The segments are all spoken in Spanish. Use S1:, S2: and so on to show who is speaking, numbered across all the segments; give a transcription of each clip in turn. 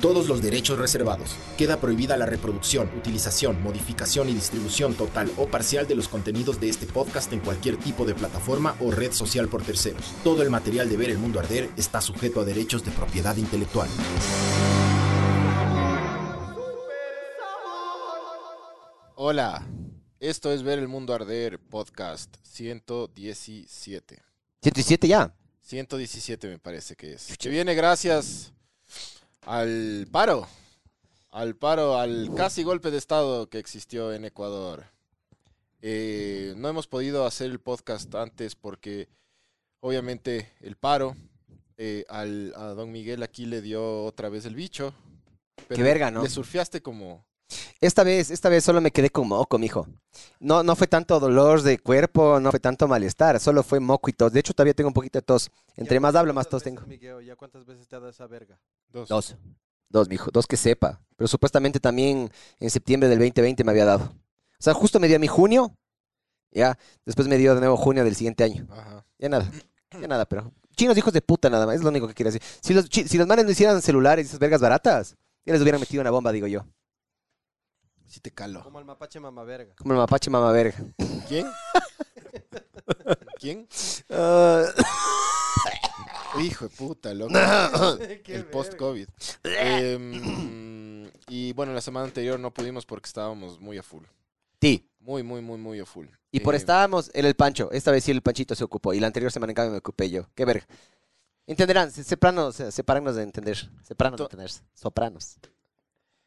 S1: Todos los derechos reservados. Queda prohibida la reproducción, utilización, modificación y distribución total o parcial de los contenidos de este podcast en cualquier tipo de plataforma o red social por terceros. Todo el material de Ver el Mundo Arder está sujeto a derechos de propiedad intelectual.
S2: Hola, esto es Ver el Mundo Arder Podcast 117.
S3: 117 ya.
S2: 117 me parece que es. Que viene gracias al paro, al paro, al casi golpe de Estado que existió en Ecuador. Eh, no hemos podido hacer el podcast antes porque obviamente el paro eh, al, a don Miguel aquí le dio otra vez el bicho. pero
S3: Qué verga, ¿no?
S2: Le surfeaste como...
S3: Esta vez, esta vez solo me quedé con moco, mijo. No, no fue tanto dolor de cuerpo, no fue tanto malestar, solo fue moco y tos. De hecho, todavía tengo un poquito de tos. Entre
S4: ¿Ya
S3: más
S4: cuántas
S3: hablo, más tos
S4: veces,
S3: tengo.
S4: Miguel, ¿ya cuántas veces te ha dado esa verga?
S2: Dos.
S3: Dos. Dos, mijo. Dos que sepa. Pero supuestamente también en septiembre del 2020 me había dado. O sea, justo me dio a mi junio. Ya, después me dio de nuevo junio del siguiente año.
S2: Ajá.
S3: Ya nada. Ya nada, pero. Chinos hijos de puta nada más, es lo único que quiero decir. Si los, chi- si los manes no hicieran celulares y esas vergas baratas, ya les hubieran metido una bomba, digo yo.
S2: Sí te calo.
S4: Como el mapache mamá verga.
S3: Como el mapache mamá verga.
S2: ¿Quién? ¿Quién? Ah. Hijo de puta, loco. el post-COVID. Em, y bueno, la semana anterior no pudimos porque estábamos muy a full.
S3: Ti.
S2: Muy, muy, muy, muy a full.
S3: Y por
S2: Eh,
S3: estábamos en el Pancho. Esta vez sí el Panchito se ocupó. Y la anterior semana en cambio me ocupé yo. Qué verga. Entenderán, se- separarnos, se- separarnos de entender. Separarnos de
S2: To-
S3: entender. Sopranos.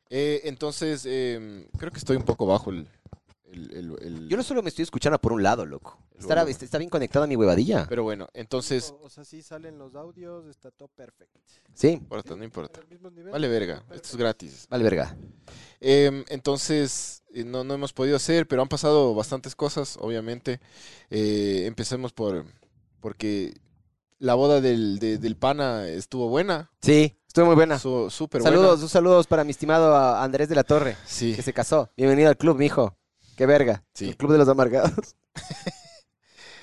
S2: eh, entonces, em, creo que estoy un poco bajo el... el- el- el-
S3: Yo no solo me estoy escuchando por un lado, loco.
S2: El
S3: Estará- este,
S2: volumen.
S3: está, está bien conectada mi huevadilla.
S2: Pero bueno, entonces...
S4: O, o sea, sí salen los audios, está todo perfecto.
S3: Sí,
S2: No importa, no importa.
S4: Al mismo nivel.
S2: Vale verga, esto es gratis.
S3: vale verga.
S2: Em, entonces, eh, no, no hemos podido hacer, pero han pasado bastantes cosas, obviamente. Eh, empecemos por... Porque la boda del, de- del pana estuvo buena.
S3: Sí, estuvo muy buena.
S2: Estuvo súper buena.
S3: Saludos, un saludos para mi estimado a Andrés de la Torre,
S2: Sí.
S3: que se casó. Bienvenido al club, mijo. Qué verga.
S2: Sí.
S3: El club de los amargados.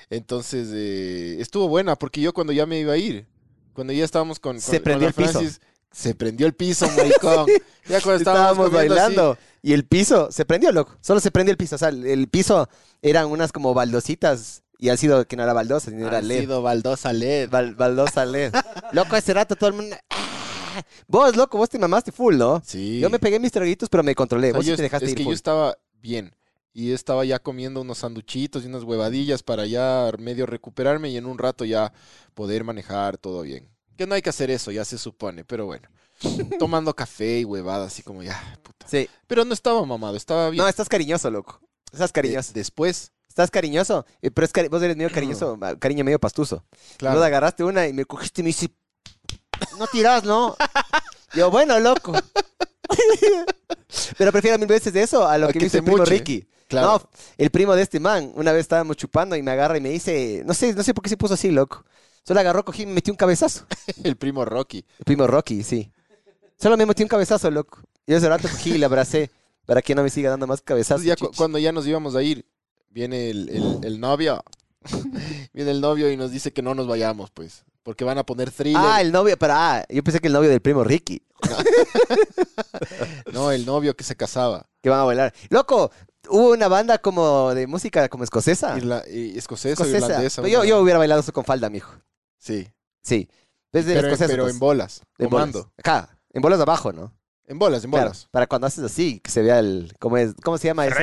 S2: Entonces, eh, estuvo buena, porque yo cuando ya me iba a ir, cuando ya estábamos con, con-
S3: Se
S2: con la
S3: prendió el piso.
S2: se prendió el piso, maricón. Ya cuando estábamos,
S3: Estábamos
S2: comiendo así,
S3: bailando. Y el piso se prendió, loco. Solo se prendió el piso. O sea, el- el piso eran unas como baldositas. Y ha sido que no era baldosa, sino era
S2: han
S3: LED.
S2: sido baldosa LED.
S3: Bal- baldosa LED. Loco, ese rato todo el mundo. ¡Ah! Vos, loco, vos te mamaste full, ¿no?
S2: Sí.
S3: Yo me pegué mis traguitos, pero me controlé.
S2: O sea,
S3: Vos sí
S2: yo
S3: te
S2: es-
S3: dejaste
S2: es
S3: ir
S2: que yo
S3: full.
S2: estaba bien. Y estaba ya comiendo unos sanduchitos y unas huevadillas para ya medio recuperarme y en un rato ya poder manejar todo bien. Que no hay que hacer eso, ya se supone, pero bueno. Tomando café y huevada, así como ya, puta.
S3: Sí.
S2: Pero no estaba mamado, estaba bien.
S3: No, estás cariñoso, loco. Estás
S2: De-
S3: cariñoso.
S2: después,
S3: Estás cariñoso. eh, Pero es cari- vos eres medio cariñoso, ma- cariño medio pastuso.
S2: claro.
S3: Vos agarraste una y me cogiste y me dice. No tirás, ¿no? Yo, bueno, loco. pero prefiero mil veces eso a
S2: A
S3: lo que
S2: que
S3: me hizo
S2: te
S3: el primo
S2: moche.
S3: Ricky. No, el primo de este man, una vez estábamos chupando y me agarra y me dice, no sé, no sé por qué se puso así, loco. Solo agarró, cogí y me metió un cabezazo.
S2: El primo Rocky.
S3: El primo Rocky, sí. Solo me metió un cabezazo, loco. Yo ese rato cogí y le abracé para que no me siga dando más cabezazos.
S2: Entonces, ya cu-
S3: chichi.
S2: cuando ya nos íbamos a ir, viene el, el- el novio. viene el novio y nos dice que no nos vayamos, pues. Porque van a poner thriller.
S3: Ah, el novio, para, ah, yo pensé que el novio del primo Ricky,
S2: No, el novio que se casaba.
S3: que van a bailar. Loco, hubo una banda como de música como escocesa.
S2: Irla- y- escocesa, o
S3: Ah. Escocesa.
S2: irlandesa.
S3: Pero yo,
S2: una-
S3: yo hubiera bailado eso con falda, mijo.
S2: Sí.
S3: Sí. Desde
S2: Pero,
S3: escocesa,
S2: pero
S3: pues.
S2: en bolas.
S3: De bolas.
S2: Comando.
S3: Acá, en bolas de abajo, ¿no?
S2: En bolas, en
S3: Claro,
S2: bolas.
S3: para cuando haces así, que se vea el. ¿Cómo, es, cómo se llama eso?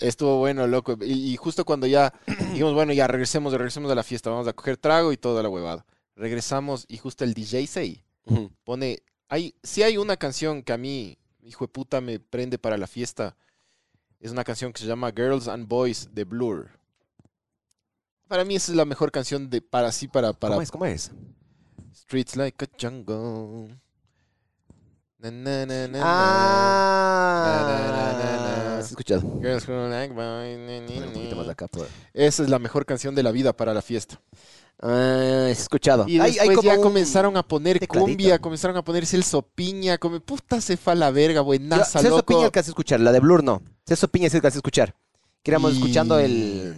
S2: Estuvo bueno, loco. Y, y justo cuando ya dijimos, bueno, ya regresemos, regresemos a la fiesta, vamos a coger trago y toda la huevada. Regresamos y justo el DJ Sei
S3: Ujú.
S2: pone. Hay, si hay una canción que a mí, hijo de puta, me prende para la fiesta, es una canción que se llama Girls and Boys de Blur. Para mí esa es la mejor canción de para sí, para, para,
S3: ¿Cómo es? ¿Cómo es?
S2: Streets like a jungle. Na, na, na, na, na. Na,
S3: Ah,
S2: na, na, na, na.
S3: has Ah, escuchado? Un
S2: Girls Who Like Boy, ni, ni,
S3: poquito más
S2: ni.
S3: acá, por-
S2: Esa es la mejor canción de la vida para la fiesta.
S3: Ah, he escuchado.
S2: Y
S3: Hay- hay
S2: después ya
S3: como un-
S2: comenzaron a poner
S3: tecladito.
S2: cumbia, comenzaron a poner Celso Piña, come puta se fa la verga,
S3: Yo-
S2: buenaza,
S3: Celso
S2: loco.
S3: Piña alcancé a escuchar, la de Blur no. Celso Piña sí alcancé a escuchar. Que éramos
S2: Y-
S3: escuchando el...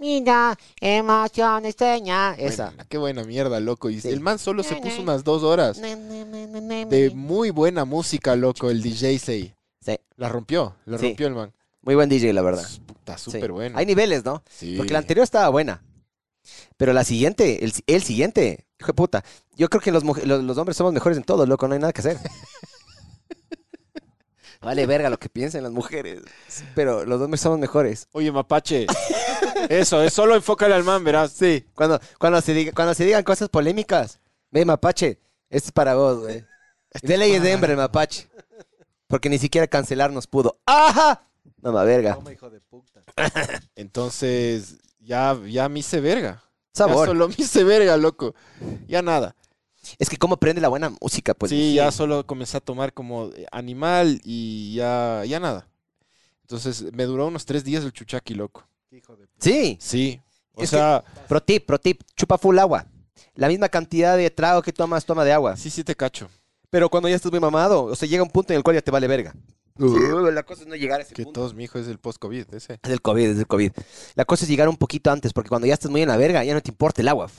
S3: Mira, emociones tenía. Esa.
S2: Buena, qué buena mierda, loco. Y
S3: Sí.
S2: el man solo se puso unas dos horas de muy buena música, loco, el DJ Say.
S3: Sí.
S2: La rompió, la
S3: Sí.
S2: rompió el man.
S3: Muy buen DJ, la verdad.
S2: Está
S3: Sí.
S2: súper bueno.
S3: Hay niveles, ¿no?
S2: Sí.
S3: Porque la anterior estaba buena. Pero la siguiente, el, el siguiente, hijo de puta. Yo creo que los, muj- los, los hombres somos mejores en todo, loco, no hay nada que hacer. Vale verga lo que piensen las mujeres. Pero los hombres somos mejores.
S5: Oye, mapache. Eso, es solo enfócale al man, verás. Sí.
S3: Cuando, cuando, se, diga- cuando se digan cosas polémicas, ve Mapache, esto es para vos, güey. De ley de hembra el Mapache. Porque ni siquiera cancelarnos pudo. ¡Ajá! Mamá verga.
S4: Toma, hijo de puta.
S2: Entonces, ya, ya me hice verga. Ya
S3: Sabor.
S2: solo me hice verga, loco. Ya nada.
S3: Es que cómo prende la buena música, pues.
S2: sí, ya solo comencé a tomar como eh, animal y ya, ya nada. Entonces, me duró unos tres días el chuchaqui, loco.
S4: Qué hijo de puta.
S3: Sí.
S2: Sí. O
S3: Es que-
S2: sea,
S3: Pro tip, pro tip. Chupa full agua. La misma cantidad de trago que tomas, toma de agua.
S2: sí, sí te cacho.
S3: Pero cuando ya estás muy mamado, o sea, llega un punto en el cual ya te vale verga. Uh, la cosa es no llegar a ese
S2: Que
S3: punto.
S2: todos, mi hijo, es el post-COVID, ese.
S3: Es el COVID, es el COVID. La cosa es llegar un poquito antes, porque cuando ya estás muy en la verga, ya no te importa el agua.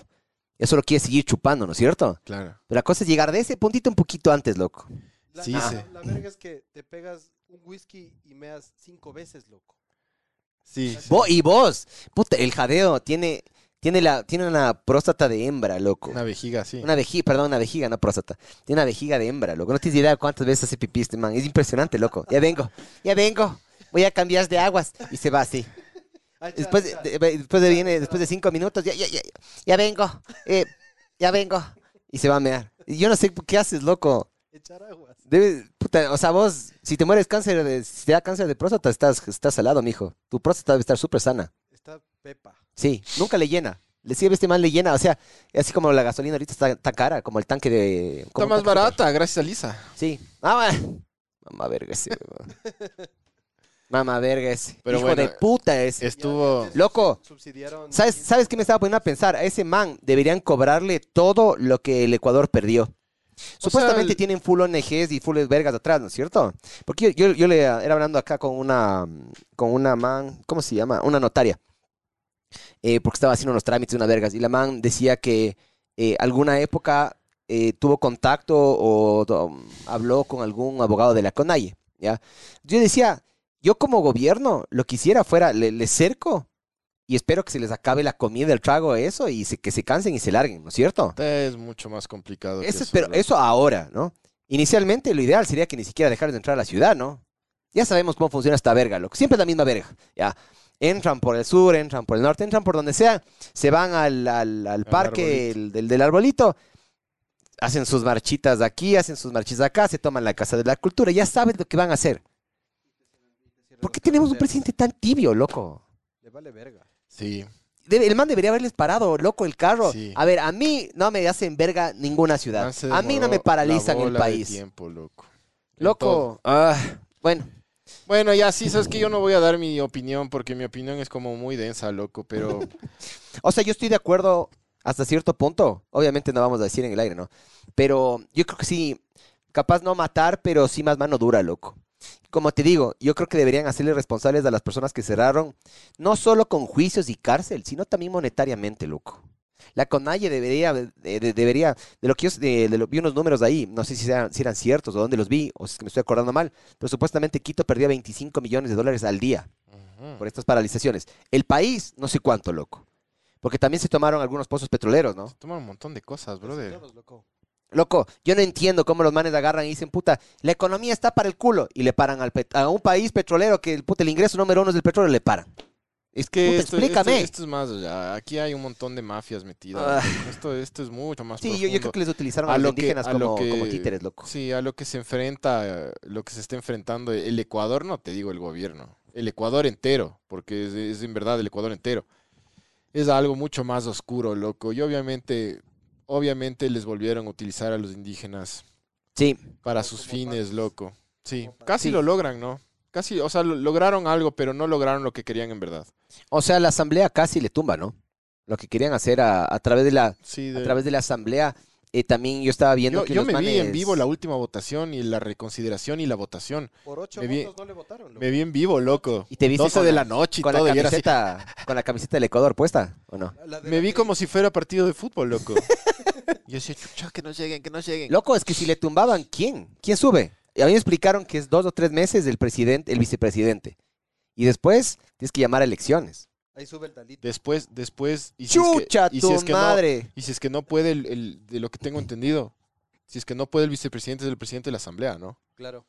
S3: Ya solo quieres seguir chupando, ¿no es cierto?
S2: Claro.
S3: Pero la cosa es llegar de ese puntito un poquito antes, loco.
S4: La,
S2: Sí,
S4: la-
S2: sí.
S4: la verga es que te pegas un whisky y meas cinco veces, loco.
S2: Sí.
S3: Vo- y vos, puta, el jadeo tiene, tiene, la, tiene una próstata de hembra, loco.
S2: Una vejiga, sí.
S3: Una vejiga, perdón, una vejiga, no próstata. Tiene una vejiga de hembra, loco. No tienes idea cuántas veces hace pipí este man. Es impresionante, loco. Ya vengo, ya vengo. Voy a cambiar de aguas. Y se va así.
S4: Ay, chao,
S3: Después de,
S4: chao.
S3: de- después de, viene, después de cinco minutos, ya, ya, ya, ya vengo. eh, ya vengo. Y se va a mear. Y Yo no sé qué haces, loco.
S4: Echar aguas.
S3: Debe- puta, o sea, vos, si te mueres cáncer, de, si te da cáncer de próstata, estás, estás salado, mijo. Tu próstata debe estar súper sana.
S4: Está Pepa.
S3: Sí, nunca le llena. Le sirve este mal, le llena. O sea, así como la gasolina ahorita está tan cara, como el tanque de.
S2: Está
S3: como un
S2: más
S3: tanque de-
S2: barata, gracias a Lisa.
S3: Sí. Mamá. Mamá verga ese, weón. Mamá verga ese.
S2: Pero
S3: Hijo
S2: bueno,
S3: de puta ese.
S2: Estuvo.
S4: Ya,
S3: Loco.
S4: Subsidiaron.
S3: ¿Sabes,
S4: 15
S3: ¿Sabes qué me estaba poniendo a pensar? A ese man deberían cobrarle todo lo que el Ecuador perdió. Supuestamente
S2: el-
S3: tienen full ONGs y full vergas atrás, ¿no es cierto? Porque yo, yo, yo le era hablando acá con una, con una man, ¿cómo se llama? Una notaria. Eh, porque estaba haciendo unos trámites de una vergas. Y la man decía que eh, alguna época eh, tuvo contacto o do- habló con algún abogado de la CONAIE, ¿ya? Yo decía, yo como gobierno lo que hiciera fuera, le, le cerco y espero que se les acabe la comida, el trago, eso, y se- que se cansen y se larguen, ¿no es cierto?
S2: Es mucho más complicado. que
S3: Eso,
S2: eso,
S3: pero
S2: loco.
S3: eso ahora, ¿no? Inicialmente lo ideal sería que ni siquiera dejaran de entrar a la ciudad, ¿no? Ya sabemos cómo funciona esta verga, loco. Siempre es la misma verga, ya. Entran por el sur, entran por el norte, entran por donde sea, se van al, al- al parque el- del, del arbolito, hacen sus marchitas aquí, hacen sus marchitas acá, se toman la casa de la cultura, ya sabes lo que van a hacer.
S4: cierran
S3: ¿Por qué
S4: las
S3: tenemos un
S4: carreteras.
S3: presidente tan tibio, loco?
S4: Le vale verga.
S2: Sí.
S3: Debe- el man debería haberles parado, loco, el carro.
S2: Sí.
S3: A ver, a mí no me hacen verga ninguna ciudad.
S2: Man, se
S3: A mí no
S2: demoró
S3: me
S2: la
S3: paralizan el
S2: bola de
S3: país.
S2: tiempo, loco. En todo.
S3: Loco. Ah, bueno,
S2: Bueno, ya sí, sabes que yo no voy a dar mi opinión porque mi opinión es como muy densa, loco, pero
S3: o sea, yo estoy de acuerdo hasta cierto punto. Obviamente no vamos a decir en el aire, ¿no? Pero yo creo que sí, capaz no matar, pero sí más mano dura, loco. Como te digo, yo creo que deberían hacerle responsables a las personas que cerraron, no solo con juicios y cárcel, sino también monetariamente, loco. La CONAIE debería, eh, de- de- debería, de lo que yo, de, de lo- vi unos números ahí, no sé si eran, si eran ciertos o dónde los vi, o si es que me estoy acordando mal, pero supuestamente Quito perdía 25 millones de dólares al día.
S2: Ujú.
S3: por estas paralizaciones. El país, no sé cuánto, loco. Porque también se tomaron algunos pozos petroleros, ¿no?
S2: se toman un montón de cosas,
S4: Casi
S2: brother.
S4: Pues todos, loco.
S3: Loco, yo no entiendo cómo los manes agarran y dicen, puta, la economía está para el culo. Y le paran al pet- a un país petrolero que el, puta, el ingreso número uno es del petróleo, le paran.
S2: Es que
S3: Puta,
S2: esto,
S3: explícame.
S2: Esto, esto es más, o sea, aquí hay un montón de mafias metidas.
S3: Ah.
S2: loco. Esto, esto es mucho más
S3: Sí, yo, yo creo
S2: profundo.
S3: que les utilizaron
S2: A
S3: a los
S2: lo que-
S3: indígenas
S2: a lo
S3: como,
S2: que-
S3: como títeres, loco.
S2: Sí, a lo que se enfrenta, eh, lo que se está enfrentando el Ecuador, no te digo el gobierno, el Ecuador entero, porque es, es en verdad el Ecuador entero. Es algo mucho más oscuro, loco. Y obviamente, obviamente les volvieron a utilizar a los indígenas
S3: Sí,
S2: para
S4: Como-
S2: sus
S4: como
S2: fines,
S4: patas.
S2: loco. Sí,
S4: Como patas.
S2: casi
S3: Sí.
S2: lo logran, ¿no? Casi, o sea, lo- lograron algo, pero no lograron lo que querían en verdad.
S3: O sea, la asamblea casi le tumba, ¿no? Lo que querían hacer a, a través de la
S2: Sí,
S3: a
S2: de-
S3: través de la asamblea eh, también yo estaba viendo
S2: yo,
S3: que
S2: yo
S3: los
S2: me vi en
S3: manes-
S2: vivo la última votación y la reconsideración y la votación.
S4: Por ocho
S2: Me vi-
S4: votos no le votaron. loco.
S2: Me vi en vivo, loco.
S3: y te viste
S2: 12
S3: con
S2: de
S3: la-
S2: la noche y
S3: con la
S2: todo. y era así.
S3: camiseta con la camiseta del Ecuador puesta o no.
S4: La de
S2: Me
S4: la
S2: vi
S4: que-
S2: como si fuera partido de fútbol, loco. Yo decía, chucha, que no lleguen, que no lleguen.
S3: Loco, es que si le tumbaban, ¿quién? ¿Quién sube? Y a mí me explicaron que es dos o tres meses el presidente, el vicepresidente. Y después tienes que llamar a elecciones.
S4: Ahí sube el Dalito.
S2: Después, después. Y si es que-
S3: ¡Chucha
S2: y si
S3: tu
S2: es que no-
S3: madre!
S2: y si es que no puede, el, el- de lo que tengo entendido, si es que no puede el vicepresidente, es el presidente de la asamblea, ¿no?
S4: Claro.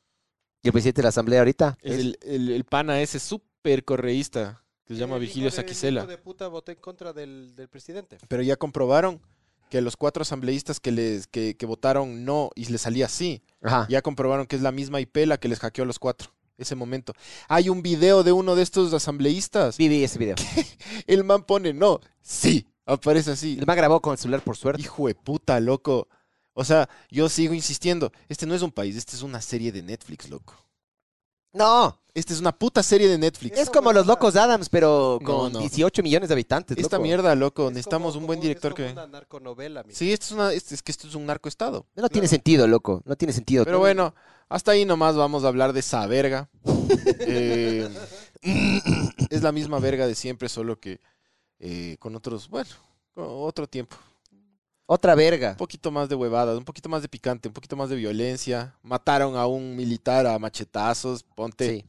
S3: ¿Y el presidente de la asamblea ahorita?
S2: Es el, el- el pana ese súper correísta que se llama
S4: El hijo
S2: Vigilio
S4: de- el
S2: Saquicela.
S4: hijo de puta votó en contra del, del presidente.
S2: Pero ya comprobaron que los cuatro asambleístas que, les, que, que votaron no y les salía así,
S4: Ah.
S3: Ajá.
S2: ya comprobaron que es la misma IP la que les hackeó a los cuatro. Ese momento. Hay un video de uno de estos asambleístas.
S3: Vi, vi ese video.
S2: El man pone no, sí, aparece así.
S3: El man grabó con el celular, por suerte.
S2: Hijo de puta, loco. O sea, yo sigo insistiendo. Este no es un país, este es una serie de Netflix, loco.
S3: ¡No!
S2: Esta es una puta serie de Netflix.
S3: Es como los locos Adams, pero
S2: No,
S3: con
S2: no.
S3: 18 millones de habitantes.
S2: Esta
S3: loco.
S2: mierda, loco.
S4: Es
S2: Necesitamos
S4: como-
S2: un buen
S4: como-
S2: director
S4: es como
S2: que.
S4: una narconovela, mira.
S2: Sí, esto es, una, es, es que esto es un narcoestado.
S3: No tiene sentido, loco. No tiene sentido.
S2: Pero
S3: Tú-
S2: bueno, hasta ahí nomás vamos a hablar de esa verga. Eh, es la misma verga de siempre, solo que eh, con otros, bueno, con otro tiempo.
S3: Otra verga.
S2: Un poquito más de huevadas, un poquito más de picante, un poquito más de violencia. Mataron a un militar a machetazos. Ponte,
S3: Sí.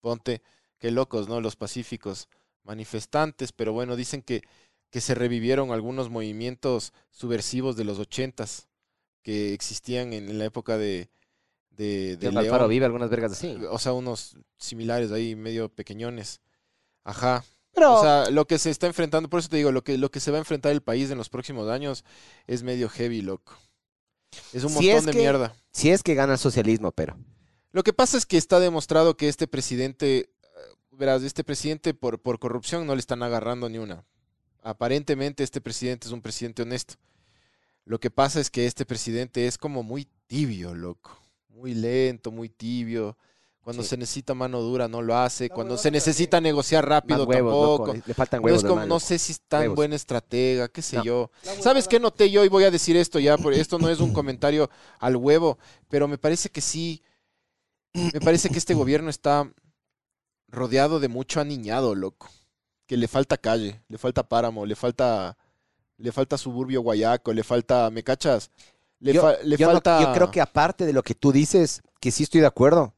S2: ponte. Qué locos, ¿no? Los pacíficos manifestantes, pero bueno, dicen que, que se revivieron algunos movimientos subversivos de los ochentas que existían en, en la época de, de, de
S3: Don
S2: León.
S3: Alfaro vive algunas vergas así.
S2: O sea, unos similares ahí, medio pequeñones. Ajá.
S3: Pero
S2: O sea, lo que se está enfrentando, por eso te digo, lo que, lo que se va a enfrentar el país en los próximos años es medio heavy, loco. Es un
S3: Si
S2: montón
S3: es
S2: de
S3: que-
S2: mierda.
S3: si es que gana el socialismo, pero.
S2: Lo que pasa es que está demostrado que este presidente, eh, verás, este presidente por, por corrupción no le están agarrando ni una. Aparentemente este presidente es un presidente honesto. Lo que pasa es que este presidente es como muy tibio, loco. Muy lento, muy tibio. Cuando
S3: Sí.
S2: se necesita mano dura no lo hace.
S4: La
S2: Cuando se
S4: huevada
S2: necesita negociar
S3: Más
S2: rápido
S3: huevos,
S2: tampoco.
S3: loco. Le, le faltan
S2: No,
S3: huevos.
S2: es como-
S3: hermano.
S2: no sé si es tan
S3: Huevos.
S2: buen estratega, qué sé
S3: No.
S2: yo.
S4: La huevada-
S2: ¿Sabes qué noté yo? Y voy a decir esto ya, por- esto no es un comentario al huevo, pero me parece que sí, me parece que este gobierno está rodeado de mucho aniñado, loco. Que le falta calle, le falta páramo, le falta, le falta suburbio guayaco, le falta, ¿me cachas? Le,
S3: yo,
S2: fa- le
S3: yo no-
S2: falta...
S3: yo creo que aparte de lo que tú dices, que sí estoy de acuerdo,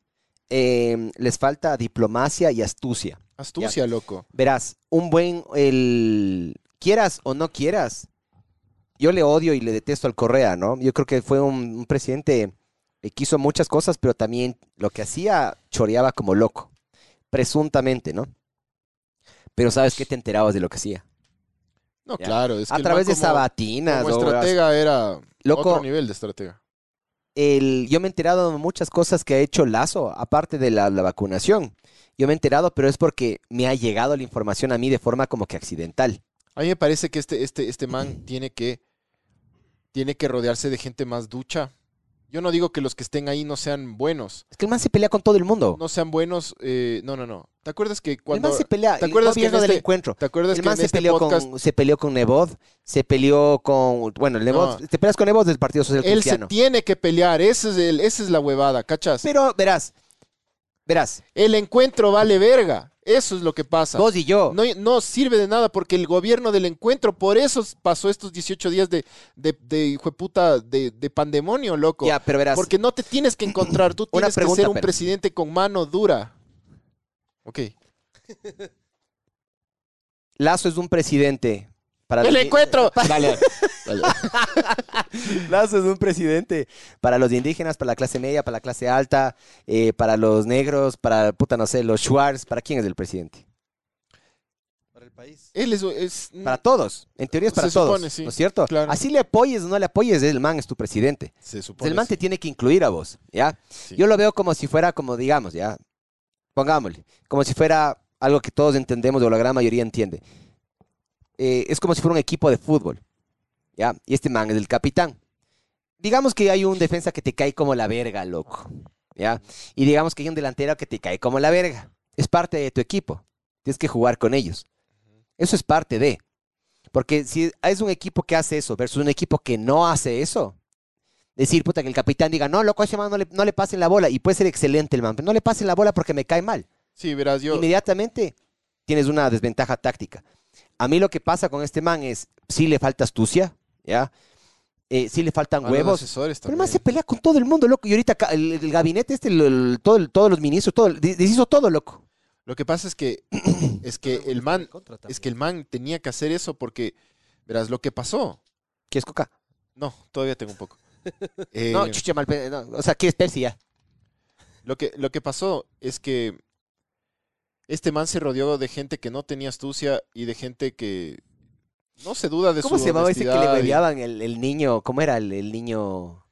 S3: eh, les falta diplomacia y astucia.
S2: Astucia, loco.
S3: Verás, un buen, el, quieras o no quieras, yo le odio y le detesto al Correa, ¿no? Yo creo que fue un, un presidente eh, que hizo muchas cosas, pero también lo que hacía choreaba como loco, presuntamente, ¿no? Pero sabes qué te enterabas de lo que hacía.
S2: No,
S3: Ya.
S2: claro, es que
S3: A
S2: el
S3: través
S2: man
S3: de
S2: como-
S3: sabatinas.
S2: Como
S3: o-
S2: estratega era
S3: Loco,
S2: otro nivel de estratega.
S3: el- yo me he enterado de muchas cosas que ha hecho Lazo, aparte de la, la vacunación. Yo me he enterado, pero es porque me ha llegado la información a mí de forma como que accidental.
S2: A mí me parece que este, este, este man tiene que, tiene que rodearse de gente más ducha. Yo no digo que los que estén ahí no sean buenos.
S3: Es que el man se pelea con todo el mundo.
S2: No sean buenos, eh, no, no, no. ¿Te acuerdas que cuando...
S3: Oh. el man se pelea,
S2: ¿te
S3: el
S2: acuerdas que en
S3: gobierno del
S2: este-
S3: encuentro.
S2: ¿Te acuerdas
S3: El
S2: que
S3: man
S2: en
S3: se,
S2: este
S3: peleó
S2: podcast
S3: con, se peleó con Nebot, se peleó con... Bueno, el Nebot,
S2: No.
S3: te peleas con Nebot del Partido Social
S2: él se
S3: Cristiano.
S2: tiene que pelear? Ese es el, esa es la huevada, ¿cachas?
S3: Pero verás, verás,
S2: El encuentro vale verga. Eso es lo que pasa.
S3: vos y yo...
S2: No, no sirve de nada porque el gobierno del encuentro, por eso pasó estos 18 días de, de, de hijueputa, de, de pandemonio, loco.
S3: ya, pero verás,
S2: Porque no te tienes que encontrar, tú
S3: Una
S2: tienes que
S3: pregunta,
S2: ser un
S3: pero-
S2: presidente con mano dura. Ok.
S3: Lazo es un presidente... Para
S2: ¡El
S3: los-
S2: encuentro! Dale.
S3: Lazo es un presidente para los indígenas, para la clase media, para la clase alta, eh, para los negros, para, puta, no sé, los Schwarz. ¿Para quién es el presidente?
S4: Para el país.
S2: Él es, es- mm,
S3: Para todos. En teoría es para
S2: Se
S3: todos.
S2: supone, sí.
S3: ¿No es cierto?
S2: Claro.
S3: Así le apoyes o no le apoyes, el man es tu presidente.
S2: se
S3: Entonces,
S2: supone.
S3: el man te
S2: sí.
S3: tiene que incluir a vos, ¿ya?
S2: Sí.
S3: Yo lo veo como si fuera, como digamos, ¿ya? Pongámosle, como si fuera algo que todos entendemos o la gran mayoría entiende. Eh, es como si fuera un equipo de fútbol, ¿ya? Y este man es el capitán. Digamos que hay un defensa que te cae como la verga, loco. ¿ya? Y digamos que hay un delantero que te cae como la verga. Es parte de tu equipo. Tienes que jugar con ellos. Eso es parte de. Porque si es un equipo que hace eso versus un equipo que no hace eso, decir, puta, que el capitán diga, no, loco, a ese man no le, no le pasen la bola. Y puede ser excelente el man, pero no le pasen la bola porque me cae mal.
S2: Sí, verás, yo.
S3: Inmediatamente tienes una desventaja táctica. A mí lo que pasa con este man es, sí le falta astucia, ¿ya? Eh, sí le faltan
S2: a los
S3: huevos.
S2: asesores
S3: Pero
S2: también.
S3: el man se pelea con todo el mundo, loco. Y ahorita acá el, el gabinete este, el- el- todo el- todos los ministros, todo, el- des- deshizo todo, loco.
S2: Lo que pasa es que, es que el man, es que el man tenía que hacer eso porque, verás, lo que pasó.
S3: ¿Quieres coca?
S2: No, todavía tengo un poco. Eh,
S3: No, chucha, mal pe- no. O sea, ¿quieres Pepsi ya?
S2: Lo que, lo que pasó es que este man se rodeó de gente que no tenía astucia y de gente que no se duda de
S3: ¿Cómo
S2: su
S3: se llamaba ese que le
S2: honestidad y-
S3: bebeaban el, el niño? ¿Cómo era el, el niño?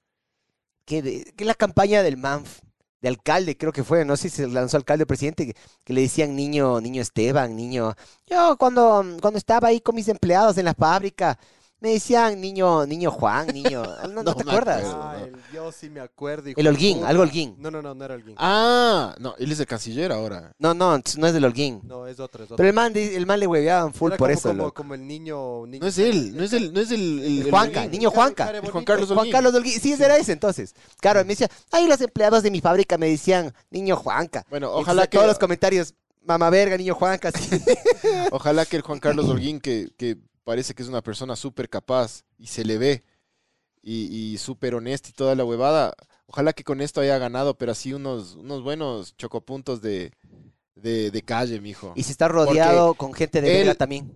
S3: ¿Qué, de- qué la campaña del MANF? De alcalde, creo que fue, no sé si se lanzó alcalde o presidente, que, que le decían niño, niño Esteban, niño. Yo cuando, cuando estaba ahí con mis empleados en la fábrica, me decían niño, niño Juan, niño. ¿No, no
S2: No
S3: te
S2: me
S3: acuerdas?
S2: acuerdo.
S4: Ah,
S2: no.
S4: el, yo sí me acuerdo. hijo
S3: El
S4: de
S3: Holguín,
S4: puta.
S3: algo Holguín.
S4: No, no, no, no era Holguín.
S2: Ah, no, él es el canciller ahora.
S3: No, no, no es del Holguín.
S4: No, es otro, es otro.
S3: Pero el man, di- el man le hueveaban full
S4: Era
S3: por
S4: como-
S3: eso.
S4: Como,
S3: loco.
S4: como el niño. niño
S2: No es él, no es el, no es el, el- el
S3: Juanca,
S2: Holguín.
S3: niño Juanca.
S4: Care- care
S2: El Juan
S4: bonito.
S2: Carlos
S3: Juan
S2: Holguín.
S3: Carlos Holguín, sí, era ese entonces. Claro, me decía, ay, los empleados de mi fábrica me decían, niño Juanca.
S2: Bueno,
S3: Entonces,
S2: ojalá
S3: a
S2: que,
S3: Todos los comentarios, mamá verga, niño Juanca. sí.
S2: ojalá que el Juan Carlos Holguín, que, que parece que es una persona súper capaz y se le ve y, y súper honesto y toda la huevada, ojalá que con esto haya ganado, pero así unos, unos buenos chocopuntos de, de, de calle, mijo.
S3: Y se está rodeado con gente de verga
S2: él-
S3: también.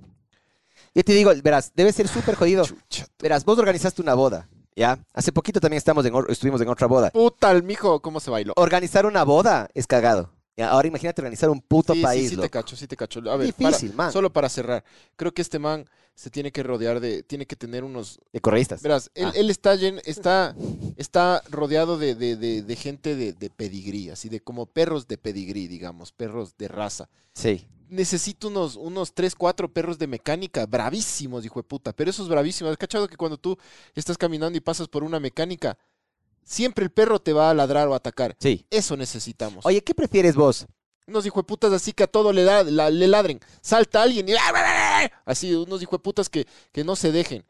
S3: Yo te digo, verás, debe ser súper jodido.
S2: Chucha.
S3: Verás, vos organizaste una boda, ¿ya? Hace poquito también estamos en or- estuvimos en otra boda.
S2: Puta, el mijo, ¿cómo se bailó?
S3: Organizar una boda es cagado. ¿ya? Ahora imagínate organizar un puto
S2: sí,
S3: país,
S2: Sí, sí te
S3: loco.
S2: cacho, sí te cacho. A ver,
S3: Difícil,
S2: para-
S3: man.
S2: solo para cerrar. Creo que este man se tiene que rodear de, tiene que tener unos...
S3: de correístas.
S2: Verás, él,
S3: Ah.
S2: él está, llen- está, está rodeado de, de- de- de gente de, de pedigrí, así de como perros de pedigrí, digamos, perros de raza.
S3: Sí.
S2: Necesito unos, unos 3, 4 perros de mecánica, bravísimos, hijo de puta, pero esos bravísimos. ¿Has cachado que cuando tú estás caminando y pasas por una mecánica, siempre el perro te va a ladrar o a atacar?
S3: Sí.
S2: Eso necesitamos
S3: Oye, ¿qué prefieres vos?
S2: unos hijueputas así que a todo le, da, la- le ladren. Salta alguien y así, unos hijueputas que, que no se dejen.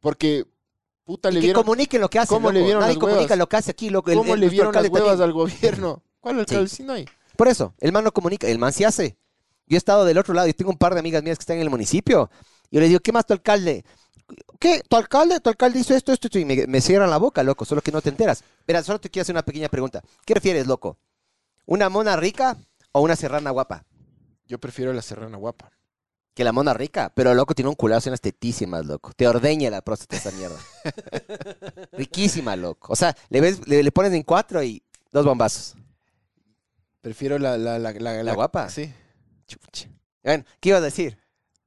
S2: Porque, puta, le
S3: que
S2: vieron,
S3: comuniquen lo que hacen.
S2: cómo le
S3: loco.
S2: vieron
S3: Nadie
S2: las
S3: comunica
S2: huevas?
S3: lo que hace aquí, loco. El-
S2: cómo
S3: el-
S2: le
S3: nuestro
S2: vieron las
S3: alcalde
S2: huevas
S3: también.
S2: al gobierno. ¿Cuál alcalde? Si no hay.
S3: Por eso, el man no comunica, el man sí hace. Yo he estado del otro lado y tengo un par de amigas mías que están en el municipio. Yo les digo, ¿qué más tu alcalde? ¿Qué? ¿Tu alcalde? ¿Tu alcalde hizo esto, esto, esto? Y me, me cierran la boca, loco, solo que no te enteras. Verás, solo te quiero hacer una pequeña pregunta. ¿Qué prefieres, loco? ¿Una mona rica o una serrana guapa?
S2: Yo prefiero la serrana guapa.
S3: Que la mona rica, pero loco tiene un culazo en las tetísimas, loco. Te ordeña la próstata esa mierda. Riquísima, loco. O sea, le, ves, le, le pones en cuatro y dos bombazos.
S2: Prefiero la, la, la, la,
S3: ¿La guapa?
S2: Sí.
S3: Chucha. Bueno, ¿qué ibas a decir?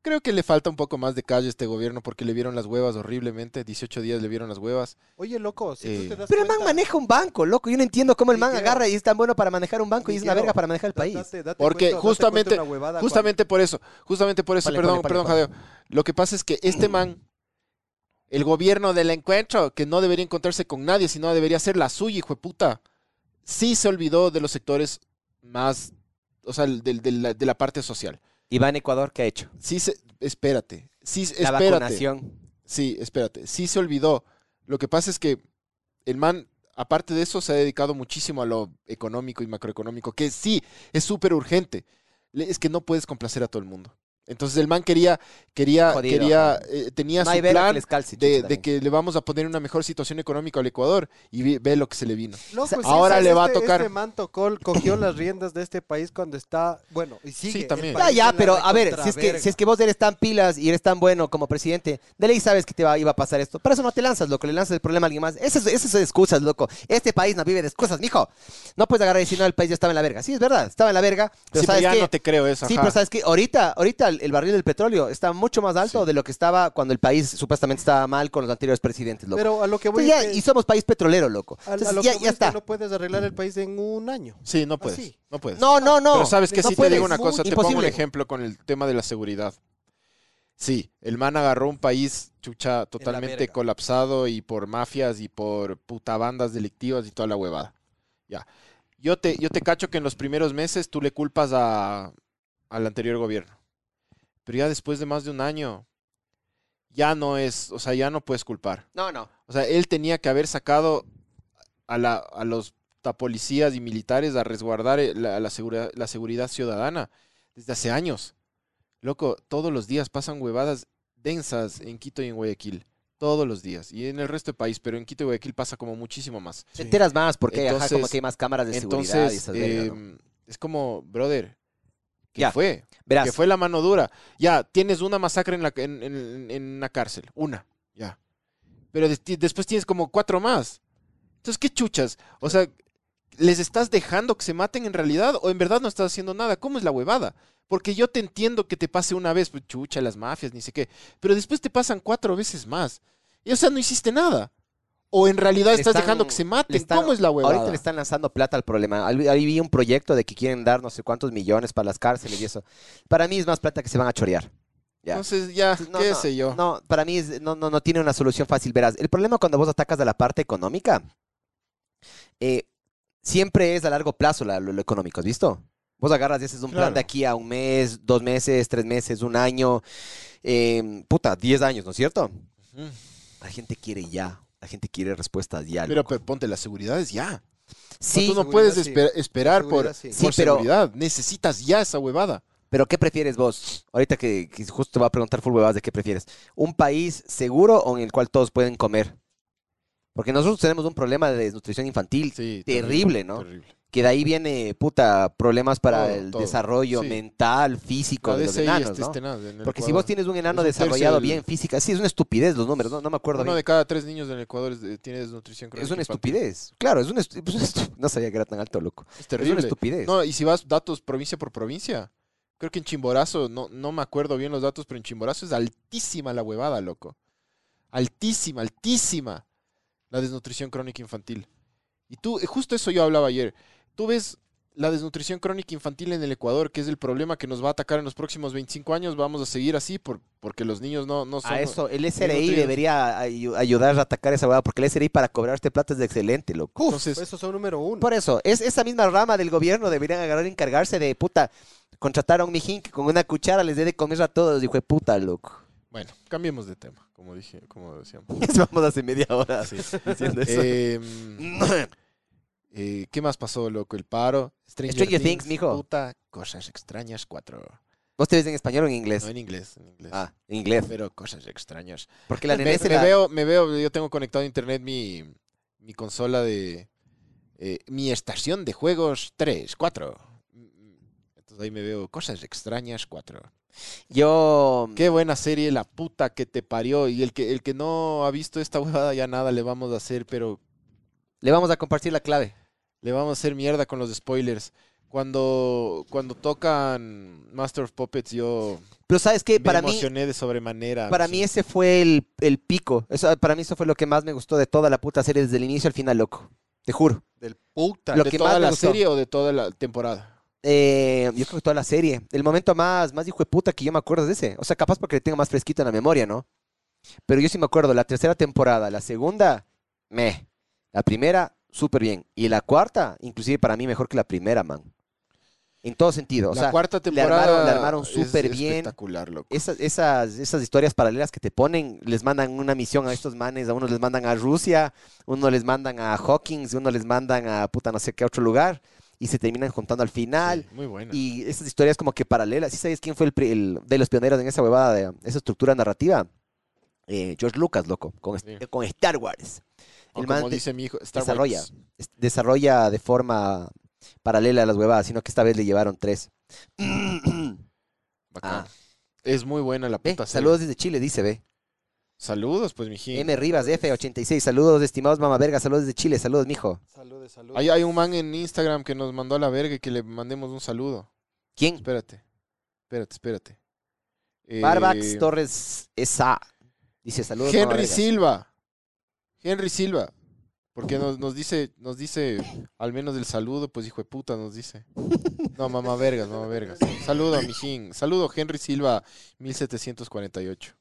S2: Creo que le falta un poco más de calle a este gobierno porque le vieron las huevas horriblemente. 18 días le vieron las huevas.
S4: Oye, loco, si
S2: Eh.
S4: tú te das
S3: Pero el man
S4: cuenta,
S3: maneja un banco, loco. Yo no entiendo cómo el man
S4: Ligero.
S3: agarra y es tan bueno para manejar un banco y es una
S4: Ligero.
S3: verga para manejar el
S4: da-
S3: país.
S4: date- date
S2: Porque
S4: cuenta- date
S2: justamente-
S4: cuenta una huevada
S2: Justamente por eso, justamente por eso,
S3: Ponle,
S2: perdón,
S3: ponle,
S2: perdón,
S3: ponle,
S2: Jadeo. Lo que pasa es que este man, el gobierno del encuentro, que no debería encontrarse con nadie, sino debería ser la suya, hijo de puta, sí se olvidó de los sectores más, o sea, del- del- de, la, de la parte social.
S3: Y va en Ecuador, ¿qué ha hecho?
S2: Sí se, espérate, sí, se-
S3: La
S2: espérate.
S3: vacunación.
S2: Sí, espérate, sí se olvidó. Lo que pasa es que el man, aparte de eso, se ha dedicado muchísimo a lo económico y macroeconómico, que sí, es súper urgente. Le- Es que no puedes complacer a todo el mundo. Entonces el man quería, quería,
S3: Jodido,
S2: quería, eh, tenía su
S3: No hay verga que
S2: plan
S3: les calce. chucha,
S2: de, de
S3: también.
S2: que le vamos a poner una mejor situación económica al Ecuador y ve, ve lo que se le vino.
S4: Loco, sí,
S2: ahora
S4: ¿sabes?
S2: le va a
S4: Este-
S2: tocar-
S4: Este man tocó, cogió las riendas de este país cuando está. Bueno, y sigue. el
S2: también.
S4: país
S3: Ya,
S4: en
S3: ya,
S4: la
S3: pero a ver, si es, que,
S4: recontraverga.
S3: si es que vos eres tan pilas y eres tan bueno como presidente, de ley sabes que te va, iba a pasar esto. Para eso no te lanzas, loco, le lanzas el problema a alguien más. Esas, esas son excusas, loco. Este país no vive de excusas, mijo. No puedes agarrar y decir, no, el país ya estaba en la verga. Sí, es verdad, estaba en la verga. Pero
S2: Sí, pero
S3: sabes
S2: ya
S3: qué?
S2: no te creo eso.
S3: Sí,
S2: ajá.
S3: pero sabes que ahorita, ahorita el, el barril del petróleo está mucho más alto de lo que estaba cuando el país supuestamente estaba mal con los anteriores presidentes, loco.
S4: Pero a lo que voy.
S3: Entonces Pues ya-
S4: es que-
S3: y somos país petrolero, loco.
S4: a- a
S3: Entonces,
S4: lo
S3: ya,
S4: que voy
S3: ya
S4: es que
S3: está.
S4: No puedes arreglar el país en un año.
S2: Ah, Sí, no puedes,
S4: Así.
S2: no puedes.
S3: No, no, no.
S2: Pero sabes que
S3: No
S2: sí
S3: puedes,
S2: te digo una
S3: es
S2: cosa,
S3: muy
S2: te pongo un
S3: imposible.
S2: ejemplo con el tema de la seguridad. Sí, el man agarró un país chucha totalmente
S4: verga.
S2: colapsado y por mafias y por puta bandas delictivas y toda la huevada. Ya. Yo te, yo te cacho que en los primeros meses tú le culpas a, al anterior gobierno. Pero ya después de más de un año, ya no es, o sea, ya no puedes culpar.
S3: No, no.
S2: O sea, él tenía que haber sacado a, la, a los ta- policías y militares a resguardar eh, la, la segura- la seguridad ciudadana desde hace años. Loco, todos los días pasan huevadas densas en Quito y en Guayaquil. Todos los días. Y en el resto del país, pero en Quito y Guayaquil pasa como muchísimo más.
S3: Te enteras más porque ajá,
S2: Entonces-
S3: como que hay más cámaras de seguridad y
S2: Entonces,
S3: esas vergas, ¿no?
S2: em, es como, brother, ¿qué
S3: Ya,
S2: fue?
S3: Verás,
S2: Que fue la mano dura. Ya, tienes una masacre en, la, en, en- en una cárcel. Una. Ya. Pero des- ti- después tienes como cuatro más. Entonces, ¿qué chuchas? O sea, ¿les estás dejando que se maten en realidad? ¿O en verdad no estás haciendo nada? ¿Cómo es la huevada? Porque yo te entiendo que te pase una vez, pues chucha, las mafias, ni sé qué. Pero después te pasan cuatro veces más. Y, o sea, no hiciste nada. O en realidad
S3: Le
S2: estás
S3: están-
S2: dejando que se maten.
S3: le están-
S2: ¿Cómo es la huevada?
S3: ahorita le están lanzando plata al problema. Ahí ahí vi un proyecto de que quieren dar no sé cuántos millones para las cárceles y eso. Para mí es más plata que se van a chorear. Ya.
S2: Entonces, ya,
S3: Entonces, no,
S2: qué
S3: no,
S2: sé yo.
S3: No, para mí es- no, no, no tiene una solución fácil. Verás, el problema cuando vos atacas a la parte económica, eh, siempre es a largo plazo la- lo, lo económico, ¿has visto? Vos agarras y haces un plan
S2: Claro.
S3: de aquí a un mes, dos meses, tres meses, un año, eh, puta, diez años, ¿no es cierto?
S2: Ujú.
S3: La gente quiere ya, la gente quiere respuestas ya.
S2: Pero,
S3: loco.
S2: pero ponte las seguridades ya.
S3: sí,
S2: tú no
S4: Seguridad,
S2: puedes
S4: sí.
S2: esper- esperar por,
S4: Seguridad, sí.
S3: Sí,
S2: por
S3: pero-
S2: seguridad. Necesitas ya esa huevada.
S3: Pero ¿qué prefieres vos? Ahorita que, que justo te va a preguntar full huevadas de qué prefieres. ¿Un país seguro o en el cual todos pueden comer? Porque nosotros tenemos un problema de desnutrición infantil
S2: Sí,
S3: terrible, ¿no?
S2: terrible.
S3: Que de ahí viene, puta, problemas para
S2: Todo,
S3: el
S2: todo.
S3: desarrollo
S2: Sí.
S3: mental, físico
S2: La
S3: de los
S2: DCI
S3: enanos,
S2: está
S3: ¿no?
S2: este nada, en el
S3: Porque si
S2: Ecuador.
S3: vos tienes un enano
S2: un tercio
S3: desarrollado
S2: del-
S3: bien física, sí, es una estupidez los números, no, no me acuerdo
S2: Uno
S3: bien.
S2: de cada tres niños en el Ecuador es de- tiene desnutrición crónica.
S3: Es una
S2: infantil.
S3: estupidez. Claro, es una estu- pues, estu- No sabía que era tan alto, loco.
S2: Es
S3: Es una
S2: terrible.
S3: estupidez.
S2: No, y si vas datos provincia por provincia, creo que en Chimborazo, no, no me acuerdo bien los datos, pero en Chimborazo es altísima la huevada, loco. Altísima, altísima la desnutrición crónica infantil. Y tú, eh, justo eso yo hablaba ayer. Tú ves la desnutrición crónica infantil en el Ecuador, que es el problema que nos va a atacar en los próximos 25 años. Vamos a seguir así por, porque los niños no, no son.
S3: A eso, el SRI
S2: nutridos.
S3: debería ayu- ayudar a atacar esa hueá, porque el SRI para cobrarte plata es excelente, loco.
S2: Entonces,
S4: Por eso son número uno.
S3: Por eso, es esa misma rama del gobierno deberían agarrar y encargarse de puta. Contratar a un mijín que con una cuchara les dé de comer a todos, hijo de puta, loco.
S2: bueno, cambiemos de tema, como dije, como decíamos.
S3: Vamos hace media hora diciendo eso.
S2: Em, eh, ¿Qué más pasó, loco? El paro. Stranger,
S3: Stranger Things, mijo.
S2: Puta, cosas extrañas cuatro.
S3: ¿Vos te ves en español o en inglés?
S2: No en inglés, en inglés.
S3: Ah, en inglés.
S2: Pero cosas extrañas.
S3: Porque la
S2: me,
S3: nene se
S2: me
S3: la-
S2: veo, me veo, yo tengo conectado a internet mi, mi consola de... eh, mi estación de juegos 3, 4. Entonces ahí me veo cosas extrañas 4.
S3: Yo.
S2: Qué buena serie, la puta que te parió. Y el que, el que no ha visto esta huevada ya nada le vamos a hacer, pero
S3: Le vamos a compartir la clave.
S2: Le vamos a hacer mierda con los spoilers. Cuando, cuando tocan Master of Puppets, yo
S3: Pero sabes que
S2: me
S3: para mí.
S2: emocioné de sobremanera.
S3: Para
S2: no
S3: mí
S2: sé.
S3: ese fue el, el pico. Eso, para mí eso fue lo que más me gustó de toda la puta serie desde el inicio al final, loco. Te juro.
S4: Del puta.
S3: lo
S2: ¿De
S3: que
S2: toda
S3: más me
S2: la
S3: gustó.
S2: serie o de toda la temporada?
S3: Eh, yo creo que toda la serie. El momento más, más hijo de puta que yo me acuerdo es de ese. O sea, capaz porque le tengo más fresquito en la memoria, ¿no? Pero yo sí me acuerdo. La tercera temporada, la segunda, meh. La primera, súper bien. Y la cuarta, inclusive para mí mejor que la primera, man. En todo sentido. O
S2: la
S3: sea,
S2: cuarta
S3: le armaron-
S2: temporada
S3: le armaron
S2: es
S3: súper bien.
S2: espectacular, loco.
S3: esas, esas, esas historias paralelas que te ponen, les mandan una misión a estos manes, a unos les mandan a Rusia, uno les mandan a Hawkins, uno les mandan a puta no sé qué otro lugar, y se terminan juntando al final.
S2: Sí, muy buena.
S3: Y esas historias como que paralelas. ¿Sí sabes quién fue el, pri- el- de los pioneros en esa huevada de esa estructura narrativa? Eh, George Lucas, loco, con, est-
S2: Sí.
S3: con Star Wars.
S2: O
S3: el man
S2: como
S3: de-
S2: dice mi hijo, Star
S3: desarrolla.
S2: Wars.
S3: Es- Desarrolla de forma paralela a las huevadas, sino que esta vez le llevaron tres.
S2: Bacán.
S3: Ah.
S2: Es muy buena la
S3: Ve,
S2: puta serie.
S3: saludos desde Chile, dice, ve.
S2: Saludos, pues, mijín.
S3: M Rivas F86, saludos estimados mamavergas, saludos desde Chile, saludos mijo.
S4: Saludos, saludos.
S2: Hay, hay un man en Instagram que nos mandó a la verga y que le mandemos un saludo.
S3: ¿Quién?
S2: Espérate. Espérate, espérate. Eh,
S3: Barbax Torres esa. Dice saludos.
S2: Henry
S3: mamavergas".
S2: Silva. Henry Silva. Porque nos, nos dice, nos dice, al menos el saludo, pues hijo de puta nos dice. No, mamá vergas, mamá vergas. Saludo a Mijín. Saludo Henry Silva, 1748.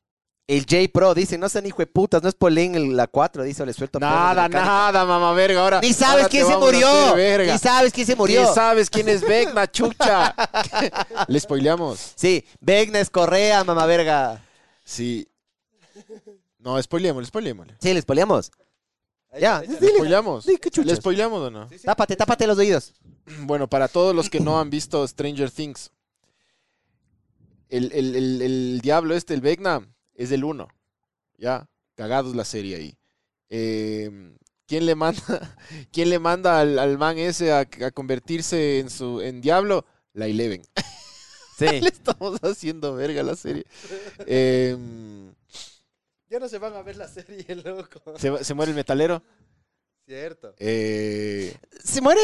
S3: El J Pro dice, no sean hijo de putas, no es Polín el- la 4, dice, o le suelto pedos de
S2: Nada,
S3: mecánico".
S2: nada, mamá verga. Ahora,
S3: Ni sabes
S2: ahora te
S3: quién se
S2: vamos a
S3: murió.
S2: hacer verga.
S3: Ni sabes quién se murió.
S2: Ni sabes quién es Vecna, chucha. Le spoileamos.
S3: Sí, Begnes Correa, mamá verga.
S2: Sí. No, spoileémosle, spoileémosle.
S3: Sí, les poleamos. Ya,
S2: ¿Le
S3: dile.
S2: spoileamos?
S3: Sí, qué chuchas.
S2: ¿Le spoileamos o no?
S3: Tápate, tápate los oídos.
S2: Bueno, para todos los que no han visto Stranger Things, el, el- el- el diablo este, el Vecna, es el uno. Ya, cagados la serie ahí. Eh, ¿Quién le manda, quién le manda al, al man ese a, a convertirse en su en diablo? La Eleven.
S3: Sí.
S2: Le estamos haciendo verga a la serie. Eh,
S4: Ya no se van a ver la serie, loco.
S2: ¿se, va- se muere el metalero?
S4: Cierto.
S2: Eh,
S3: ¿Se muere?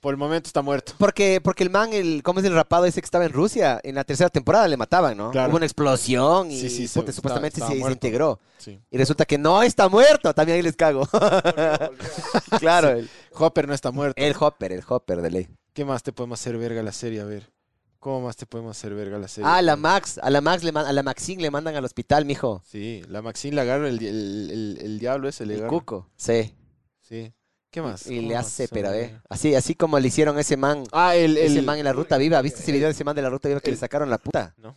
S2: por el momento está muerto.
S3: Porque, porque el man, el, ¿cómo es el rapado ese que estaba en Rusia? En la tercera temporada le mataban, ¿no?
S2: Claro.
S3: Hubo una explosión y
S2: Sí, sí, se-
S3: puta,
S2: estaba-
S3: supuestamente
S2: estaba
S3: se
S2: muerto.
S3: desintegró.
S2: Sí.
S3: Y resulta que no está muerto. También ahí les cago. claro, el,
S2: Hopper no está muerto.
S3: el Hopper, el Hopper de ley.
S2: ¿Qué más te podemos hacer verga la serie? A ver. ¿Cómo más te podemos hacer verga la serie?
S3: Ah, la Max, a la Max, le man- a la Maxine le mandan al hospital, mijo.
S2: Sí, la Maxine la agarra, el, di- el- el- el diablo ese le
S3: El
S2: agarra.
S3: cuco. Sí.
S2: Sí. ¿Qué más?
S3: Y
S2: ¿Cómo
S3: le
S2: más
S3: hace,
S2: se llama
S3: pero eh.
S2: verga?
S3: Así, así como le hicieron a ese man.
S2: Ah, el... el- eh,
S3: ese man en la ruta viva. ¿Viste ese video de ese man de la ruta viva que
S2: el-
S3: le sacaron la puta?
S2: No.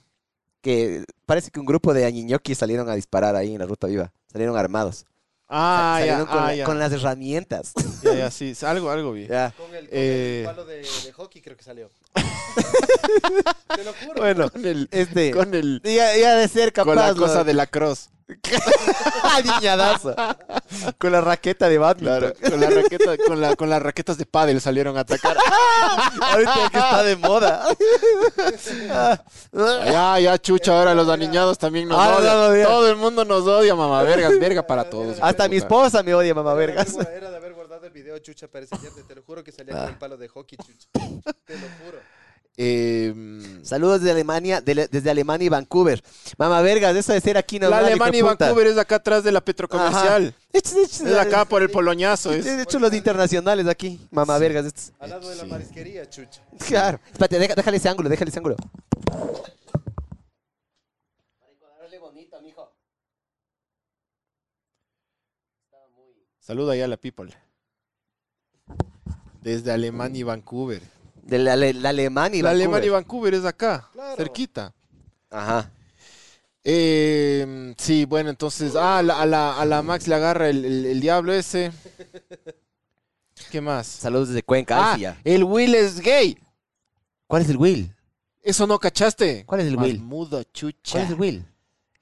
S3: Que parece que un grupo de añiñoquis salieron a disparar ahí en la ruta viva. Salieron armados. Sa-
S2: Ah, ya,
S3: salieron con,
S2: ah,
S3: la-
S2: ya.
S3: con las herramientas.
S2: Ya, ya, sí. Algo, algo vi.
S3: Ya.
S4: Con el, con
S2: Eh.
S4: el palo de, de hockey creo que salió. Te lo juro.
S2: Bueno, con el...
S3: Este.
S2: Con el...
S3: Ya, ya de ser capaz.
S2: Con la
S3: lo-
S2: cosa de la cross.
S3: Niñadazo. Con la raqueta de Batman.
S2: Claro, con, la raqueta, con, la, con las raquetas de pádel salieron a atacar.
S3: Ahorita que está de moda. Ah,
S2: Ya, ya, chucha, ahora los aniñados también nos
S3: Ahora
S2: odian.
S3: nos odian.
S2: Todo el mundo nos odia, mamá. Vergas, verga para todos.
S3: Hasta mi
S2: hijo de puta.
S3: esposa me odia, mamá
S4: Era de haber
S3: vergas.
S4: gua- Era de haber guardado el video, chucha, para ese viernes. Te lo juro que salía con el palo de hockey, chucha. Te lo juro.
S2: Eh,
S3: Saludos de Alemania, de la- desde Alemania y Vancouver. Mamá vergas, eso de ser aquí no
S2: la
S3: es nada,
S2: Alemania y
S3: hijo de puta.
S2: Vancouver es de acá atrás de la petrocomercial.
S3: Es, es-
S2: Es de acá por el poloñazo. Es.
S3: es- eh, de hecho, los internacionales aquí, mamá vergas. estos-
S4: Al lado de la
S2: Sí.
S4: marisquería, chucha.
S3: Claro. Espérate, deja- déjale ese ángulo, déjale ese ángulo.
S2: Saluda ya a la people. Desde Alemania y Vancouver.
S3: De la, la- la Alemania y
S2: la
S3: Vancouver.
S2: Alemania y Vancouver es de acá,
S4: Claro.
S2: cerquita.
S3: Ajá.
S2: Eh, sí, bueno, entonces, ah, a la, a la- a la Max le agarra el, el- el diablo ese. ¿Qué más?
S3: Saludos desde Cuenca. ahí
S2: Ah,
S3: sí ya.
S2: el Will es gay.
S3: ¿Cuál es el Will?
S2: Eso no cachaste.
S3: ¿Cuál es el Will?
S2: Mudo, chucha.
S3: ¿Cuál es el Will?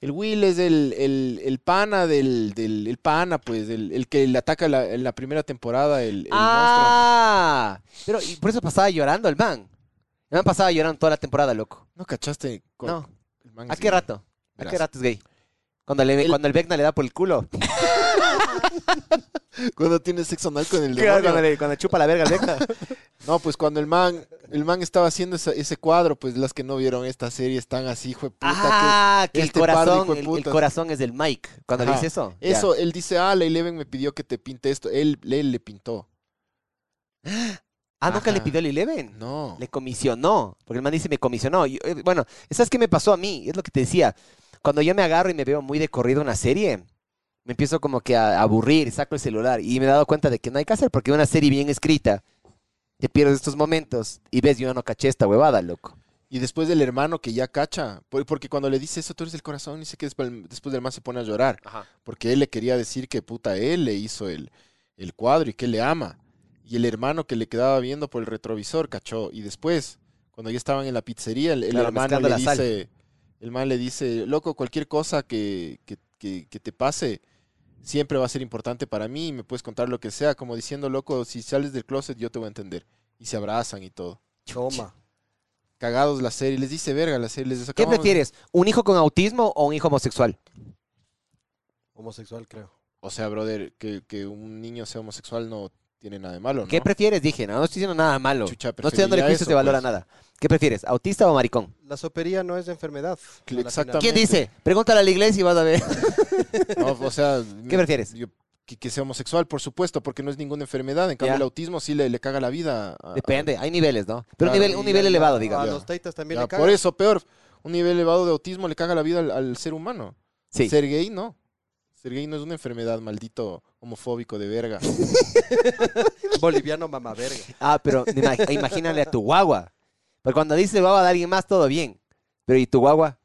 S2: El Will es el, el, el pana del, del- el pana, pues, el, el que le ataca la- en la primera temporada el, el
S3: ah, pero y por eso pasaba llorando el man. El man pasaba llorando toda la temporada, loco.
S2: monstruo. ¿No cachaste? cu-
S3: No.
S2: el man
S3: ¿A
S2: es
S3: qué
S2: gay?
S3: rato? ¿A qué
S2: Verás.
S3: rato es gay? Cuando, le,
S2: El-
S3: cuando el Vecna le da por el culo.
S2: Cuando tiene sexo anal con el
S3: Claro,
S2: demonio.
S3: cuando, le, cuando chupa la verga al Vecna.
S2: No, pues cuando el man, el man estaba haciendo ese, ese cuadro, pues las que no vieron esta serie están así, hijo de puta.
S3: ah, que, el
S2: este par de
S3: corazón,
S2: hijo de
S3: el, el
S2: putas.
S3: corazón es del Mike. Cuando le
S2: Ajá.
S3: dice eso.
S2: que- Eso, él dice, ah, la Eleven me pidió que te pinte esto. Él, él le pintó.
S3: Ah, nunca le
S2: Ajá.
S3: pidió el Eleven.
S2: No.
S3: Le comisionó. Porque el man dice, me comisionó. Yo, eh, bueno, ¿sabes qué me pasó a mí? Es lo que te decía. Cuando yo me agarro y me veo muy de corrido una serie, me empiezo como que a aburrir, saco el celular y me he dado cuenta de que no hay que hacer porque una serie bien escrita, te pierdes estos momentos y ves, yo no caché esta huevada, loco.
S2: Y después del hermano que ya cacha. por- Porque cuando le dice eso, tú eres el corazón, dice que después, después del man se pone a llorar. Porque él le quería decir que puta él le hizo el, el cuadro y que le ama. Y el hermano que le quedaba viendo por el retrovisor, cachó. Y después, cuando ya estaban en la pizzería, el, el
S3: Claro,
S2: hermano
S3: mezclando
S2: le
S3: la sal.
S2: dice, el man le dice, loco, cualquier cosa que, que- que- que te pase siempre va a ser importante para mí y me puedes contar lo que sea, como diciendo, loco, si sales del closet yo te voy a entender. Y se abrazan y todo.
S4: Choma.
S2: Cagados la serie, les dice verga la serie, les dice,
S3: ¿Qué
S2: "Acabamos de-".
S3: prefieres? ¿Un hijo con autismo o un hijo homosexual?
S4: Homosexual, creo.
S2: O sea, brother, que, que un niño sea homosexual no tiene nada de malo, ¿no?
S3: ¿Qué prefieres? Dije, no, no estoy diciendo nada malo.
S2: Chucha,
S3: no estoy dándole
S2: preferiría
S3: juicios
S2: eso,
S3: de valor a
S2: pues.
S3: nada. ¿Qué prefieres? ¿Autista o maricón?
S4: La sopería no es de enfermedad. a la
S2: Exactamente.
S4: final.
S3: ¿Quién dice? Pregúntale a la iglesia y vas a ver.
S2: No, o sea,
S3: ¿Qué prefieres?
S2: yo- que, que sea homosexual, por supuesto, porque no es ninguna enfermedad. En cambio,
S3: Ya.
S2: el autismo sí le, le caga la vida. a- a-
S3: Depende, hay niveles, ¿no? Pero
S2: Claro, Ah,
S3: un nivel, un
S2: y
S3: nivel
S2: ya-
S3: elevado,
S4: A
S3: digamos.
S4: los taitas también
S2: Ya,
S4: le cagan.
S2: por eso, peor. un nivel elevado de autismo le caga la vida al, al ser humano.
S3: Sí.
S2: Ser gay no. Ser gay no es una enfermedad, maldito homofóbico de verga.
S4: Boliviano mamaverga.
S3: Ah, pero ima- imagínale a tu guagua. Pero cuando dice guagua de alguien más, todo bien. Pero ¿y tu guagua?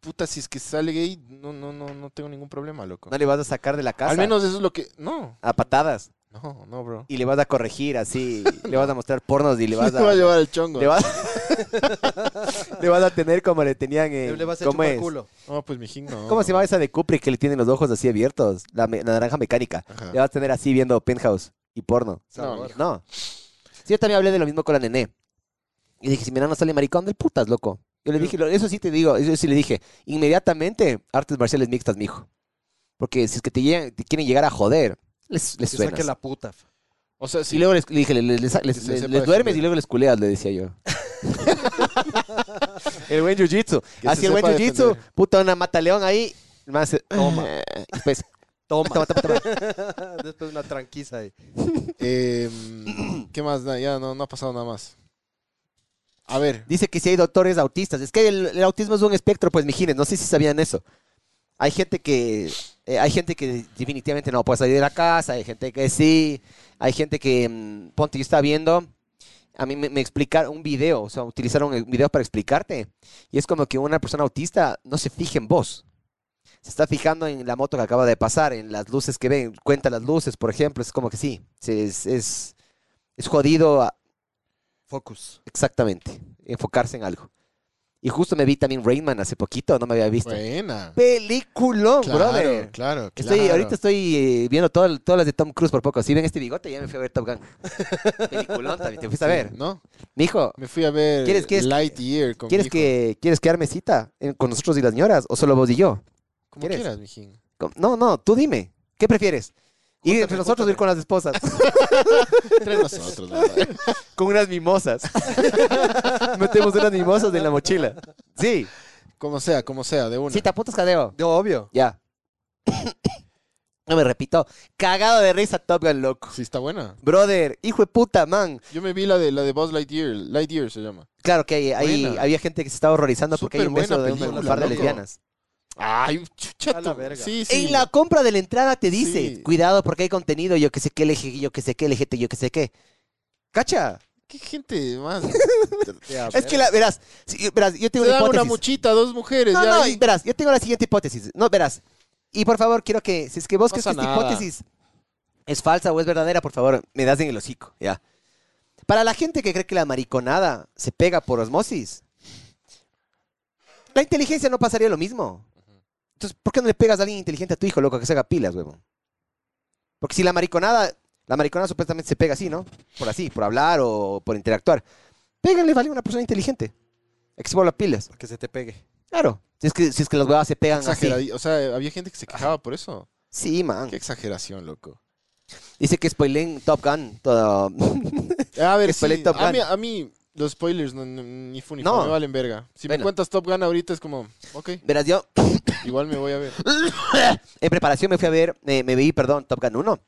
S2: Puta, si es que sale gay, no, no, no, no tengo ningún problema, loco.
S3: ¿No le vas a sacar de la casa?
S2: Al menos eso es lo que. No,
S3: A patadas.
S2: no, no, bro.
S3: Y le vas a corregir así. Le vas a mostrar pornos y le vas
S2: Te va a
S3: a...
S2: llevar el chongo.
S3: Le vas, le vas a tener como le tenían en...
S4: Le le vas a
S3: ¿Cómo
S4: chupar
S3: es?
S4: culo.
S2: No, pues mijín, no.
S3: ¿Cómo se llama esa de Kubrick que le tienen los ojos así abiertos? La, me- la naranja mecánica.
S2: Ajá.
S3: Le vas a tener así viendo Penthouse y porno.
S2: No,
S4: Sabor.
S3: No. Sí, yo también hablé de lo mismo con la nené. Y dije, si mira, no sale maricón del putas, loco. Yo le dije, lo- eso sí te digo, eso sí le dije, inmediatamente artes marciales mixtas, mijo. Porque si es que te, llegan- te quieren llegar a joder, les, les
S4: Que saque
S3: suenas.
S4: la puta.
S2: O sea,
S3: Y
S2: sí.
S3: luego les, le dije, les, les- les-
S2: se
S3: les-
S2: sepa
S3: les duermes
S2: defender.
S3: y luego les culeas, le decía yo. el buen jiu-jitsu.
S2: Que
S3: Así
S2: se
S3: el buen
S2: sepa
S3: jiu-jitsu,
S2: defender.
S3: puta, una mata león ahí. el man se- y Después, toma, toma, toma, toma.
S4: Después una tranquiza ahí.
S2: em, ¿Qué más? Na- Ya no, no ha pasado nada más. A ver,
S3: Dice que si hay doctores autistas. Es que el, el autismo es un espectro, pues, mijines. No sé si sabían eso. Hay gente que... eh, hay gente que definitivamente no puede salir de la casa. Hay gente que sí. Hay gente que... mm, ponte, yo estaba viendo... A mí me, me explicaron un video. O sea, utilizaron un video para explicarte. Y es como que una persona autista no se fija en vos. Se está fijando en la moto que acaba de pasar, en las luces que ven, cuenta las luces, por ejemplo. Es como que sí, se- es, es, es jodido a-
S4: Focus.
S3: Exactamente, enfocarse en algo. Y justo me vi también Rainman hace poquito, no me había visto.
S2: buena.
S3: Peliculón,
S2: Claro,
S3: brother.
S2: claro,
S3: Que estoy,
S2: claro.
S3: Ahorita estoy eh, viendo todo el- todas las de Tom Cruise por poco. Si ven este bigote, ya me fui a ver Top Gun. Peliculón también, te fuiste a ver.
S2: ¿No?
S3: Mijo,
S2: Me fui a ver
S3: ¿Quieres- quieres-
S2: Lightyear con mi
S3: ¿quieres
S2: hijo.
S3: que, ¿quieres quedarme cita eh, con nosotros y las señoras? ¿O solo vos y yo?
S2: Como
S3: quieres?
S2: quieras, mijín.
S3: Com- No, no, tú dime. ¿Qué prefieres? ¿Ir
S2: Júntate,
S3: entre nosotros o ir
S2: júntate.
S3: con las esposas?
S2: Entre nosotros, la verdad.
S3: con unas mimosas. Metemos unas mimosas en la mochila. Sí,
S2: Como sea, como sea, de una.
S3: sí, te apuntas, Jadeo.
S4: De obvio.
S3: Ya. No me repito. Cagado de risa Top Gun, loco.
S2: Sí, está buena.
S3: Brother, hijo de puta, man.
S2: Yo me vi la de la de Buzz Lightyear, Lightyear se llama.
S3: Claro que hay, hay-
S2: Buena.
S3: había gente que se estaba horrorizando porque hay un
S2: Superbuena
S3: beso de un
S2: película,
S3: par de
S2: loco.
S3: lesbianas.
S2: Ay, chucha
S4: A la
S2: tú.
S4: verga.
S2: Sí, sí.
S3: En la compra de la entrada te dice,
S2: Sí.
S3: cuidado porque hay contenido, yo que sé qué, LG, yo que sé qué, LGT, yo que sé qué. ¿Cacha?
S2: Qué gente más.
S3: Es que, la, verás, sí, verás, yo tengo
S2: Se
S3: Este una
S2: dan una
S3: hipótesis.
S2: muchita, dos mujeres.
S3: No,
S2: ya
S3: no,
S2: ahí.
S3: verás, yo tengo la siguiente hipótesis. No, verás. Y por favor, quiero que, si es que vos crees que
S2: Pasa
S3: esta
S2: nada.
S3: hipótesis es falsa o es verdadera, por favor, me das en el hocico, ya. Para la gente que cree que la mariconada se pega por osmosis, la inteligencia no pasaría lo mismo. Entonces, ¿por qué no le pegas a alguien inteligente a tu hijo, loco, que se haga pilas, huevón? Porque si la mariconada, la mariconada supuestamente se pega así, ¿no? Por así, por hablar o por interactuar. Pégale, vale, a una persona inteligente. A que se vuelva pilas.
S4: Que se te pegue.
S3: Claro. Si es que, si es que los huevos se pegan así.
S2: Exageradi- O sea, había gente que se quejaba por eso.
S3: Sí, man.
S2: Qué exageración, loco.
S3: Dice que spoilen Top Gun. Todo.
S2: A ver,
S3: Que spoilé
S2: sí,
S3: Top
S2: a, mí,
S3: Gun.
S2: a mí los spoilers no, no- ni fun ni
S3: No.
S2: fu, me valen verga. Si me
S3: Bueno.
S2: cuentas Top Gun ahorita es como, ok,
S3: Verás, yo
S2: igual me voy a ver.
S3: en preparación me fui a ver, eh, me vi, perdón, Top Gun 1.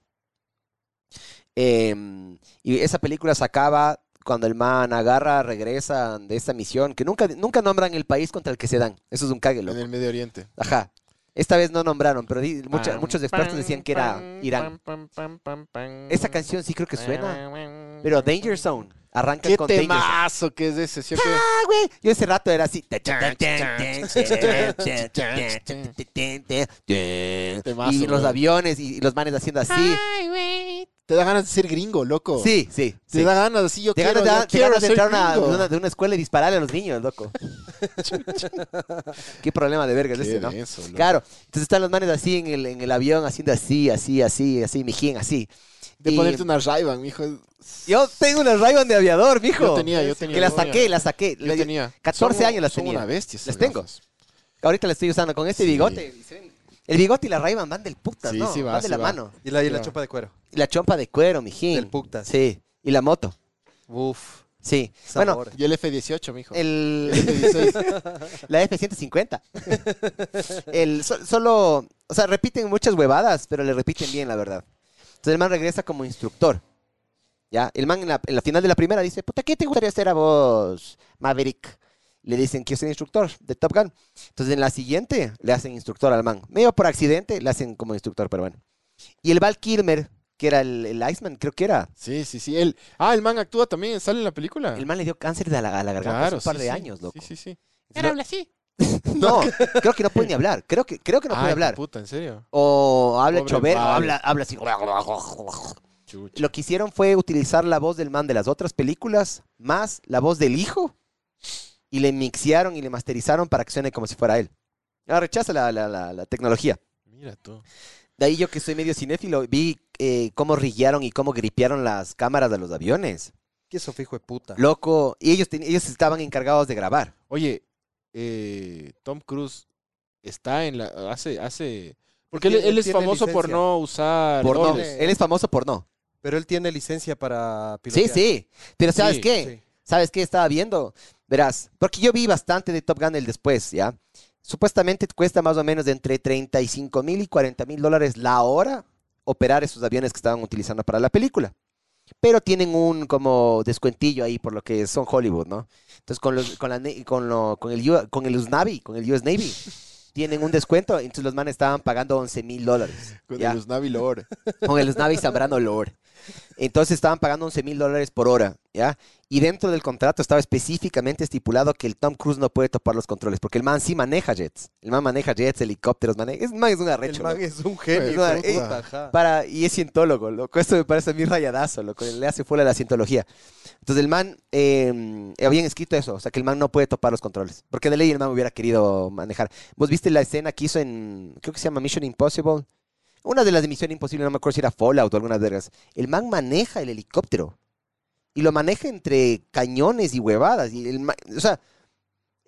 S3: Em, y esa película se acaba cuando el man agarra, regresa de esta misión, que nunca, nunca nombran el país contra el que se dan. Eso es un cague,
S2: En
S3: loco.
S2: el Medio Oriente.
S3: Ajá. Esta vez no nombraron, pero di- mucha- muchos expertos decían que era Irán. Esa canción sí creo que suena, pero Danger Zone. Arranca
S2: Qué
S3: con Danger Zone.
S2: temazo que es ese, ¿sí o qué?
S3: Ah, güey. Yo ese rato era así. Y los
S2: güey. Ah.
S3: aviones y y los manes haciendo así.
S2: Te da ganas de ser gringo, loco.
S3: Sí, sí.
S2: Te
S3: sí.
S2: da ganas, sí, yo
S3: Te
S2: quiero,
S3: ganas, de-
S2: yo
S3: te
S2: quiero
S3: ganas de
S2: ser
S3: entrar a una,
S2: gringo.
S3: de una- de una escuela y dispararle a los niños, loco. Qué problema de verga es
S2: Qué
S3: ese, este, ¿no?
S2: denso, loco.
S3: Claro. Entonces están los manes así en el, en el avión, haciendo así, así, así, así, mijín, así.
S2: De
S3: Y
S2: ponerte una Ray-Ban, mijo.
S3: Yo tengo una ray de aviador, mijo.
S2: Yo tenía, yo tenía.
S3: Que la
S2: yo tenía.
S3: saqué, la saqué.
S2: Yo
S3: La-
S2: tenía.
S3: 14
S2: Son-
S3: años las
S2: son
S3: tenía.
S2: una bestia esas
S3: Las tengo.
S2: gafas.
S3: Ahorita la estoy usando con este
S2: Sí.
S3: bigote. y se ven- El bigote y la Ray-Ban van del putas,
S2: Sí,
S3: ¿no?
S2: sí va,
S3: van de
S2: sí
S3: la
S2: va.
S3: mano.
S4: Y la, y la
S2: Ya.
S4: chupa de cuero.
S3: Y la chompa de cuero, mijín.
S4: Del putas.
S3: Sí. Y la moto.
S4: Uf.
S3: Sí.
S4: Sabor.
S3: Bueno,
S2: Y el F-18, mijo.
S3: el,
S2: F-16.
S3: la F-150. El, so- solo, o sea, repiten muchas huevadas, pero le repiten bien, la verdad. Entonces el man regresa como instructor. ¿Ya? El man en la, en la final de la primera dice, puta, ¿qué te gustaría hacer a vos, Maverick? le dicen, quiero ser instructor de Top Gun. Entonces en la siguiente le hacen instructor al man. Medio por accidente le hacen como instructor, pero bueno. Y el Val Kilmer, que era el, el Iceman, creo que era,
S2: Sí, sí, sí. Él... Ah, el man actúa también, sale en la película.
S3: el man le dio cáncer de la, a la garganta hace un
S2: sí,
S3: par de
S2: sí.
S3: años, loco.
S2: Sí, sí, sí.
S3: No, creo que no puede ni hablar. Creo que, creo que no puede
S2: Ay,
S3: hablar.
S2: puta, en serio.
S3: O habla
S2: Pobre
S3: chover, o
S2: Val.
S3: habla, habla así.
S2: Chucha.
S3: Lo que hicieron fue utilizar la voz del man de las otras películas, más la voz del hijo, y le mixearon y le masterizaron para que suene como si fuera él. Ahora rechaza la, la- la- la tecnología.
S2: Mira tú.
S3: De ahí yo que soy medio cinéfilo, vi eh, cómo riguearon y cómo gripearon las cámaras de los aviones.
S4: ¿Qué eso, hijo de puta?
S3: Loco, y ellos, ten- ellos estaban encargados de grabar.
S2: Oye, eh, Tom Cruise está en la... Hace... hace... Porque él,
S4: Tiene-
S2: él es
S4: tiene
S2: famoso por
S4: licencia.
S2: no usar...
S3: Por no.
S2: dobles.
S3: Él es famoso por no.
S4: Pero él tiene licencia para
S3: Sí,
S4: pilotear.
S3: sí. Pero ¿sabes
S2: Sí,
S3: qué? ¿Sabes qué estaba viendo? Verás, porque yo vi bastante de Top Gun el después, ¿ya? Supuestamente cuesta más o menos de entre 35 mil y 40 mil dólares la hora operar esos aviones que estaban utilizando para la película. Pero tienen un como descuentillo ahí por lo que son Hollywood, ¿no? Entonces con, los, con, la ne- con, lo- con el, U- con el US Navy, con el US Navy, tienen un descuento. Entonces los manes estaban pagando 11 mil dólares.
S2: Con
S3: ¿ya?
S2: el Usnavi Lord.
S3: con el Usnavi Zambrano Lord. Entonces estaban pagando 11 mil dólares por hora, ¿ya? Y dentro del contrato estaba específicamente estipulado que el Tom Cruise no puede topar los controles, porque el man sí maneja jets. El man maneja jets, helicópteros, maneja... Es, man es un
S4: El
S3: arrecho,
S4: man
S3: loco.
S4: es un genio.
S3: Es una-
S4: hijo de
S3: eh,
S4: puta, ajá.
S3: Para, y es cientólogo, loco. Esto me parece a mí rayadazo, loco. Le hace fuera la cientología. Entonces el man, eh, habían escrito eso, o sea, que el man no puede topar los controles. Porque de ley el man hubiera querido manejar. ¿Vos viste la escena que hizo en, creo que se llama Mission Impossible? Una de las de Misión Imposible, no me acuerdo si era Fallout o alguna de las. El man maneja el helicóptero. Y lo maneja entre cañones y huevadas. Y el ma- o sea,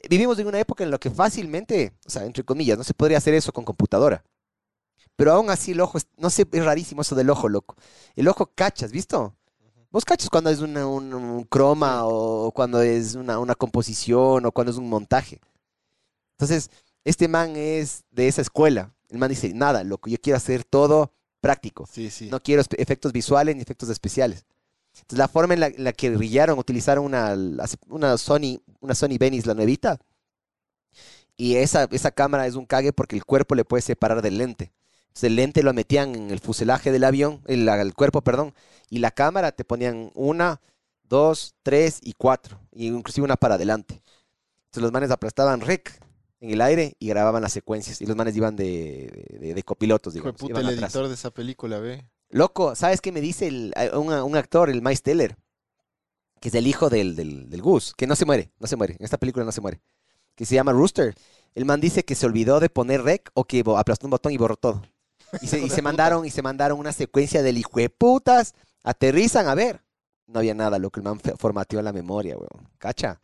S3: vivimos en una época en la que fácilmente, o sea, entre comillas, no se podría hacer eso con computadora. Pero aún así el ojo, es- no sé, es rarísimo eso del ojo, loco. El ojo cachas, ¿visto? Vos cachas cuando es una- un, un croma o cuando es una, una composición o cuando es un montaje. Entonces, este man es de esa escuela. El man dice, nada, loco, yo quiero hacer todo práctico.
S2: Sí, sí.
S3: No quiero espe- efectos visuales ni efectos especiales. Entonces, la forma en la, en la que brillaron, utilizaron una, las- una Sony, una Sony Venice, la nuevita. Y esa, esa cámara es un cague porque el cuerpo le puede separar del lente. Entonces, el lente lo metían en el fuselaje del avión, en la- el cuerpo, perdón, y la cámara te ponían una, dos, tres y cuatro, y inclusive una para adelante. Entonces, los manes aplastaban rec en el aire y grababan las secuencias. Y los manes iban de, de- de copilotos,
S2: Hijo de
S3: digamos.
S2: puta,
S3: iban
S2: el
S3: atrás.
S2: editor de esa película, ve.
S3: Loco, ¿sabes qué me dice el- a- un, un actor, el Miles Teller? Que es el hijo del, del, del Gus, que no se muere, no se muere, en esta película no se muere. Que se llama Rooster. El man dice que se olvidó de poner rec o que bo- aplastó un botón y borró todo. Y se, y se mandaron y se mandaron una secuencia del hijo de putas. Aterrizan, a ver. No había nada, loco. El man fe- formateó la memoria, weón. Cacha.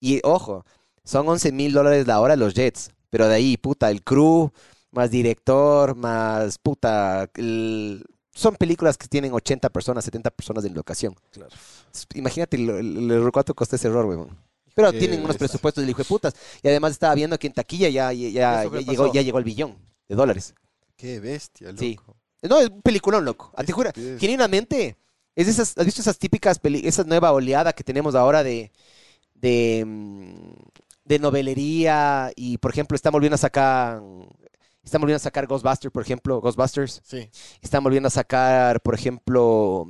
S3: Y ojo, son 11 mil dólares la hora los Jets. Pero de ahí, puta, el crew, más director, más puta. el- Son películas que tienen 80 personas, 70 personas de locación.
S4: Claro.
S3: S- Imagínate lo- el error cuánto costó ese error, huevón. Pero
S2: Qué
S3: tienen unos
S2: bestia.
S3: presupuestos del hijo de putas. Y además estaba viendo que en taquilla ya, ya, ya-
S4: ¿Eso qué
S3: ya llegó,
S4: pasó?
S3: ya llegó el billón de dólares.
S2: Qué bestia, loco.
S3: Sí. No, es un peliculón, loco. A
S2: Qué
S3: te juro,
S2: estupidez.
S3: genuinamente, es de esas, ¿has visto esas típicas peli, esa nueva oleada que tenemos ahora de, de, mm, de novelería? Y, por ejemplo, están volviendo a sacar, están volviendo a sacar Ghostbusters, por ejemplo, Ghostbusters.
S2: Sí.
S3: Están volviendo a sacar, por ejemplo,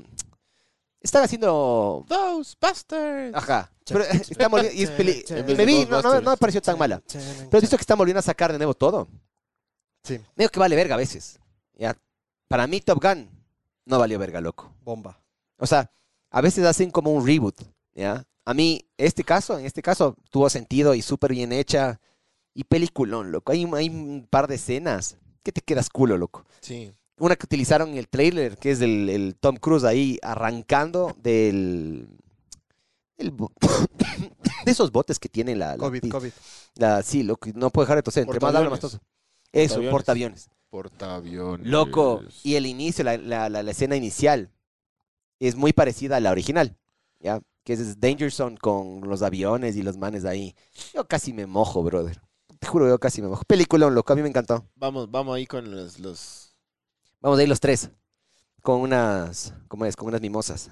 S3: están haciendo...
S2: Ghostbusters.
S3: Ajá. Pero, están volviendo- y es peli-
S4: En
S2: vez
S3: me
S2: de
S3: vi, no, no, no me
S2: Ghostbusters.
S3: pareció tan mala. Pero has visto que están volviendo a sacar de nuevo todo.
S4: Sí.
S3: Medio que vale verga a veces. Ya. Para mí, Top Gun no valió verga, loco.
S4: Bomba.
S3: O sea, a veces hacen como un reboot, ¿ya? A mí, este caso, en este caso, tuvo sentido y súper bien hecha. Y peliculón, loco. Hay, un- hay un par de escenas que te quedas culo, loco.
S2: Sí.
S3: Una que utilizaron en el trailer, que es el, el Tom Cruise ahí arrancando del... el bo- de esos botes que tiene la... la
S4: COVID,
S3: pi-
S4: COVID.
S3: la- sí, loco. No puedo dejar de toser. Entre más hablo, más
S2: Portaaviones.
S3: toso. Eso,
S2: Portaaviones.
S3: portaaviones.
S2: Portaaviones.
S3: Loco. Y el inicio, la, la- la- la escena inicial, es muy parecida a la original, ¿ya? Que es- es Danger Zone con los aviones y los manes ahí. Yo casi me mojo, brother. Te juro, yo casi me mojo. Peliculón, loco, a mí me encantó.
S2: Vamos, vamos ahí con los... los...
S3: Vamos a ir los tres. Con unas, ¿cómo es? Con unas mimosas.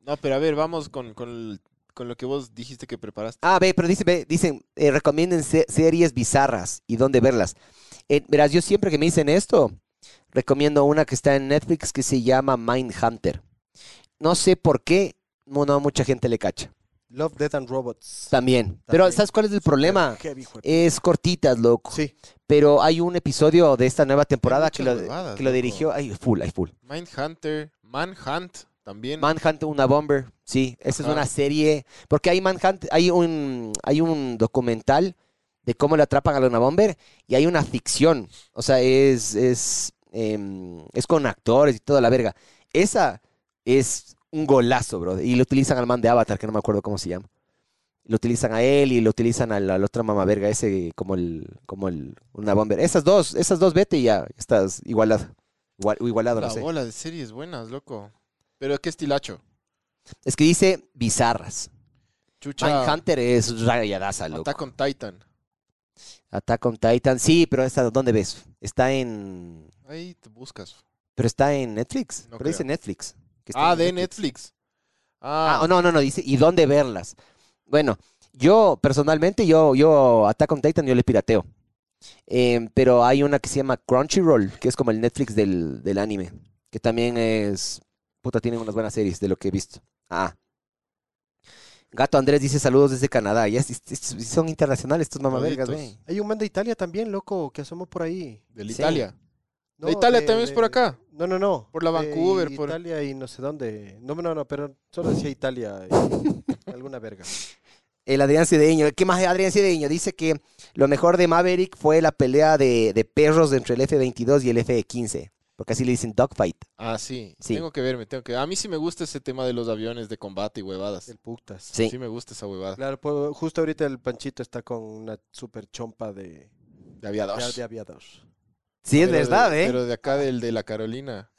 S2: No, pero a ver, vamos con, con, el- con lo que vos dijiste que preparaste.
S3: Ah, ve, pero dice, ve, dicen, eh, recomienden se- series bizarras y dónde verlas. Eh, verás, yo siempre que me dicen esto, recomiendo una que está en Netflix que se llama Mindhunter. No sé por qué, no, no mucha gente le cacha.
S6: Love, Death and Robots.
S3: También. Pero,
S6: También.
S3: ¿sabes cuál es el problema? Eh.
S6: Heavy, hijo de-
S3: Es cortitas, loco.
S6: Sí.
S3: Pero hay un episodio de esta nueva temporada que lo,
S2: muchas huevadas,
S3: que lo
S2: loco.
S3: dirigió. Ay, full, ay, full.
S2: Mindhunter, Manhunt también.
S3: Manhunt, una bomber. Sí, esa es
S2: Ajá.
S3: una serie. Porque hay Manhunt, hay un, hay un documental de cómo le atrapan a la una bomber y hay una ficción. O sea, es, es, em, es con actores y toda la verga. Esa es un golazo, bro. Y lo utilizan al man de Avatar, que no me acuerdo cómo se llama. Lo utilizan a él y lo utilizan al, al otro mamá verga, ese como el, como el, una bomber. Esas dos, esas dos, vete y ya estás igualado. Igual, igualado,
S2: la
S3: no sé.
S2: bola de series buenas, loco. Pero qué estilacho.
S3: Es que dice bizarras.
S2: Chucha.
S3: Mindhunter es rayadaza, loco.
S2: Attack on Titan.
S3: Attack on Titan. Sí, pero esta, ¿dónde ves? Está en...
S2: Ahí te buscas.
S3: Pero está en Netflix.
S2: No
S3: pero dice Netflix. que está
S2: Ah,
S3: en
S2: de Netflix.
S3: Ah,
S2: Ah,
S3: oh, no, no, no. Dice, ¿y dónde verlas? Bueno, yo personalmente, yo, yo Attack on Titan, yo le pirateo. Em, pero hay una que se llama Crunchyroll, que es como el Netflix del, del anime. Que también es... Puta, tienen unas buenas series de lo que he visto. Ah. Gato Andrés dice saludos desde Canadá. Ya, es- es- son internacionales estos mamavergas,
S2: Saluditos.
S3: güey.
S6: Hay un man de Italia también, loco, que asomó por ahí.
S2: del
S3: sí.
S2: Italia.
S6: No,
S2: de Italia
S6: de-
S2: también es
S6: de-
S2: por acá.
S6: No, no, no.
S2: Por la
S6: De
S2: Vancouver, por-
S6: Italia y no sé dónde. No, no, no, pero solo decía Italia. y alguna verga.
S3: El Adrián Cedeño. ¿Qué más de Adrián Cedeño? Dice que lo mejor de Maverick fue la pelea de, de perros entre el F-22 y el F-15. Porque así le dicen dogfight.
S2: Ah, sí.
S3: Sí.
S2: Tengo que verme, tengo que. A mí sí me gusta ese tema de los aviones de combate y huevadas.
S6: El putas.
S3: Sí.
S2: Sí me gusta esa huevada.
S6: Claro, pues, justo ahorita el Panchito está con una super chompa de,
S2: De aviador.
S6: de, de aviador.
S3: Sí, es
S2: Pero de-
S3: verdad, ¿eh?
S2: Pero de acá, del de la Carolina.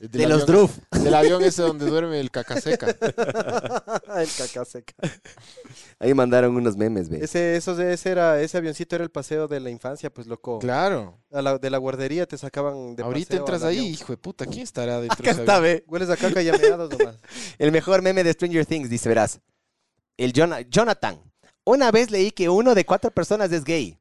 S2: El del
S3: de los
S2: avión
S3: Druf.
S2: ese- Del avión ese donde duerme el cacaseca.
S6: el caca seca.
S3: Ahí mandaron unos memes, ve.
S6: Ese, esos de- ese, era, ese avioncito era el paseo de la infancia, pues loco.
S2: Claro.
S6: A la- de la guardería te sacaban de
S2: Ahorita
S6: paseo al
S2: entras ahí,
S6: avión.
S2: hijo de puta. ¿Quién estará dentro
S3: Acá
S2: de ese
S3: está,
S2: avión?
S3: ve.
S6: Hueles a caca y a meados nomás.
S3: El mejor meme de Stranger Things, dice, verás. El Jona- Jonathan. Una vez leí que uno de cuatro personas es gay.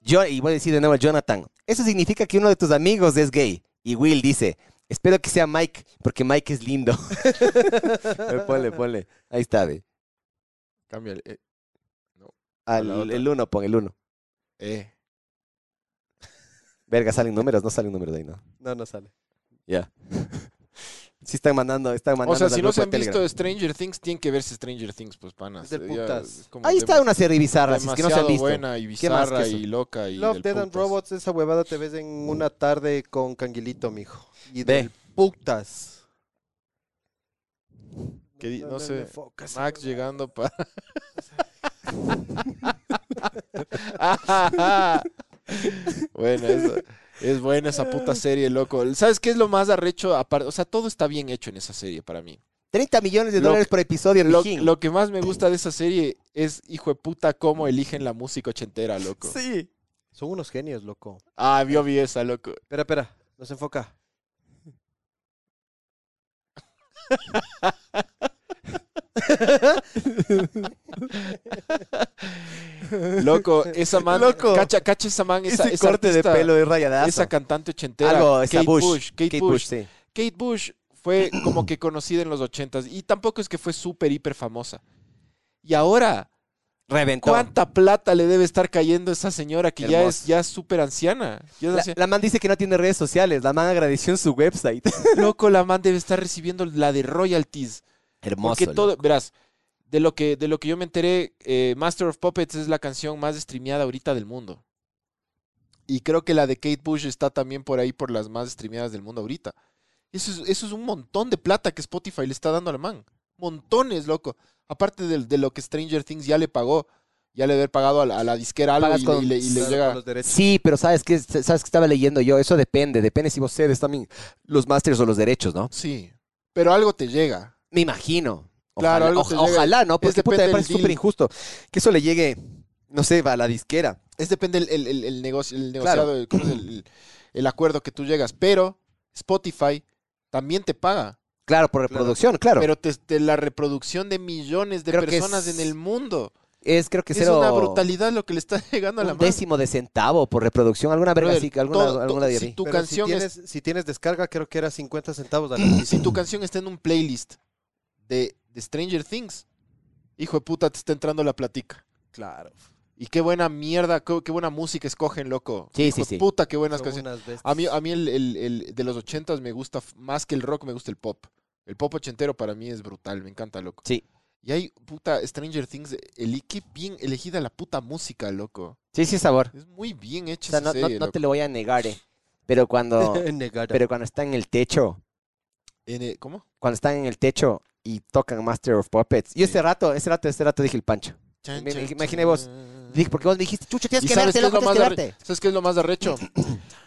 S3: Yo, y voy a decir de nuevo el Jonathan. Eso significa que uno de tus amigos es gay. Y Will dice, espero que sea Mike, porque Mike es lindo. Eh, ponle, ponle. Ahí está, ve.
S2: Cámbiale. Eh,
S3: Ah,
S2: A la
S3: el-
S2: otra.
S3: el 1, pon el 1.
S2: eh.
S3: Verga, salen números, no salen números de ahí, ¿no?
S6: No, no sale.
S3: Ya. Sí están mandando, están mandando.
S2: O sea, si no se han visto Stranger Things, tienen que verse Stranger Things, pues panas.
S6: Es del
S2: Eh, ya,
S6: putas.
S2: es como
S3: Ahí está
S2: dema-
S3: una serie bizarra, si es que no se han
S2: demasiado
S3: visto.
S2: buena y
S3: ¿Qué más que
S2: bizarra
S3: eso?
S2: y loca y
S6: Love,
S2: del
S6: Dead and
S2: putas.
S6: Robots, esa huevada te ves en una tarde con canguilito, mijo. Y
S3: Ve.
S6: del putas.
S2: Que di- no sé,
S6: me enfoca esa
S2: Max
S6: huevada.
S2: llegando para. bueno, eso- es buena esa puta serie, loco. ¿Sabes qué es lo más arrecho? Apar- O sea, todo está bien hecho en esa serie para mí.
S3: 30 millones de
S2: Lo-
S3: dólares por episodio,
S2: Lo,
S3: mijín.
S2: lo que más me gusta de esa serie es, hijo de puta, cómo eligen la música ochentera, loco.
S3: Sí.
S6: Son unos genios, loco.
S2: Ah, vio vi esa, loco.
S6: Espera, espera, nos enfoca.
S2: Loco, esa man.
S3: Loco.
S2: Cacha, cacha esa man. Esa, esa artista,
S3: de rayadazo.
S2: Esa cantante ochentera.
S3: Algo, esa
S2: Kate
S3: Bush.
S2: Kate, Bush.
S3: sí.
S2: Kate Bush fue como que conocida en los ochentas y tampoco es que fue súper, hiper famosa. Y ahora,
S3: Reventó.
S2: ¿cuánta plata le debe estar cayendo a esa señora que ya
S3: Hermoso.
S2: es ya es súper anciana? Ya es
S3: La,
S2: anciana.
S3: la man dice que no tiene redes sociales, la man agradeció en su website.
S2: Loco, la man debe estar recibiendo la de royalties.
S3: Hermoso.
S2: Porque todo, verás, de lo que, de lo que yo me enteré, eh, Master of Puppets es la canción más streameada ahorita del mundo. Y creo que la de Kate Bush está también por ahí por las más streameadas del mundo ahorita. Eso es, eso es un montón de plata que Spotify le está dando al man. Montones, loco. Aparte del- de, lo que Stranger Things ya le pagó. Ya le debe haber pagado a la, a la disquera algo
S3: Pagas
S2: y,
S3: con-
S2: le- y le, y le
S6: Claro,
S2: llega.
S6: con los derechos.
S3: Sí, pero sabes que sabes que estaba leyendo yo, eso depende, depende si vos cedes también los masters o los derechos, ¿no?
S2: Sí. Pero algo te llega.
S3: Me imagino.
S2: Claro,
S3: Ojalá,
S2: algo
S3: oja-
S2: te llega.
S3: ojalá, ¿no? Porque
S2: depende
S3: puta, me
S2: del
S3: parece
S2: deal.
S3: súper injusto que eso le llegue, no sé, a la disquera.
S2: Es depende el, el- el- el negocio, el
S3: Claro.
S2: negociado, el, ¿cómo es? El- el- el acuerdo que tú llegas. Pero Spotify también te paga.
S3: Claro, por reproducción, claro.
S2: Pero te- te- la reproducción de millones de
S3: Creo que
S2: personas
S3: es-
S2: en el mundo.
S3: es creo que
S2: Es
S3: cero,
S2: una brutalidad lo que le está llegando a la
S3: un
S2: mano.
S3: décimo de centavo por reproducción. Alguna verga
S2: Brother,
S3: así, que alguna,
S2: todo-
S3: alguna
S2: todo-
S3: de
S2: si tu
S6: Pero
S2: canción
S6: si
S2: es-
S6: tienes, si tienes descarga, creo que era 50 centavos al año.
S2: si tu canción está en un playlist de, de Stranger Things, hijo de puta, te está entrando la platica. Claro. Y qué buena mierda, qué, qué buena música escogen, loco.
S3: Sí,
S2: hijo
S3: sí,
S2: de
S3: sí.
S2: puta, qué buenas
S6: Son
S2: canciones.
S6: unas bestias.
S2: A mí, a mí el, el- el de los ochentas me gusta, f- más que el rock me gusta el pop. El pop ochentero para mí es brutal, me encanta, loco.
S3: Sí.
S2: Y hay, puta, Stranger Things, el, qué bien elegida la puta música, loco.
S3: Sí, sí, sabor.
S2: Es muy bien
S3: O
S2: hecha
S3: sea,
S2: esa
S3: no, no-
S2: serie,
S3: no te
S2: loco.
S3: lo voy a negar, eh. Pero cuando,
S6: Negara.
S3: pero cuando está en el techo,
S2: En el- ¿Cómo?
S3: cuando están en el techo y tocan Master of Puppets. Yo ese rato, ese rato, ese rato dije el pancho.
S2: Chan,
S3: Me- me
S2: chan,
S3: imaginé
S2: chan.
S3: vos. Dije, porque vos me dijiste, chucho, tienes
S2: ¿Y
S3: que
S2: sabes
S3: verte,
S2: qué es
S3: loco,
S2: lo
S3: tienes que
S2: más
S3: verte.
S2: ¿Sabes qué es lo más arrecho?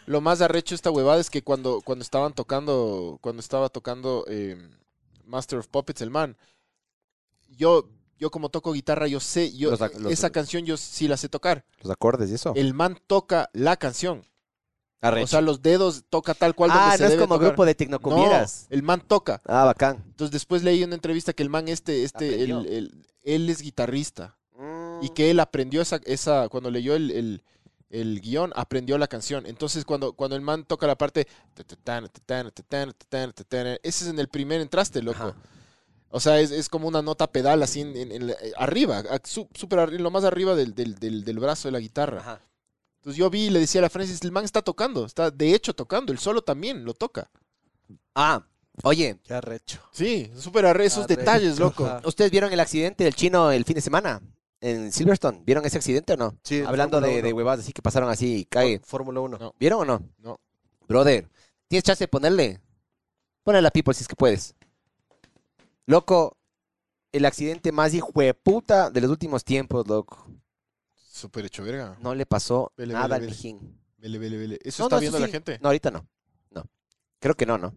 S2: lo más arrecho esta huevada es que cuando, cuando estaban tocando, cuando estaba tocando eh, Master of Puppets, el man, yo, yo como toco guitarra, yo sé, yo,
S3: Los ac- los-
S2: esa canción yo sí la sé tocar.
S3: Los acordes y eso.
S2: El man toca la canción. O sea, los dedos toca tal cual
S3: ah,
S2: donde se
S3: no es
S2: debe
S3: como
S2: tocar.
S3: grupo de
S2: No,
S3: tecnocumieras.
S2: el man toca.
S3: Ah, bacán.
S2: Entonces después leí en una entrevista que el man este, este, el-
S3: Aprendió.
S2: el- él es guitarrista.
S6: Mm.
S2: y que él aprendió esa, esa cuando leyó el, el, el guión, aprendió la canción. Entonces, cuando, cuando el man toca la parte, ta, ta, tan, ta, tan, ta, tan, ta, tan, ta, tan, ese es en el primer entraste, loco.
S3: Ajá.
S2: O sea, es, es como una nota pedal así en, en- en la- eh, arriba, a- su- súper arri- lo más arriba del, del- del- del brazo de la guitarra.
S3: Ajá.
S2: Entonces yo vi y le decía a la Francis, el man está tocando, está de hecho tocando, el solo también lo toca.
S3: Ah, oye,
S6: Qué arrecho.
S2: Sí, súper arre esos
S6: Arrecho,
S2: detalles, loco.
S6: ajá.
S3: ¿Ustedes vieron el accidente del chino el fin de semana en Silverstone? ¿Vieron ese accidente o no?
S6: Sí, en
S3: Hablando
S6: Fórmula
S3: de, de
S6: Uno.
S3: huevadas así que pasaron así y cae.
S6: Fórmula 1.
S2: No.
S3: ¿Vieron o no?
S2: No.
S3: Brother, ¿tienes chance de ponerle? Ponle la people si es que puedes. Loco, el accidente más hijueputa de los últimos tiempos, loco.
S2: Súper hecho verga.
S3: No le pasó
S2: Vele,
S3: nada
S2: vele,
S3: al
S2: vele.
S3: mijín.
S2: Vele, vele, vele. ¿Eso
S3: No,
S2: está
S3: no,
S2: viendo
S3: sí,
S2: la
S3: sí.
S2: gente?
S3: No, ahorita no. No. Creo que no, ¿no?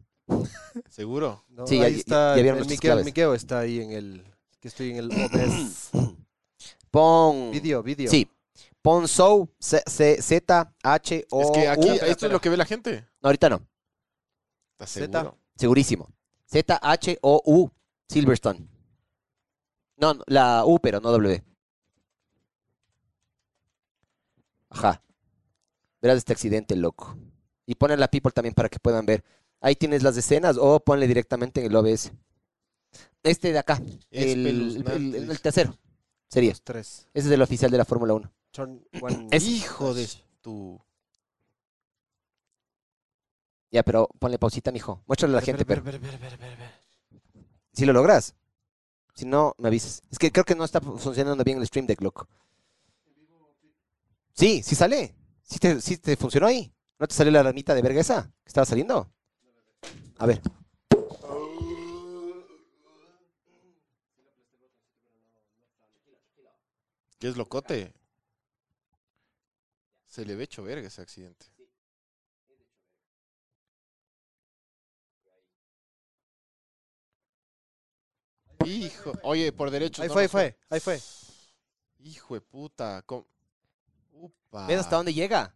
S2: ¿Seguro?
S6: No,
S3: Sí, ya-
S6: ahí
S3: ya-
S6: está
S3: ya vieron
S6: el
S3: nuestras
S6: Miqueo,
S3: claves.
S6: Miqueo está ahí en el que estoy en el OBS.
S3: Pon...
S6: Video, video.
S3: Sí. Pon show Z- Z- Z-H-O...
S2: es que aquí,
S3: U.
S2: esto es lo que ve la gente.
S3: No, ahorita no.
S2: ¿Estás
S6: Zeta.
S2: seguro?
S3: Segurísimo. Z-H-O-U Silverstone. No, no, la U, pero no W. Ajá. Verás este accidente, loco. Y ponen la people también para que puedan ver. Ahí tienes las escenas o ponle directamente en el OBS. Este de acá, el, el, el- el
S2: Espeluznante.
S3: tercero, sería.
S6: Los tres.
S3: Ese es el oficial de la Fórmula 1.
S6: Son one-
S3: Es-
S2: Hijo de tu.
S3: Ya, pero ponle pausita, mijo. Muéstrale a la
S6: Espera,
S3: gente, pero
S6: espera, espera, espera, espera, espera, espera.
S3: si lo logras. Si no, me avisas. Es que creo que no está fu- funcionando bien el Stream Deck, loco. Sí, sí sale. Sí te, sí te funcionó ahí. ¿No te salió la ranita de verga esa que estaba saliendo? A ver.
S2: ¿Qué es locote? Se le ve hecho verga ese accidente. Hijo, oye, por derecho.
S6: Ahí fue, ahí fue, ahí fue.
S2: Hijo de puta. com- Upa.
S3: ¿Ves hasta dónde llega?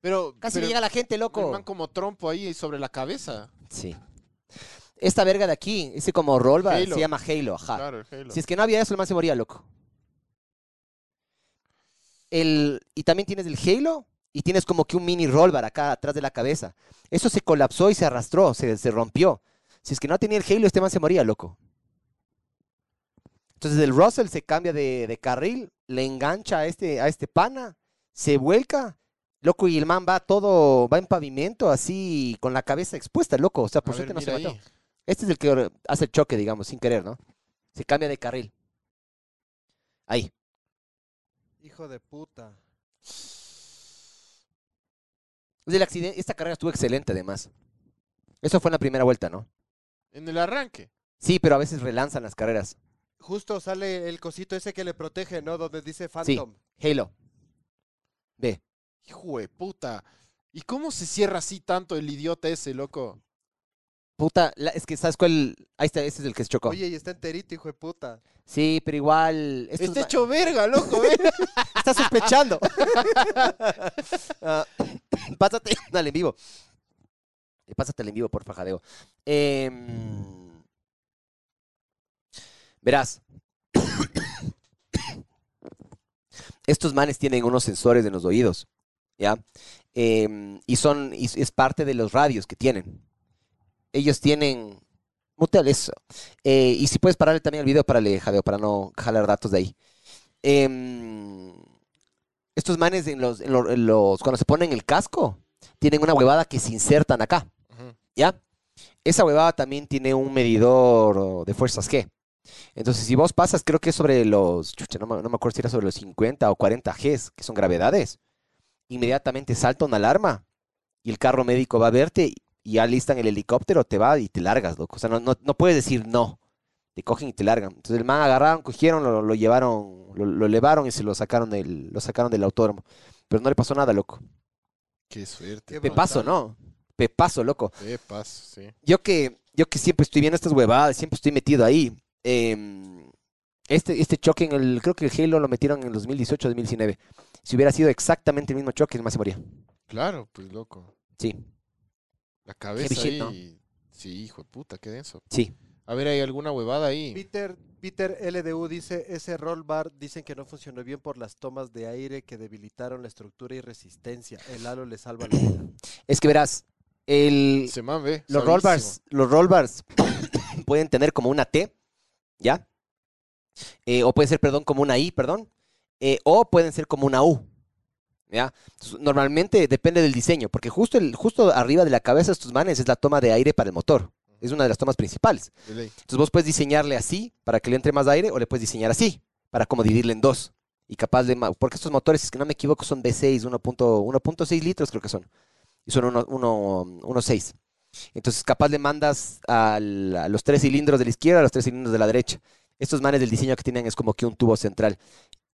S2: Pero,
S3: Casi
S2: pero
S3: le llega a la gente,
S2: el
S3: loco.
S2: man como trompo ahí sobre la cabeza.
S3: Sí. Esta verga de aquí, ese como rollback,
S2: Halo.
S3: se llama Halo, ajá.
S2: Claro, el Halo.
S3: Si es que no había eso, el man se moría, loco. El, y también tienes el Halo y tienes como que un mini rollbar acá atrás de la cabeza. Eso se colapsó y se arrastró, se, se rompió. Si es que no tenía el Halo, este man se moría, loco. Entonces el Russell se cambia de, de carril, le engancha a este, a este pana, se vuelca, loco, y el man va todo, va en pavimento así, con la cabeza expuesta, loco. O sea, por
S2: A
S3: suerte
S2: ver,
S3: no se
S2: mira
S3: mató.
S2: ahí.
S3: Este es el que or- hace el choque, digamos, sin querer, ¿no? Se cambia de carril. Ahí.
S6: Hijo de puta.
S3: Es el acciden- Esta carrera estuvo excelente, además. Eso fue en la primera vuelta, ¿no?
S2: En el arranque.
S3: Sí, pero a veces relanzan las carreras.
S6: Justo sale el cosito ese que le protege, ¿no? Donde dice Phantom.
S3: Halo. Ve.
S2: Hijo de puta. ¿Y cómo se cierra así tanto el idiota ese, loco?
S3: Puta, la- es que ¿sabes cuál? Ahí está, ese es el que se chocó.
S6: Oye, y está enterito, hijo de puta.
S3: Sí, pero igual... estos
S2: Está
S3: va-
S2: hecho verga, loco, ¿eh?
S3: Está sospechando. Ah, pásate. Dale, en vivo. pásate el en vivo, por fajadeo. Eh, verás. Estos manes tienen unos sensores en los oídos, ¿ya? Eh, y son, y es parte de los radios que tienen. Ellos tienen... Muteale eso. Eh, y si puedes pararle también el video, parale, jadeo, para no jalar datos de ahí. Em, estos manes en los, en lo- en los- cuando se ponen el casco, tienen una huevada que se insertan acá. ¿Ya? Esa huevada también tiene un medidor de fuerzas G. Entonces, si vos pasas, creo que es sobre los, chucha, no, me- no me acuerdo si era sobre los 50 o 40 Gs, que son gravedades, inmediatamente salta una alarma y el carro médico va a verte y ya listan el helicóptero, te va y te largas, loco. O sea, no, no, no puedes decir no. Te cogen y te largan. Entonces el man agarraron, cogieron, lo, lo llevaron, lo, lo elevaron y se lo sacaron del, lo sacaron del autódromo. Pero no le pasó nada, loco.
S2: Qué suerte.
S4: Qué
S3: Pepazo, ¿no? Pepazo, loco.
S2: Qué paso, sí.
S3: Yo que, yo que siempre estoy viendo estas huevadas, siempre estoy metido ahí. em, este, este choque en el, creo que el Halo lo metieron en el 2018 2019. Si hubiera sido exactamente el mismo choque, el más se moría.
S2: Claro, pues loco.
S3: Sí,
S2: La cabeza
S3: vigil,
S2: ahí.
S3: ¿no?
S2: Sí, hijo de puta, qué denso.
S3: sí.
S2: A ver, ¿hay alguna huevada ahí?
S4: Peter, Peter LDU dice, ese roll bar dicen que no funcionó bien por las tomas de aire que debilitaron la estructura y resistencia. El halo le salva la vida.
S3: Es que verás, el,
S2: Se man, ve. sabidísimo.
S3: Los roll bars, los roll bars pueden tener como una T, ¿ya? Eh, o puede ser, perdón, como una I, perdón. eh, o pueden ser como una U, ¿ya? Entonces, Normalmente depende del diseño, porque justo, el, justo arriba de la cabeza de estos manes es la toma de aire para el motor. Es una de las tomas principales.
S2: De ley.
S3: Entonces vos puedes diseñarle así para que le entre más aire o le puedes diseñar así para como dividirle en dos. Y capaz de... ma- Porque estos motores, si es que no me equivoco, son V6, 1.6 litros creo que son. Y son 1.6. Uno, uno seis. Entonces capaz le mandas al- a los tres cilindros de la izquierda, a los tres cilindros de la derecha. Estos manes del diseño que tienen es como que un tubo central.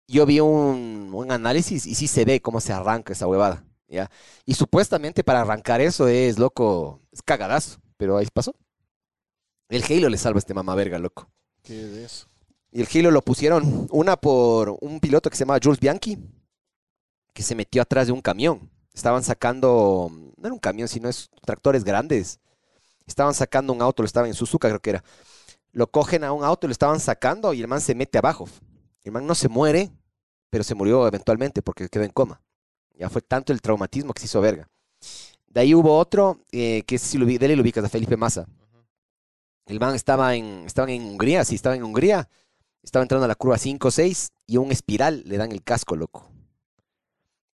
S3: Yo vi un, un análisis y sí se ve cómo se arranca esa huevada. ¿ya? Y supuestamente para arrancar eso es, loco, es cagadazo. Pero ahí pasó. El Halo le salva a este mamá verga, loco.
S2: Qué denso.
S3: Y el Halo lo pusieron una por un piloto que se llamaba Jules Bianchi, que se metió atrás de un camión. Estaban sacando, no era un camión, sino es tractores grandes. Estaban sacando un auto, lo estaban en Suzuka, creo que era. Lo cogen a un auto, lo estaban sacando y el man se mete abajo. El man no se muere, pero se murió eventualmente porque quedó en coma. Ya fue tanto el traumatismo que se hizo verga. De ahí hubo otro, eh, que ese sí lo vi, dele lo ubicas, a Felipe Massa. El man estaba en, estaban en Hungría, sí, estaba en Hungría. Estaba entrando a la curva 5-6 y un espiral le dan el casco, loco.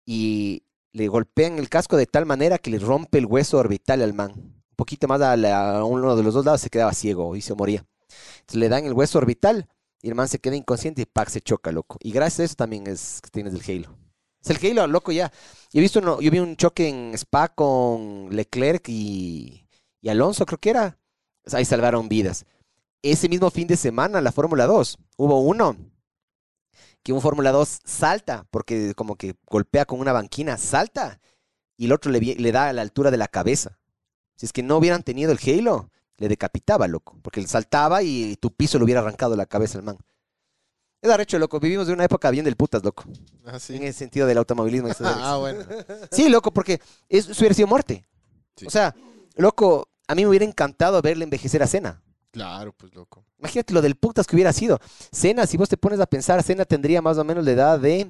S3: Y le golpean el casco de tal manera que le rompe el hueso orbital al man. Un poquito más a, la- a uno de los dos lados se quedaba ciego y se moría. Entonces le dan el hueso orbital y el man se queda inconsciente y pac se choca, loco. Y gracias a eso también es que tienes el Halo. Es el Halo, loco, ya. Yo, he visto uno- yo vi un choque en Spa con Leclerc y, y Alonso, creo que era. O sea, ahí salvaron vidas ese mismo fin de semana la Fórmula 2. Hubo uno que un Fórmula 2 salta, porque como que golpea con una banquina, salta, y el otro le, vi- le da a la altura de la cabeza. Si es que no hubieran tenido el Halo, le decapitaba, loco, porque él saltaba y tu piso le hubiera arrancado la cabeza al man. Es arrecho, loco. Vivimos de una época bien del putas, loco.
S2: Ah, sí.
S3: En el sentido del automovilismo. y esas vergas.
S2: Ah, bueno.
S3: Sí, loco, porque es, eso hubiera sido muerte.
S2: Sí.
S3: O sea, loco, a mí me hubiera encantado verle envejecer a Cena.
S2: Claro, pues loco.
S3: Imagínate lo del putas que hubiera sido. Cena, si vos te pones a pensar, Cena tendría más o menos la edad de.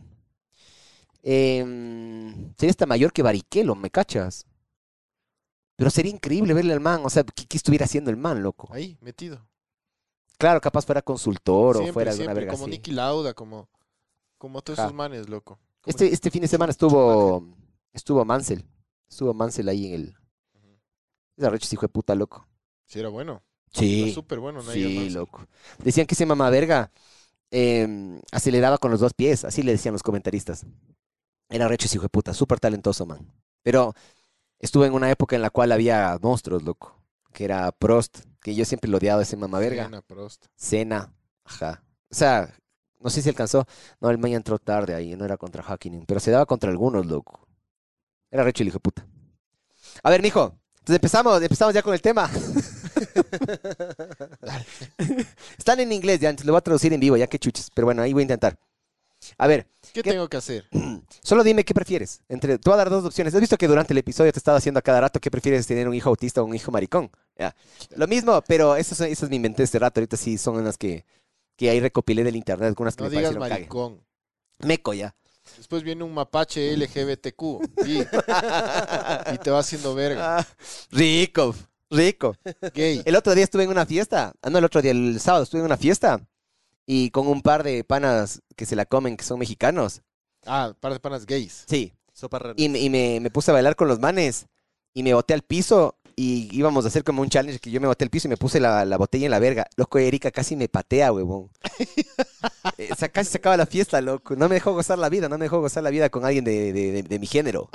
S3: em, sería hasta mayor que Barrichello, ¿me cachas? Pero sería increíble verle al man, o sea, ¿qué, qué estuviera haciendo el man, loco?
S2: Ahí, metido.
S3: Claro, capaz fuera consultor
S2: siempre,
S3: o fuera alguna
S2: siempre,
S3: verga
S2: como
S3: así.
S2: Nicky Lauda, como, como todos
S3: Ajá.
S2: esos manes, loco. Como
S3: Este, este fin de semana estuvo estuvo Mansell. Estuvo Mansell ahí en el. Esa recha hijo de puta, loco.
S2: Si era bueno. Era
S3: Sí.
S2: súper bueno. Nigel
S3: Sí,
S2: Mansell.
S3: loco. Decían que ese mamá verga em, aceleraba con los dos pies, así le decían los comentaristas. Era recho ese hijo de puta, súper talentoso, man. Pero estuve en una época en la cual había monstruos, loco. Que era Prost, que yo siempre lo odiaba a ese mamá verga.
S2: Senna, Prost.
S3: Cena, ajá. O sea, no sé si alcanzó. No, el man entró tarde ahí, no era contra Hakkinen, pero se daba contra algunos, loco. Era recho el hijo de puta. A ver, mijo, entonces empezamos, empezamos ya con el tema. Están en inglés ya, entonces lo voy a traducir en vivo, ya que chuches. Pero bueno, ahí voy a intentar. A ver,
S2: ¿Qué
S3: ¿Qué-
S2: tengo que hacer?
S3: solo dime qué prefieres. Entre, te voy a dar dos opciones. Has visto que durante el episodio te he estado haciendo a cada rato qué prefieres tener un hijo autista o un hijo maricón. Ya. Lo mismo, pero esas son- esas me inventé este rato. Ahorita sí son las que, que ahí recopilé del internet, algunas que
S2: No
S3: me
S2: digas
S3: parecieron cague.
S2: maricón.
S3: Meco ya.
S2: Después viene un mapache LGBTQ y, y te va haciendo verga.
S3: Ah, rico, rico.
S2: Gay.
S3: El otro día estuve en una fiesta. Ah, no, el otro día, el sábado estuve en una fiesta. Y con un par de panas que se la comen, que son mexicanos.
S2: Ah, par de panas gays.
S3: Sí.
S4: Sopa rana.
S3: Y, me- y me, me puse a bailar con los manes. Y me boté al piso. Y íbamos a hacer como un challenge que yo me boté al piso y me puse la, la botella en la verga. Loco, Erika casi me patea, huevón. Eh, o sea, casi se acaba la fiesta, loco. No me dejó gozar la vida, no me dejó gozar la vida con alguien de, de- de- de mi género.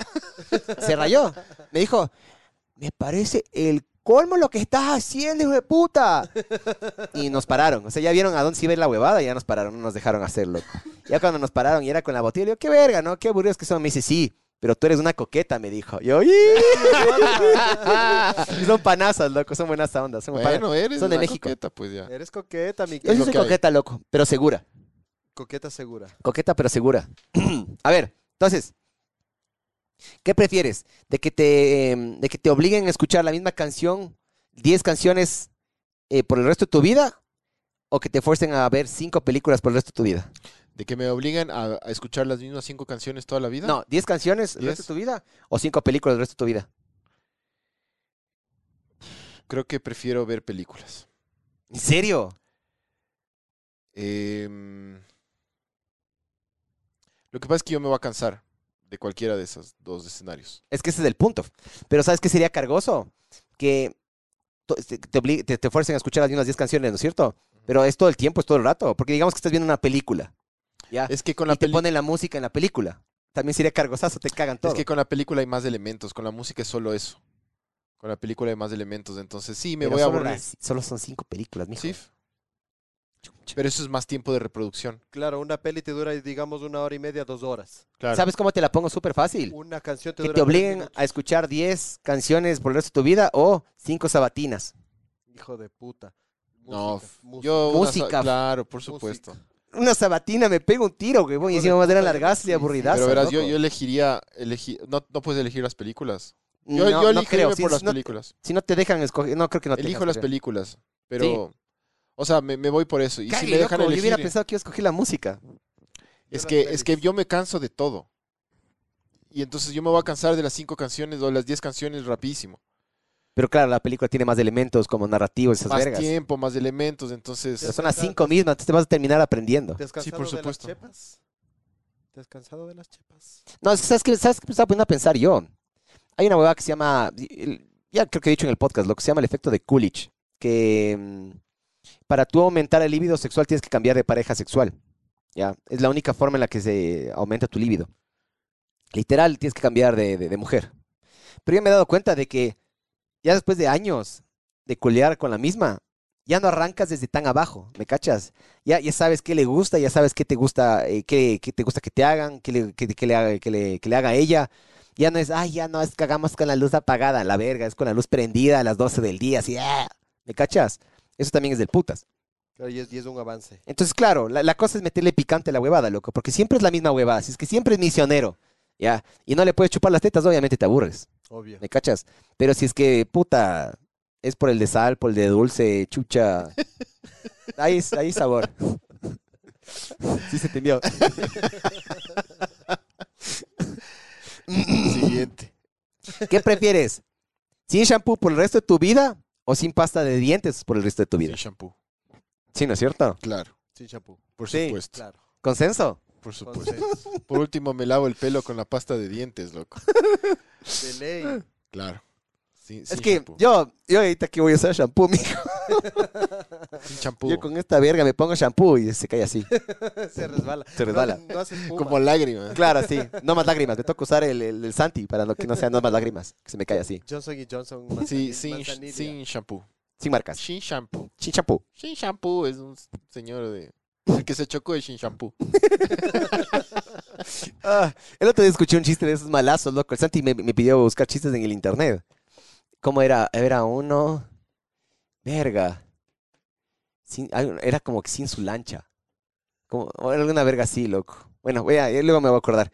S3: Se rayó. Me dijo, me parece el colmo lo que estás haciendo, hijo de puta. Y nos pararon. O sea, ya vieron a dónde se iba a ir la huevada, ya nos pararon, no nos dejaron hacerlo. Ya cuando nos pararon y era con la botella, le digo, qué verga, ¿no? Qué aburridos que son. Me dice, sí, pero tú eres una coqueta, me dijo. Yo, "Ih". Y son panazas, loco, son buenas ondas. Son, panas.
S2: Bueno, eres
S3: son de
S2: una
S3: México.
S2: coqueta, pues ya.
S4: Eres coqueta, mi
S3: Yo sí
S2: lo
S3: soy
S2: que hay.
S3: coqueta, loco, pero segura.
S4: coqueta segura.
S3: Coqueta pero segura. a ver, entonces, ¿qué prefieres? ¿De que te, em, de que te obliguen a escuchar la misma canción, 10 canciones eh, por el resto de tu vida? ¿O que te fuercen a ver 5 películas por el resto de tu vida?
S2: De que me obligan a, a escuchar las mismas cinco canciones toda la vida.
S3: No, 10 canciones el resto de tu vida o 5 películas el resto de tu vida.
S2: Creo que prefiero ver películas.
S3: ¿En serio?
S2: Em, lo que pasa es que yo me voy a cansar de cualquiera de esos dos escenarios.
S3: Es que ese es el punto. Pero ¿sabes qué sería cargoso? Que to- te, te obli- te- te fuercen a escuchar las mismas 10 canciones, ¿no es cierto? Pero es todo el tiempo, es todo el rato. Porque digamos que estás viendo una película. ¿ya?
S2: Es que con
S3: Ah, y
S2: la
S3: te
S2: peli-
S3: ponen la música en la película. También sería cargosazo, te cagan todo.
S2: es que con la película hay más elementos, con la música es solo eso. Con la película hay más elementos, entonces sí me
S3: Pero
S2: voy a
S3: solo
S2: aburrir.
S3: las- solo son cinco películas, mijo.
S2: Sí. Pero eso es más tiempo de reproducción.
S4: Claro, una peli te dura, digamos, una hora y media, dos horas.
S2: Claro.
S3: ¿Sabes cómo te la pongo súper fácil?
S4: Una canción te
S3: Que te
S4: dura. tres
S3: obliguen
S4: minutos.
S3: a escuchar 10 canciones por el resto de tu vida o cinco sabatinas.
S4: Hijo de puta.
S2: No, f-
S4: música.
S2: yo una sa-
S3: Música.
S2: claro, por supuesto.
S3: Una sabatina me pega un tiro, güey. Y encima más eran largas y aburridas.
S2: Pero verás, yo, yo elegiría, elegi- no, no puedes elegir las películas. Yo,
S3: no,
S2: yo
S3: no
S2: elegiría
S3: creo.
S2: por
S3: Si,
S2: las
S3: si no,
S2: películas.
S3: si no te dejan escoger, no creo que no te
S2: Elijo
S3: dejan
S2: las
S3: escoger.
S2: películas, pero, o sea, me, me voy por eso. Y si
S3: Cague,
S2: me dejan
S3: loco, Yo hubiera
S2: elegir, eh.
S3: pensado que yo escogí la música.
S2: es
S4: las
S2: que, es que
S4: pelis.
S2: yo me canso de todo. Y entonces yo me voy a cansar de las cinco canciones o las diez canciones rapidísimo.
S3: Pero claro, la película tiene más elementos como narrativos, esas
S2: más
S3: vergas.
S2: tiempo, más elementos, entonces...
S3: Pero son las cinco mismas, entonces te vas a terminar aprendiendo.
S4: ¿Te has
S2: Sí,
S4: cansado
S2: por supuesto.
S4: de las chepas? ¿Te has cansado de las chepas?
S3: No, es que ¿sabes qué, ¿sabes qué me estaba poniendo a pensar yo? Hay una huevada que se llama, el- ya creo que he dicho en el podcast, lo que se llama el efecto de Coolidge, que mm, para tú aumentar el líbido sexual tienes que cambiar de pareja sexual. ¿ya? Es la única forma en la que se aumenta tu líbido. Literal, tienes que cambiar de, de- de mujer. Pero yo me he dado cuenta de que ya después de años de culear con la misma, ya no arrancas desde tan abajo, ¿me cachas? ya, ya sabes qué le gusta, ya sabes qué te gusta, eh, qué, qué te gusta que te hagan, qué le, qué- qué le haga, qué le, qué le haga ella. Ya no es, ay, ya no, es que hagamos con la luz apagada, la verga, es con la luz prendida a las 12 del día, así, ah, ¿me cachas? Eso también es del putas.
S4: Claro, y es, y es un avance.
S3: Entonces, claro, la, la cosa es meterle picante a la huevada, loco, porque siempre es la misma huevada, si es que siempre es misionero, ¿ya? Y no le puedes chupar las tetas, obviamente te aburres.
S4: Obvio.
S3: ¿Me cachas? Pero si es que, puta, es por el de sal, por el de dulce, chucha. Ahí, es- ahí es sabor. Sí se entendió.
S2: Siguiente.
S3: ¿Qué prefieres? ¿Sin shampoo por el resto de tu vida o sin pasta de dientes por el resto de tu vida?
S2: Sin shampoo.
S3: Sí, ¿no es cierto?
S2: Claro,
S4: Sin champú.
S2: por
S3: Sí, Pues
S2: supuesto.
S4: Claro.
S3: ¿Consenso?
S2: Por supuesto.
S4: Entonces,
S2: Por último, me lavo el pelo con la pasta de dientes, loco.
S4: de ley.
S2: Claro. Sin,
S3: es
S2: sin
S3: que
S2: shampoo.
S3: yo, yo ahorita aquí voy a usar shampoo, mijo.
S2: Sin champú.
S3: Yo con esta verga me pongo shampoo y se cae así.
S4: Se resbala.
S3: Se resbala.
S4: No, no hace espuma.
S2: Como lágrima.
S3: Claro, sí. No más lágrimas. Me toca usar el, el- el Santi para no- que no sean no más lágrimas. Que se me cae así.
S4: Johnson y Johnson.
S2: Sí,
S4: manzanilla-
S2: sin,
S4: manzanilla.
S2: sin shampoo.
S3: Sin marcas.
S2: Sin shampoo.
S3: Sin shampoo.
S2: Sin shampoo es un señor de... El que se chocó es sin shampoo.
S3: Ah, el otro día escuché un chiste de esos malazos, loco. El Santi me, me pidió buscar chistes en el internet. ¿Cómo era? Era uno. Verga. Sin- hay un- era como que sin su lancha. Como, o era alguna verga así, loco. Bueno, voy a, eh, luego me voy a acordar.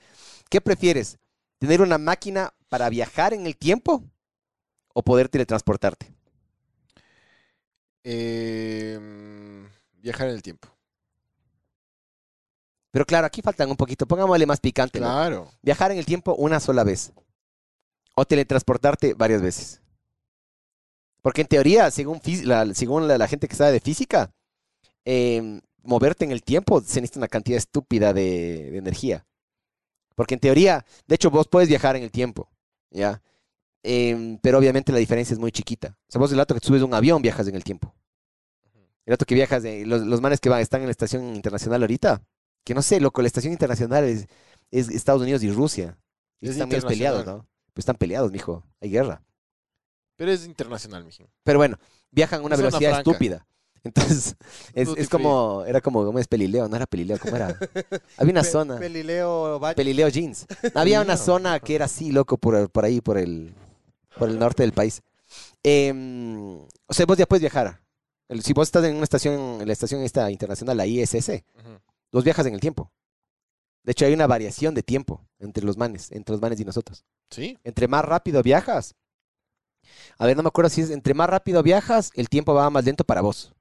S3: ¿Qué prefieres? ¿Tener una máquina para viajar en el tiempo o poder teletransportarte?
S2: Eh, mm, viajar en el tiempo.
S3: Pero claro, aquí faltan un poquito. Pongámosle más picante. ¿no?
S2: Claro.
S3: Viajar en el tiempo una sola vez. O teletransportarte varias veces. Porque en teoría, según, fí- la, según la, la gente que sabe de física, eh, moverte en el tiempo se necesita una cantidad estúpida de, de energía. Porque en teoría, de hecho, vos puedes viajar en el tiempo, ¿ya? Em, pero obviamente la diferencia es muy chiquita. O sea, vos el rato que te subes a un avión viajas en el tiempo. El rato que viajas, de- los, los manes que van, están en la estación internacional ahorita, que no sé, loco, la estación internacional es, es Estados Unidos y Rusia. Y
S2: Es
S3: están medio peleados, ¿no? Pues están peleados, mijo. Hay guerra.
S2: Pero es internacional, mijín.
S3: Pero bueno, viajan a una
S2: Es zona
S3: velocidad
S2: franca.
S3: estúpida. Entonces, es,
S2: Duty
S3: es como, era como, ¿cómo es Pelileo? No era Pelileo, ¿cómo era? Había una zona,
S4: Pelileo Valle.
S3: Pelileo Jeans. Había una zona que era así, loco, por, por ahí, por el, por el norte del país. Em, o sea, vos ya puedes viajar. El- si vos estás en una estación, en la estación esta internacional, la ISS,
S2: Ujú.
S3: vos viajas en el tiempo. De hecho, hay una variación de tiempo entre los manes, entre los manes y nosotros
S2: Sí.
S3: entre más rápido viajas. A ver, no me acuerdo si es entre más rápido viajas, el tiempo va más lento para vos.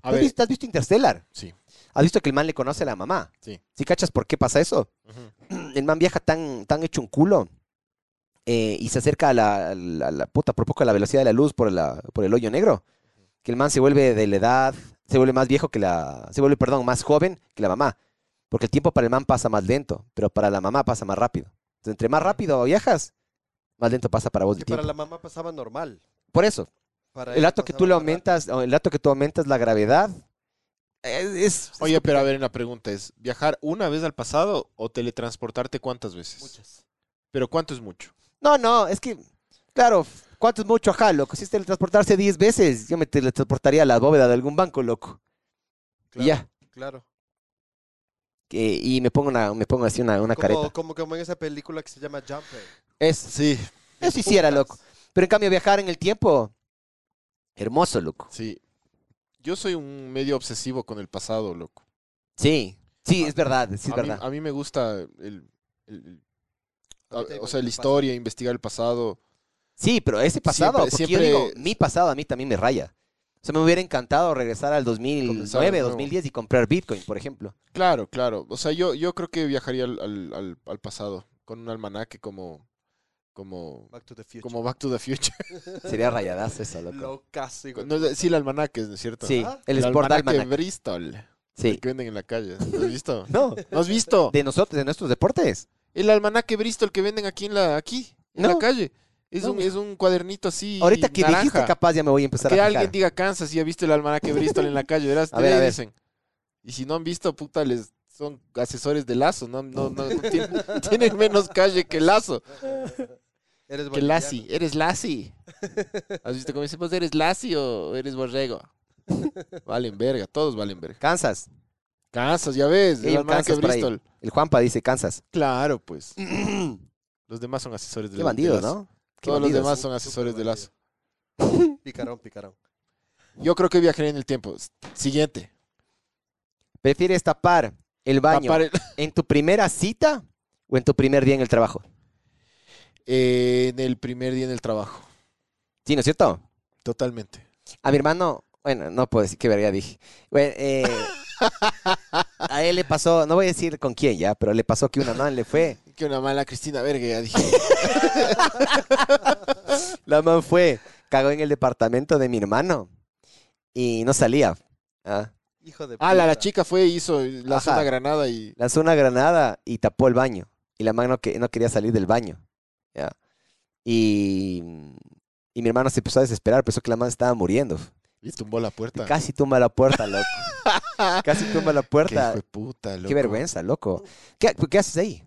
S2: A
S3: ¿Has,
S2: ver.
S3: visto, has visto Interstellar?
S2: Sí.
S3: ¿Has visto que el man le conoce a la mamá?
S2: Sí.
S3: ¿Sí cachas por qué pasa eso?
S2: Ujú.
S3: El man viaja tan, tan hecho un culo eh, y se acerca a la, a la- a la puta por poco a la velocidad de la luz por, la- por el hoyo negro. Que el man se vuelve de la edad, se vuelve más viejo que la. Se vuelve, perdón, más joven que la mamá. Porque el tiempo para el man pasa más lento, pero para la mamá pasa más rápido. Entonces, entre más rápido viajas, más lento pasa para vos el
S4: Que para
S3: tiempo.
S4: la mamá pasaba normal.
S3: Por eso,
S4: Para
S3: el
S4: ella
S3: dato que
S4: pasaba
S3: tú le
S4: normal.
S3: aumentas, o el dato que tú aumentas la gravedad, es- es-
S2: Oye, pero a ver, la pregunta es, ¿viajar una vez al pasado o teletransportarte cuántas veces?
S4: Muchas.
S2: Pero ¿cuánto es mucho?
S3: No, no, es que, claro, ¿cuánto es mucho? Ajá, loco, si es teletransportarse 10 veces, yo me teletransportaría a la bóveda de algún banco, loco.
S4: Claro,
S3: Y ya,
S4: Claro.
S3: que- y me pongo, una, me pongo así una, una
S4: Como,
S3: careta.
S4: como, como en esa película que se llama Jumper.
S3: Es,
S2: Sí,
S3: eso hiciera,
S4: Putas.
S3: loco. Pero en cambio, viajar en el tiempo, hermoso, loco.
S2: sí. Yo soy un medio obsesivo con el pasado, loco.
S3: Sí, sí, es verdad, sí, es
S2: Ah, a, mí,
S3: verdad.
S2: a mí me gusta el, el- el-
S4: A mí también
S2: a-
S4: me
S2: o sea, la
S4: gusta el
S2: historia, investigar el pasado.
S3: Sí, pero ese pasado,
S2: Siempre-
S3: porque
S2: siempre-
S3: yo digo, mi pasado a mí también me raya. O sea, me hubiera encantado regresar al
S2: Comenzar de
S3: 2009,
S2: nuevo.
S3: 2010 y comprar Bitcoin, por ejemplo.
S2: Claro, claro. O sea, yo, yo creo que viajaría al, al- al- al pasado con un almanaque como, como,
S4: Back to the Future.
S2: como Back to the Future.
S3: Sería rayadazo eso, loco.
S4: Locazo, hijo de-
S2: No, sí, el almanaque, ¿no es cierto?
S3: Sí,
S4: Ah,
S3: el Sport Almanac.
S2: Bristol.
S3: Sí.
S2: que venden en la calle. ¿Lo has visto?
S3: No,
S2: ¿No has visto?
S3: de nosotros, de nuestros deportes.
S2: El almanaque Bristol que venden aquí en la, aquí, en la
S3: No.
S2: calle. Es,
S3: No.
S2: un, es un cuadernito así.
S3: Ahorita que
S2: naranja.
S3: dijiste capaz ya me voy a empezar
S2: Que
S3: a
S2: alguien
S3: fijar.
S2: diga Kansas y ha visto el almanaque Bristol en la calle. Verás,
S3: A
S2: de
S3: ver, a
S2: ahí
S3: ver.
S2: dicen. Y si no han visto, puta, les son asesores de lazo. No, no, no, no tienen, tienen menos calle que lazo.
S4: Eres
S2: Que
S4: boliviano.
S2: Lassi. Eres Lassi. ¿Has visto cómo dicen? Pues eres Lassi o eres borrego. Valen verga, todos valen verga.
S3: Kansas.
S2: Kansas, ya ves,
S3: Sí,
S2: el
S3: un
S2: almanaque
S3: Kansas por ahí.
S2: Bristol.
S3: El Juanpa dice Kansas.
S2: Claro, pues. Los demás son asesores de
S3: Qué
S2: la- de
S3: bandidos,
S2: lazo.
S3: ¿no? Qué
S2: Todos los
S3: bandidos.
S2: demás son asesores de lazo.
S4: Picarón, picarón.
S2: Yo creo que viajaré en el tiempo. S- Siguiente.
S3: ¿Prefieres tapar el baño
S2: Tapar el-
S3: en tu primera cita o en tu primer día en el trabajo?
S2: Eh, en el primer día en el trabajo.
S3: Sí, ¿no es cierto?
S2: Totalmente.
S3: A mi hermano, bueno, no puedo decir qué verga dije. Bueno, eh, a él le pasó, no voy a decir con quién ya, pero le pasó que una man le fue.
S2: Que una mala Cristina Verga ya dije.
S3: La man fue, cagó en el departamento de mi hermano y no salía. Ah,
S4: Hijo de
S2: Ah, la, la
S4: puta.
S2: chica fue y hizo la
S3: Ajá.
S2: zona granada y.
S3: Lanzó una granada y tapó el baño. Y la man no, que, no quería salir del baño. ya. Y, y mi hermano se empezó a desesperar, pensó que la man estaba muriendo.
S2: y tumbó la puerta.
S3: Casi tumba la puerta, loco. Casi tumba la
S2: Qué
S3: puerta.
S2: hijo de puta,
S3: Qué,
S2: loco.
S3: vergüenza, loco. ¿Qué, qué haces ahí?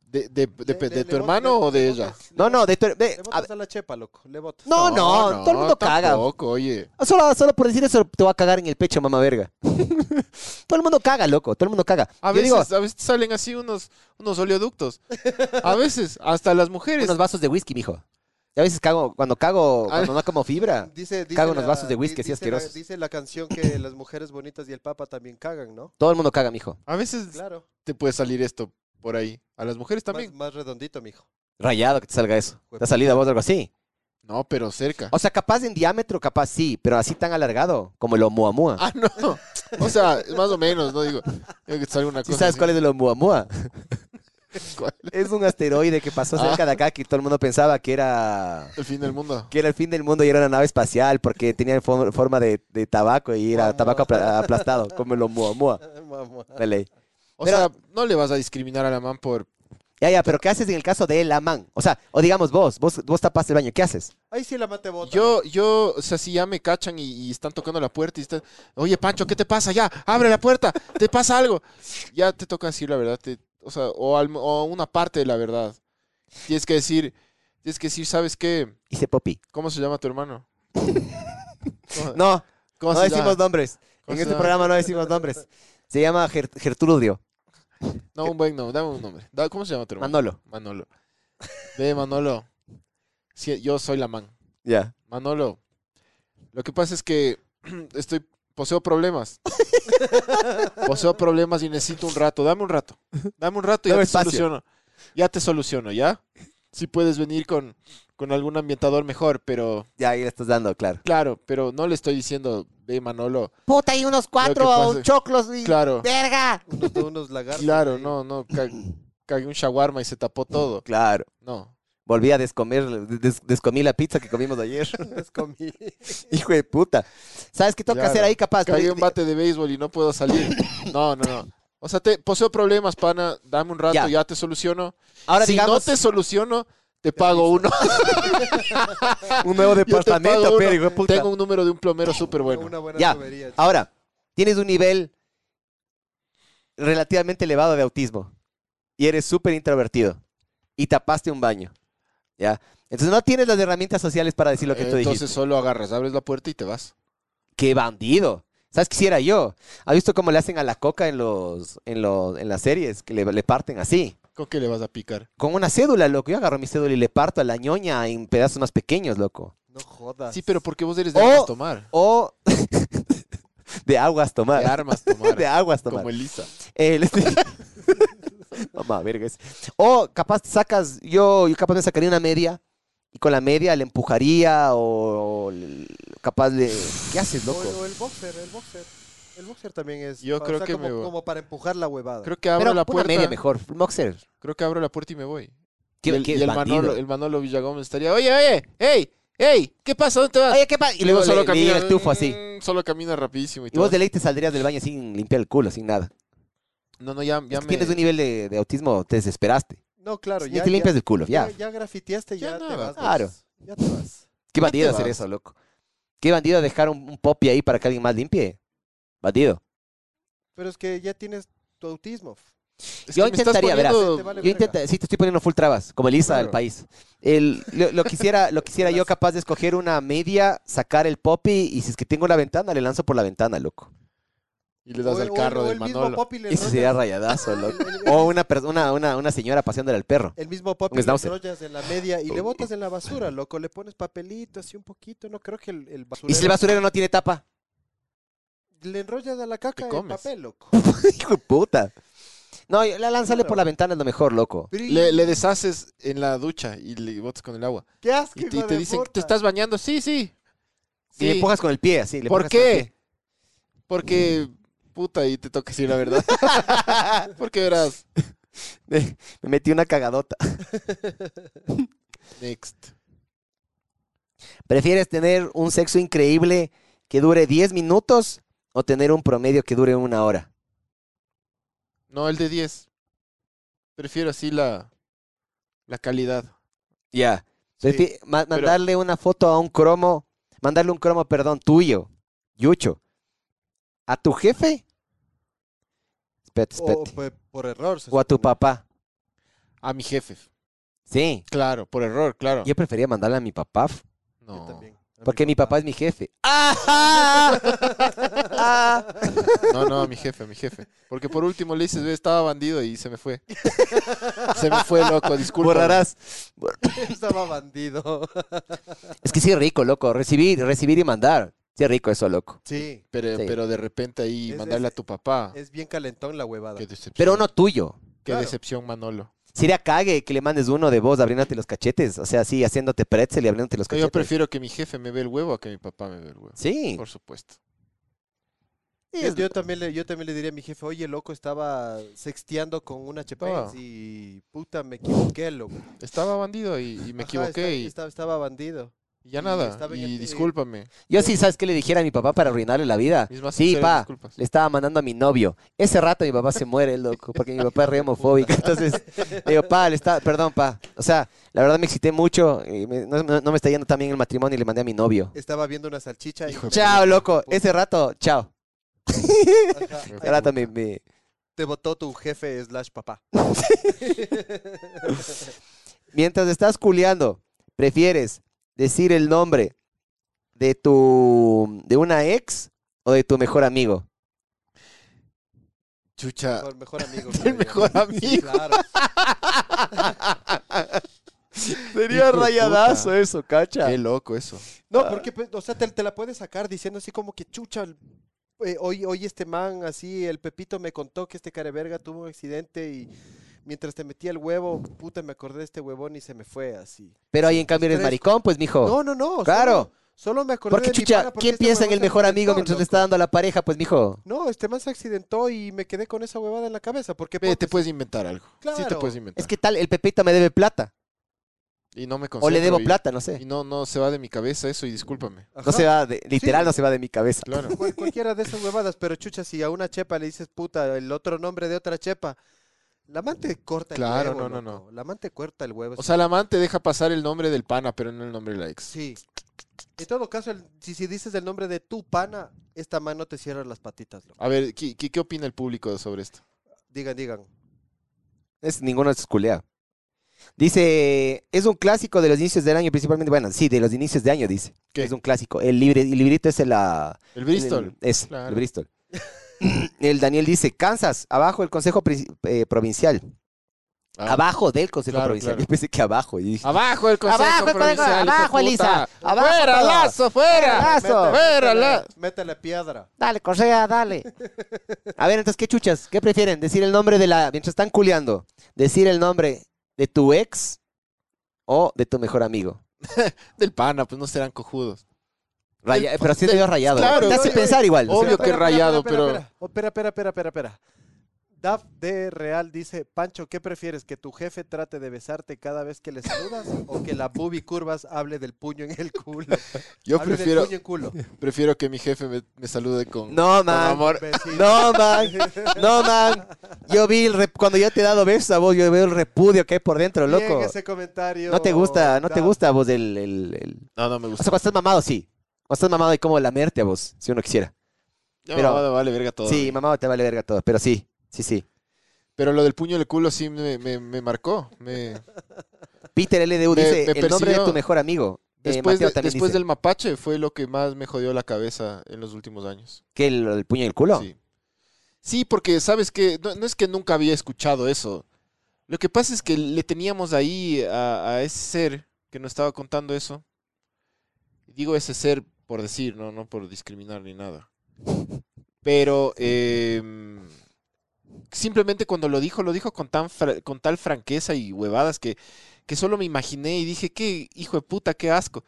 S2: ¿De, de, de-
S4: Le-
S2: de
S4: le-
S2: tu
S4: le
S2: hermano
S4: botas-
S2: o de
S4: le
S2: ella?
S4: botas-
S3: No, no, de tu- de-
S4: Le
S3: a
S4: botas
S3: ver,
S4: a la chepa, loco. Le botas.
S3: no, no, todo el mundo caga.
S2: Tampoco, oye.
S3: Solo, solo por decir eso te va a cagar en el pecho, mamá verga. todo el mundo caga, loco. Todo el mundo caga.
S2: A
S3: Yo
S2: veces,
S3: digo,
S2: a veces salen así unos, unos oleoductos. A veces, hasta las mujeres.
S3: unos vasos de whisky, mijo. Yo a veces cago, cuando cago,
S2: Ah.
S3: cuando no como fibra.
S4: Dice, dice
S3: Cago en los
S4: la-
S3: vasos de whisky,
S4: di-
S3: así
S4: dice la-
S3: asquerosos.
S4: Dice la canción que las mujeres bonitas y el papa también cagan, ¿no?
S3: Todo el mundo caga, mijo.
S2: A veces
S4: Claro.
S2: te puede salir esto por ahí. A las mujeres
S4: Más-
S2: también.
S4: Más, redondito, mijo.
S3: Rayado que te salga eso. ¿Te ha salido a vos algo así?
S2: No, pero cerca.
S3: O sea, capaz en diámetro, capaz sí, pero así tan alargado, como el omuamua.
S2: Ah, no. O sea, más o menos, no digo. Digo que te salga una
S3: ¿Sí
S2: cosa.
S3: sabes
S2: así.
S3: cuál es el omuamua?
S2: ¿Cuál?
S3: Es un asteroide que pasó
S2: Ah.
S3: cerca de acá que todo el mundo pensaba que era...
S2: El fin del mundo.
S3: Que era el fin del mundo y era una nave espacial porque tenía for- forma de, de tabaco y era tabaco apla- aplastado, como el omuamua.
S4: Vamos.
S3: Dale.
S2: O
S3: Pero-
S2: sea, no le vas a discriminar a la man por.
S3: Ya, ya, pero ¿qué haces en el caso de la man? O sea, o digamos vos, vos, vos tapas el baño, ¿qué haces?
S4: Ahí sí la mate bota.
S2: Yo, yo, o sea, si ya me cachan y, y están tocando la puerta y están. Oye, Pancho, ¿qué te pasa? Ya, abre la puerta, te pasa algo. Ya te toca decir la verdad. te- o sea, o, al- o una parte de la verdad. Tienes que decir, tienes que decir, ¿sabes qué?
S3: Hice popi.
S2: ¿Cómo se llama tu hermano? ¿Cómo-
S3: No,
S2: cómo
S3: no
S2: se llama?
S3: decimos nombres.
S2: ¿Cómo
S3: En
S2: se
S3: este
S2: llama?
S3: programa no decimos nombres. Se llama Ger- Gertrudio.
S2: No, un buen nombre, dame un nombre. Da- ¿Cómo se llama tu hermano?
S3: Manolo.
S2: Manolo. Ve, Manolo. Sí, yo soy la man.
S3: Ya.
S2: Manolo, lo que pasa es que estoy poseo problemas. poseo problemas y necesito un rato. Dame un rato. Dame un rato y ya
S3: Dame
S2: te
S3: espacio.
S2: soluciono. Ya te soluciono, ¿ya? Si puedes venir con, con algún ambientador mejor, pero
S3: Ya ahí le estás dando, claro.
S2: claro, pero no le estoy diciendo, ve Manolo.
S3: Puta, hay unos
S2: cuatro pasa-
S3: choclos y
S2: Claro,
S3: verga.
S4: Unos, unos lagartos.
S2: claro,
S4: ahí.
S2: no, no, ca- cagué un shawarma y se tapó todo.
S3: Claro.
S2: No.
S3: Volví a descomer, des- descomí la pizza que comimos ayer.
S4: Descomí.
S3: Hijo de puta. ¿Sabes qué toca
S2: Claro.
S3: hacer ahí capaz?
S2: Cagué
S3: Pero-
S2: un bate de béisbol y no puedo salir. No, no, no. O sea, te poseo problemas, pana. Dame un rato,
S3: Ya.
S2: ya te soluciono.
S3: Ahora
S2: si
S3: digamos
S2: no te soluciono, te pago uno.
S3: un nuevo
S2: te
S3: departamento,
S2: pago
S3: pero
S2: uno.
S3: hijo de puta.
S2: Tengo un número de un plomero súper bueno. Ah,
S4: Una buena
S3: Ya.
S4: tubería. chico.
S3: Ahora, tienes un nivel relativamente elevado de autismo y eres súper introvertido y tapaste un baño. ¿Ya? Entonces no tienes las herramientas sociales para decir lo que tú
S2: Entonces
S3: dijiste.
S2: solo agarras, abres la puerta y te vas.
S3: ¡Qué bandido! ¿Sabes qué hiciera yo? ¿Has visto cómo le hacen a la coca en los, en los, en las series? Que le, le parten así.
S2: ¿Con qué le vas a picar?
S3: Con una cédula, loco. Yo agarro mi cédula y le parto a la ñoña en pedazos más pequeños, loco.
S4: No jodas.
S2: Sí, pero porque vos eres de
S3: O-
S2: armas tomar.
S3: O de aguas tomar.
S2: De armas
S3: De
S2: tomar.
S3: aguas tomar.
S2: Como Elisa.
S3: El- Mamá, verga ese. O capaz te sacas, yo, yo capaz me sacaría una media y con la media le empujaría o, o le- capaz le... ¿Qué haces,
S4: O,
S3: loco?
S4: o el boxer, el boxer. El boxer también es.
S2: Yo
S4: o
S2: creo
S4: sea,
S2: que
S4: como,
S2: me voy.
S4: como para empujar la huevada.
S2: Creo que abro
S3: Pero
S2: la
S3: una media
S2: puerta.
S3: mejor, boxer.
S2: Creo que abro la puerta y me voy.
S3: ¿Qué,
S2: y el,
S3: qué
S2: y el
S3: bandido?
S2: Manolo, el Manolo Villagómez estaría, oye, oye, hey, hey, ¿qué pasa? ¿Dónde te vas?
S3: Oye, ¿qué pasa? Y luego
S2: solo
S3: le, le llega el tufo así.
S2: mm, Solo camina rapidísimo y,
S3: Y
S2: todo.
S3: vos de ley te saldrías del baño sin limpiar el culo, sin nada.
S2: No, no, ya, ya
S3: Es que
S2: me...
S3: tienes un nivel de, de autismo, te desesperaste.
S4: No, claro,
S3: Ni
S4: ya.
S3: te limpias
S4: ya,
S3: el culo, ya.
S4: ya, ya grafiteaste,
S2: Ya
S4: ya, te
S2: nada.
S4: vas. pues.
S3: Claro.
S4: Ya te vas.
S3: Qué bandido
S2: te
S3: hacer
S2: vas.
S3: eso, loco. Qué bandido dejar un, un popi ahí para que alguien más limpie. Bandido.
S4: Pero es que ya tienes tu autismo.
S2: Es
S3: Yo
S2: que me estás
S3: intentaría, verás.
S2: poniendo-
S4: Te vale
S3: Yo
S4: verga.
S3: intenta- sí, te estoy poniendo full trabas, como Elisa del
S2: Claro.
S3: país. El- lo, lo quisiera, lo quisiera yo capaz de escoger una media, sacar el popi y si es que tengo una ventana, le lanzo por la ventana, loco.
S2: Y le das
S4: O el-
S2: al
S4: o el-
S2: carro
S4: o
S2: del
S4: el mismo
S2: Manolo.
S4: Poppy le
S3: Eso
S4: enrollas-
S3: sería rayadazo,
S4: el-
S3: loco.
S4: el- el-
S3: O una, persona, una, una, una señora paseándole al perro.
S4: El mismo papi
S3: Un
S4: le
S3: schnauzer.
S4: enrollas en la media y le
S2: Oh.
S4: botas en la basura, loco. Le pones papelito así un poquito. No creo que el, el basurero.
S3: ¿Y si el basurero no tiene tapa?
S4: Le enrollas a la caca el
S2: comes.
S4: papel, loco.
S3: Hijo de puta. No, yo- la lánzale
S4: Claro.
S3: por la ventana es lo mejor, loco.
S2: Le, le deshaces en la ducha y le botas con el agua.
S4: ¿Qué asco,
S2: Y te,
S4: hijo
S2: y te
S4: de
S2: dicen,
S4: puta?
S2: ¿te estás bañando? Sí, sí.
S3: Y le
S2: Sí.
S3: empujas con el pie, así. le
S2: ¿Por
S3: empujas con el
S2: qué? Porque, puta, y te toca decir la verdad. Porque verás.
S3: pie. Me metí una cagadota.
S2: Next.
S3: ¿Prefieres tener un sexo increíble que dure 10 minutos o tener un promedio que dure una hora?
S2: No, el de 10. Prefiero así la, la calidad.
S3: Ya. Prefi- ma-
S2: pero-
S3: mandarle una foto a un cromo, mandarle un cromo, perdón, tuyo, Yucho, a tu jefe. Espérate,
S2: Oh,
S4: O
S2: pues,
S3: espérate.
S4: pe- por error. se
S3: O, a tu
S4: supone.
S3: papá.
S2: A mi jefe.
S3: Sí.
S2: Claro, por error, claro.
S3: Yo prefería mandarle a mi papá. f-
S2: No.
S4: Yo también. A
S3: Porque mi papá es mi jefe. ¡Ajá! ¡Ah!
S2: No, no, a mi jefe, a mi jefe. Porque por último le dices, ve, estaba bandido y se me fue. Se me fue, loco, disculpa.
S3: Borrarás.
S4: Estaba bandido.
S3: Es que sí es rico, loco. Recibir, recibir y mandar. Sí es rico eso, loco.
S4: Sí,
S2: Pero,
S3: Sí.
S2: pero de repente ahí
S4: Es-
S2: mandarle
S4: es-
S2: a tu papá.
S4: es bien calentón la huevada.
S2: Qué decepción.
S3: Pero uno tuyo.
S2: Qué
S4: claro.
S2: decepción, Manolo.
S3: Sería cague que le mandes uno de vos abriéndote los cachetes. O sea, así haciéndote pretzel y abriéndote los
S2: No,
S3: cachetes.
S2: yo prefiero que mi jefe me ve el huevo a que mi papá me ve el huevo.
S3: Sí.
S2: Por supuesto.
S4: Yo, yo también le, yo también le diría a mi jefe, oye, loco, estaba sexteando con una
S2: Ah.
S4: HP y puta, me equivoqué, loco.
S2: Estaba bandido y, y me
S4: Ajá,
S2: equivoqué
S4: esta-
S2: y,
S4: esta- estaba bandido.
S2: y ya
S4: y
S2: nada.
S4: estaba en
S2: Y
S4: el-
S2: discúlpame.
S3: Yo sí, ¿sabes qué le dijera a mi papá para arruinarle la vida?
S2: Mis más
S3: Sí,
S2: sinceras
S3: pa,
S2: disculpas.
S3: le estaba mandando a mi novio. Ese rato mi papá se muere, loco, porque mi papá es re homofóbico. Entonces, le digo, pa, le está, perdón, pa. O sea, la verdad me excité mucho. y me- no, no- no me está yendo tan bien el matrimonio y le mandé a mi novio.
S4: Estaba viendo una salchicha y...
S3: Chao, loco. Ese rato, chao.
S4: Ajá,
S2: Hijo de
S3: Ese rato mi- mi-
S4: Te votó tu jefe slash papá.
S3: Mientras estás culeando, ¿prefieres decir el nombre de tu, de una ex o de tu mejor amigo?
S2: Chucha.
S4: Mejor, Ah. mejor amigo.
S2: El
S4: creo yo.
S2: mejor
S4: Sí,
S2: amigo.
S4: claro.
S2: Sería Hijo de rayadazo puta.
S3: eso, cacha.
S2: Qué loco eso.
S4: No, porque, pues, o sea, te, te la puedes sacar diciendo así como que chucha. el- eh, hoy, hoy este man, así, el Pepito me contó que este careverga tuvo un accidente y mientras te metía el huevo, puta, me acordé de este huevón y se me fue así.
S3: Pero ahí en cambio eres
S4: Tres-
S3: maricón, pues, mijo.
S4: No, no, no.
S3: Claro.
S4: Solo, solo me acordé
S3: Porque
S4: de mi
S3: chucha,
S4: pana porque
S3: ¿quién
S4: este
S3: piensa en
S4: huevón
S3: el
S4: se
S3: mejor amigo
S4: accidentó,
S3: mientras le
S4: loco.
S3: está dando a la pareja, pues, mijo?
S4: No, este man se accidentó y me quedé con esa huevada en la cabeza. Porque
S2: Ve, Eh, te
S4: puta,
S2: puedes inventar algo. Sí te
S4: Claro.
S2: puedes inventar.
S3: Es que tal, el Pepito me debe plata.
S2: Y no me
S3: O le debo
S2: concentro y-
S3: plata, no
S2: Y
S3: sé.
S2: no, no se va de mi cabeza eso y discúlpame.
S3: No
S4: ajá,
S3: se va, de- literal, no se va de mi cabeza.
S2: Claro.
S4: cual- cualquiera de esas huevadas, pero chucha, si a una chepa le dices puta, el otro nombre de otra chepa, la amante corta el
S2: Claro,
S4: huevo.
S2: no, no, no.
S4: loco. La amante corta el huevo.
S2: O sea, la amante deja pasar el nombre del pana, pero no el nombre de la ex.
S4: Sí. En todo caso, el- si, si dices el nombre de tu pana, esta mano te cierra las patitas. loco.
S2: A ver, ¿qué, qué, qué opina el público sobre esto?
S4: Digan, digan.
S3: Es ninguno de sus culea. Dice, es un clásico de los inicios del año, principalmente, bueno, sí, de los inicios de año, dice.
S2: ¿Qué?
S3: Es un clásico. El, libre, el librito es la...
S2: El Bristol.
S3: el- es,
S2: Claro.
S3: el Bristol. el Daniel dice, Kansas, abajo el Consejo Pri- eh, Provincial.
S2: Ah.
S3: Abajo del Consejo
S2: Claro,
S3: Provincial.
S2: claro.
S3: Yo pensé que abajo. Y dije,
S2: Abajo el consejo
S3: Abajo el consejo,
S2: provincial. hijo de
S3: abajo,
S2: puta.
S3: Elisa, abajo
S2: Fuera,
S3: todo.
S2: lazo, fuera.
S3: Lazo.
S2: Fuera,
S4: la
S2: la.
S4: Métele piedra.
S3: Dale, Correa, dale. A ver, entonces, ¿qué chuchas? ¿Qué prefieren? ¿Decir el nombre de la... Mientras están culeando, decir el nombre de tu ex o de tu mejor amigo?
S2: Del pana, pues no serán cojudos.
S3: Raya- pero sí te veo rayado.
S2: Pues, claro,
S3: te hace
S2: oye,
S3: pensar igual. ¿no es
S2: Obvio
S3: cierto?
S2: que rayado, pero-
S4: Espera, espera, espera, espera, espera. Daf de Real dice, Pancho, ¿qué prefieres? ¿Que tu jefe trate de besarte cada vez que le saludas o que la bubi curvas hable del puño en el culo?
S2: Yo
S4: Hable
S2: prefiero,
S4: del puño en culo.
S2: prefiero que mi jefe me, me salude con,
S3: No,
S2: con
S3: man.
S2: amor.
S4: Besito.
S3: No, man. No, man. Yo vi el rep- cuando yo te he dado besos a vos, yo veo el repudio que hay por dentro,
S4: Bien
S3: loco.
S4: ese comentario.
S3: No te gusta, no te
S4: Daf.
S3: gusta a vos el, el- el-
S2: No, no me
S3: O sea,
S2: gusta.
S3: cuando estás mamado, sí. Cuando estás mamado hay como lamerte a vos, si uno quisiera.
S2: Ya
S3: pero-
S2: me vale verga todo.
S3: Sí, mamado te vale verga todo, pero sí, sí, sí.
S2: Pero lo del puño en el culo sí me, me- me marcó.
S3: Eh,
S2: Me...
S3: Peter LDU
S2: Me-
S3: dice
S2: me
S3: el nombre de
S2: persiguió.
S3: tu mejor amigo. Eh,
S2: Después,
S3: Mateo
S2: de-
S3: también
S2: después
S3: dice
S2: del mapache fue lo que más me jodió la cabeza en los últimos años.
S3: que el, el puño en el culo.
S2: Sí. Sí, porque sabes que no, no es que nunca había escuchado eso. Lo que pasa es que le teníamos ahí a, a ese ser que nos estaba contando eso. Digo ese ser por decir, no, no por discriminar ni nada. Pero em, simplemente cuando lo dijo, lo dijo con, tan fra- con tal franqueza y huevadas que, que solo me imaginé y dije, qué hijo de puta, qué asco.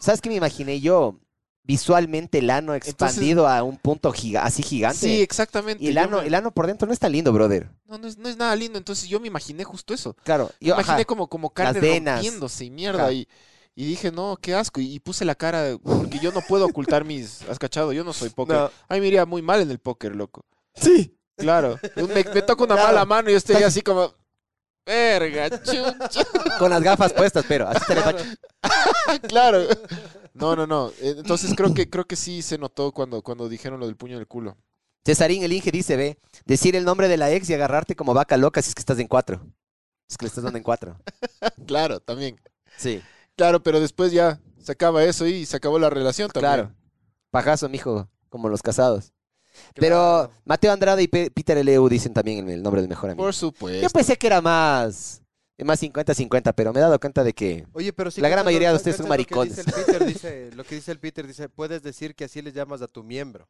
S3: ¿Sabes qué me imaginé yo? Visualmente el ano
S2: Entonces-
S3: expandido a un punto giga- así gigante.
S2: Sí, exactamente.
S3: y el
S2: yo
S3: ano,
S2: me-
S3: el ano por dentro no está lindo, brother.
S2: no, no es- no es nada lindo, entonces yo me imaginé justo eso.
S3: Claro, yo ajá,
S2: imaginé como, como
S3: Las
S2: carne
S3: venas.
S2: rompiéndose y mierda.
S3: Ajá.
S2: Y, y dije, no, qué asco. Y, y puse la cara, porque yo no puedo ocultar mis... ¿Has cachado? Yo no soy póker.
S3: No.
S2: A mí me iría muy mal en el póker, loco.
S3: Sí.
S2: Claro. Me, me toca una
S3: Claro.
S2: mala mano y yo estaría así como... Verga, chucha.
S3: con las gafas puestas, pero así te le facho.
S2: claro. No, no, no. Eh, Entonces creo que creo que sí se notó cuando, cuando dijeron lo del puño en el culo.
S3: Cesarín el Inge dice, ve, decir el nombre de la ex y agarrarte como vaca loca si es que estás en cuatro. Si es que le estás dando en cuatro.
S2: Claro, también.
S3: Sí.
S2: Claro, pero después ya Se acaba eso y se acabó la relación también.
S3: Claro. Pajazo, mijo, como los casados. Pero Mateo Andrade y Pe- Peter Eleu dicen también el nombre del mejor amigo.
S2: Por supuesto.
S3: Yo pensé que era más, más 50-50, pero me he dado cuenta de que...
S4: Oye, pero sí
S3: La gran
S4: cachas lo-
S3: mayoría de ustedes
S4: cachas
S3: son
S4: lo que dice
S3: maricones.
S4: el Peter, dice- Lo que dice el Peter dice, puedes decir que así le llamas a tu miembro.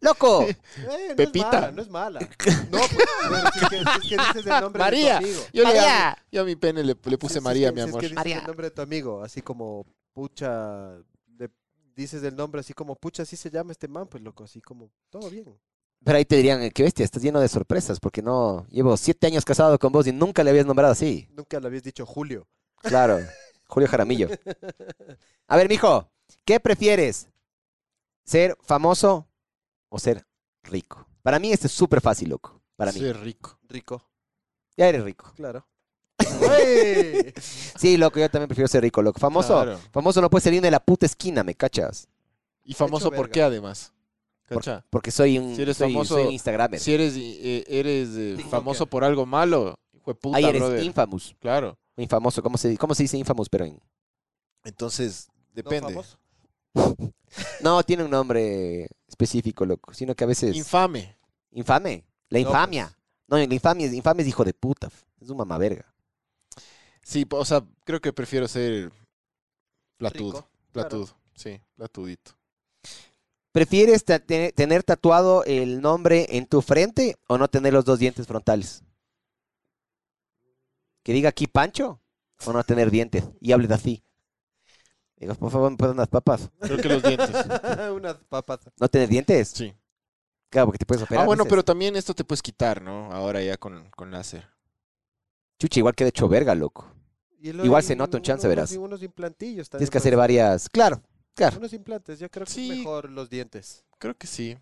S3: ¡Loco!
S4: Eh, no es
S2: Pepita.
S4: mala, no es mala. No, pues, pero si es que, si es que dices el nombre
S2: María.
S4: de tu amigo.
S2: Yo, le-
S3: María.
S2: yo a mi pene le, le
S4: Si-
S2: puse
S4: si es
S2: María,
S4: que-
S2: mi
S4: si es
S2: amor.
S4: que dices
S3: María.
S4: el nombre de tu amigo, así como pucha, le dices el nombre así como pucha, así se llama este man, pues loco, así como todo bien.
S3: Pero ahí te dirían, eh, qué bestia, estás lleno de sorpresas, porque no... Llevo siete años casado con vos y nunca le habías nombrado así.
S4: Nunca le habías dicho Julio.
S3: Claro, Julio Jaramillo. A ver, mijo, ¿qué prefieres? ¿Ser famoso o ser rico? Para mí este es súper fácil, loco. Para mí.
S2: Soy rico.
S4: Rico,
S3: Ya eres rico.
S4: claro.
S3: Sí, loco, yo también prefiero ser rico, loco. Famoso,
S2: Claro.
S3: famoso no puede salir de la puta esquina, ¿me cachas?
S2: Y famoso,
S4: Hecho
S2: ¿por qué además? ¿Cacha?
S3: Porque soy un,
S2: Si eres
S3: soy,
S2: famoso,
S3: soy un Instagramer.
S2: Si eres, eh, eres eh, famoso por algo malo, hijo de puta,
S3: Ahí eres
S2: brother.
S3: infamous.
S2: Claro.
S3: Infamoso, ¿cómo se, cómo se dice infamous? Pero en...
S2: Entonces,
S4: No,
S2: depende.
S4: famoso.
S3: No, tiene un nombre específico, loco. Sino que a veces...
S2: Infame.
S3: infame. La
S2: pues.
S4: No,
S3: infamia. No, la infamia, es- infame es hijo de puta. f- Es un mamaverga.
S2: Sí, po- o sea, creo que prefiero ser platudo.
S4: Rico,
S2: platudo, sí, platudito.
S3: ¿Prefieres ta- te- tener tatuado el nombre en tu frente o no tener los dos dientes frontales? Que diga aquí Pancho o no tener dientes y hable de así. Digo, por favor, me ponen unas papas.
S2: Creo que los dientes.
S4: Unas papas.
S3: ¿No tener dientes?
S2: Sí.
S3: Claro, porque te puedes operar.
S2: ah, bueno,
S3: dices.
S2: pero también esto te puedes quitar, ¿no? Ahora ya con, con láser.
S3: Chucha, igual que de hecho verga, loco.
S4: Y
S3: Igual se nota un chance,
S4: unos-
S3: verás.
S4: Unos, implantillos también.
S3: Tienes que
S4: puede
S3: hacer varias. Claro,
S4: ser.
S3: claro.
S4: Unos implantes, yo creo que
S2: Sí.
S4: es mejor los dientes.
S2: Creo que sí.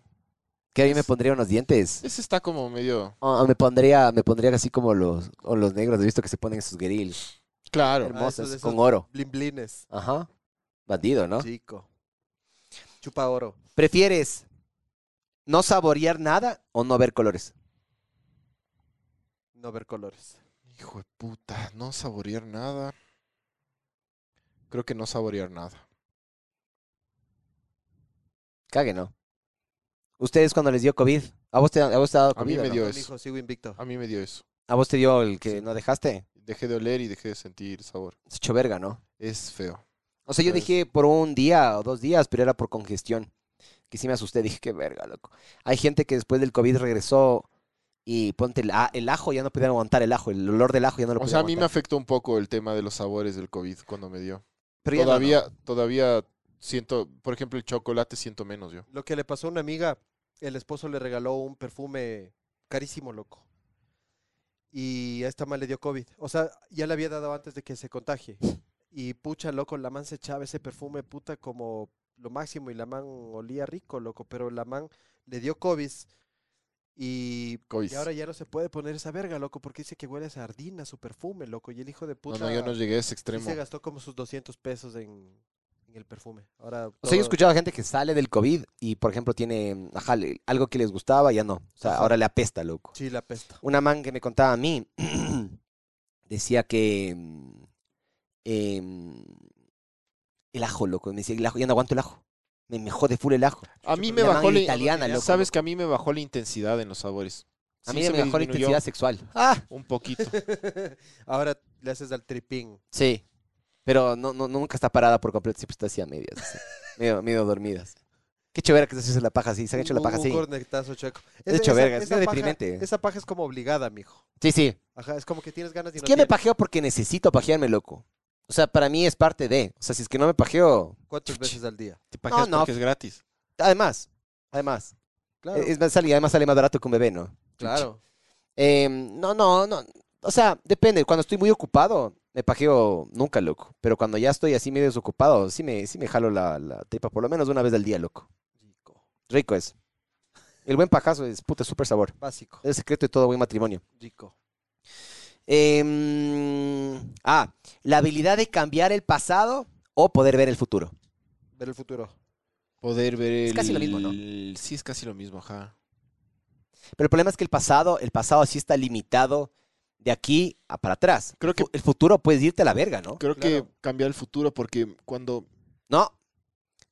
S3: Que a mí me pondría unos dientes.
S2: Ese está como medio.
S3: Ah, me pondría, me pondría así como los, o los negros, he visto que se ponen sus guerrillas
S2: Claro. Ah,
S3: hermosos,
S4: esos-
S3: con oro.
S4: Blimblines,
S3: Ajá. Bandido, ¿no?
S4: chico. Chupa oro.
S3: ¿Prefieres no saborear nada o no ver colores?
S4: No ver colores.
S2: Hijo de puta, no saborear nada. Creo que no saborear nada.
S3: Cague, ¿no? Ustedes cuando les dio COVID, ¿a vos te, a vos te ha dado
S2: A mí
S3: COVID,
S2: me
S3: no?
S2: dio
S4: Con
S2: eso.
S4: hijo, sigo invicto.
S2: A mí me dio eso.
S3: ¿A vos te dio el que no dejaste?
S2: Dejé de oler y dejé de sentir sabor.
S3: Es hecho verga, ¿no?
S2: Es feo.
S3: O sea, yo
S2: Pues-
S3: dije por un día o dos días, pero era por congestión. Que sí me asusté, dije, qué verga, loco. Hay gente que después del COVID regresó y ponte el, a- el ajo, ya no podían aguantar el ajo, el olor del ajo ya no lo
S2: O
S3: podían
S2: sea, a mí me
S3: aguantar.
S2: afectó un poco el tema de los sabores del COVID cuando me dio.
S3: Pero ya no, ¿no?
S2: Todavía, todavía siento, por ejemplo, el chocolate siento menos yo.
S4: Lo que le pasó a una amiga, el esposo le regaló un perfume carísimo, loco. Y a esta man le dio COVID. O sea, ya le había dado antes de que se contagie. Y pucha, loco, la man se echaba ese perfume, puta, como lo máximo. Y la man olía rico, loco. Pero la man le dio COVID. Y,
S2: Cois.
S4: y ahora ya no se puede poner esa verga, loco, porque dice que huele a sardina su perfume, loco. Y el hijo de
S2: No,
S4: puta
S2: no, yo no llegué a ese
S4: sí
S2: extremo.
S4: se gastó como sus 200 pesos en, en el perfume. Ahora,
S3: O sea, yo he
S4: todo-
S3: escuchado gente que sale del COVID y, por ejemplo, tiene ajá, le- algo que les gustaba, ya no. O sea,
S4: Ajá.
S3: ahora le apesta, loco.
S4: Sí, la pesta.
S3: Una man que me contaba a mí decía que mm, em, el ajo, loco. Me decía, el ajo, ya no aguanto el ajo. Me, me jode full el ajo.
S2: A mí
S3: Yo
S2: me
S3: la
S2: bajó
S3: manga
S2: la
S3: italiana, loco,
S2: Sabes
S3: loco.
S2: que a mí me bajó la intensidad en los sabores.
S3: A
S2: Sí,
S3: mí
S2: se
S3: me bajó la
S2: disminuyó
S3: intensidad sexual.
S2: Un poquito.
S4: Ahora le haces al tripín.
S3: Sí. Pero no, no- nunca está parada por completo, siempre está así a medias. así, medio, medio dormidas. Qué chévere que se hace la paja así. Se han hecho la
S4: Un-
S3: paja
S4: un
S3: así.
S4: cornetazo chueco.
S3: Es
S4: Ese-
S3: hecho
S4: esa-
S3: verga, es
S4: esa
S3: medio
S4: paja-
S3: deprimente.
S4: Esa paja es como obligada, mijo.
S3: Sí, sí.
S4: Ajá, es como que tienes ganas y
S3: Es
S4: no
S3: que yo me
S4: tienes.
S3: pajeo porque necesito pajearme, loco. O sea, para mí es parte de. O sea, si es que no me pajeo.
S4: ¿Cuántas veces al día?
S2: Te pajeas
S3: no.
S2: porque es gratis.
S3: Además, además.
S4: Claro,
S3: Es más, sale- además sale más barato que un bebé, ¿no?
S4: claro.
S3: Em, no, no, no. O sea, depende. Cuando estoy muy ocupado, me pajeo nunca, loco. Pero cuando ya estoy así medio desocupado, sí me, sí me jalo la, la tripa, por lo menos una vez al día, loco.
S4: Rico.
S3: Rico es. El buen pajazo es puta súper sabor.
S4: Básico.
S3: Es el secreto de todo buen matrimonio.
S4: Rico.
S3: Em, ah, la habilidad de cambiar el pasado o poder ver el futuro.
S4: Ver el futuro.
S2: Poder ver el...
S3: Es casi lo mismo, ¿no?
S2: Sí, es casi lo mismo, ajá.
S3: Pero el problema es que el pasado, el pasado sí está limitado de aquí a para atrás.
S2: Creo que-
S3: el futuro puedes irte a la verga, ¿no?
S2: Creo que cambiar el futuro porque cuando
S3: No.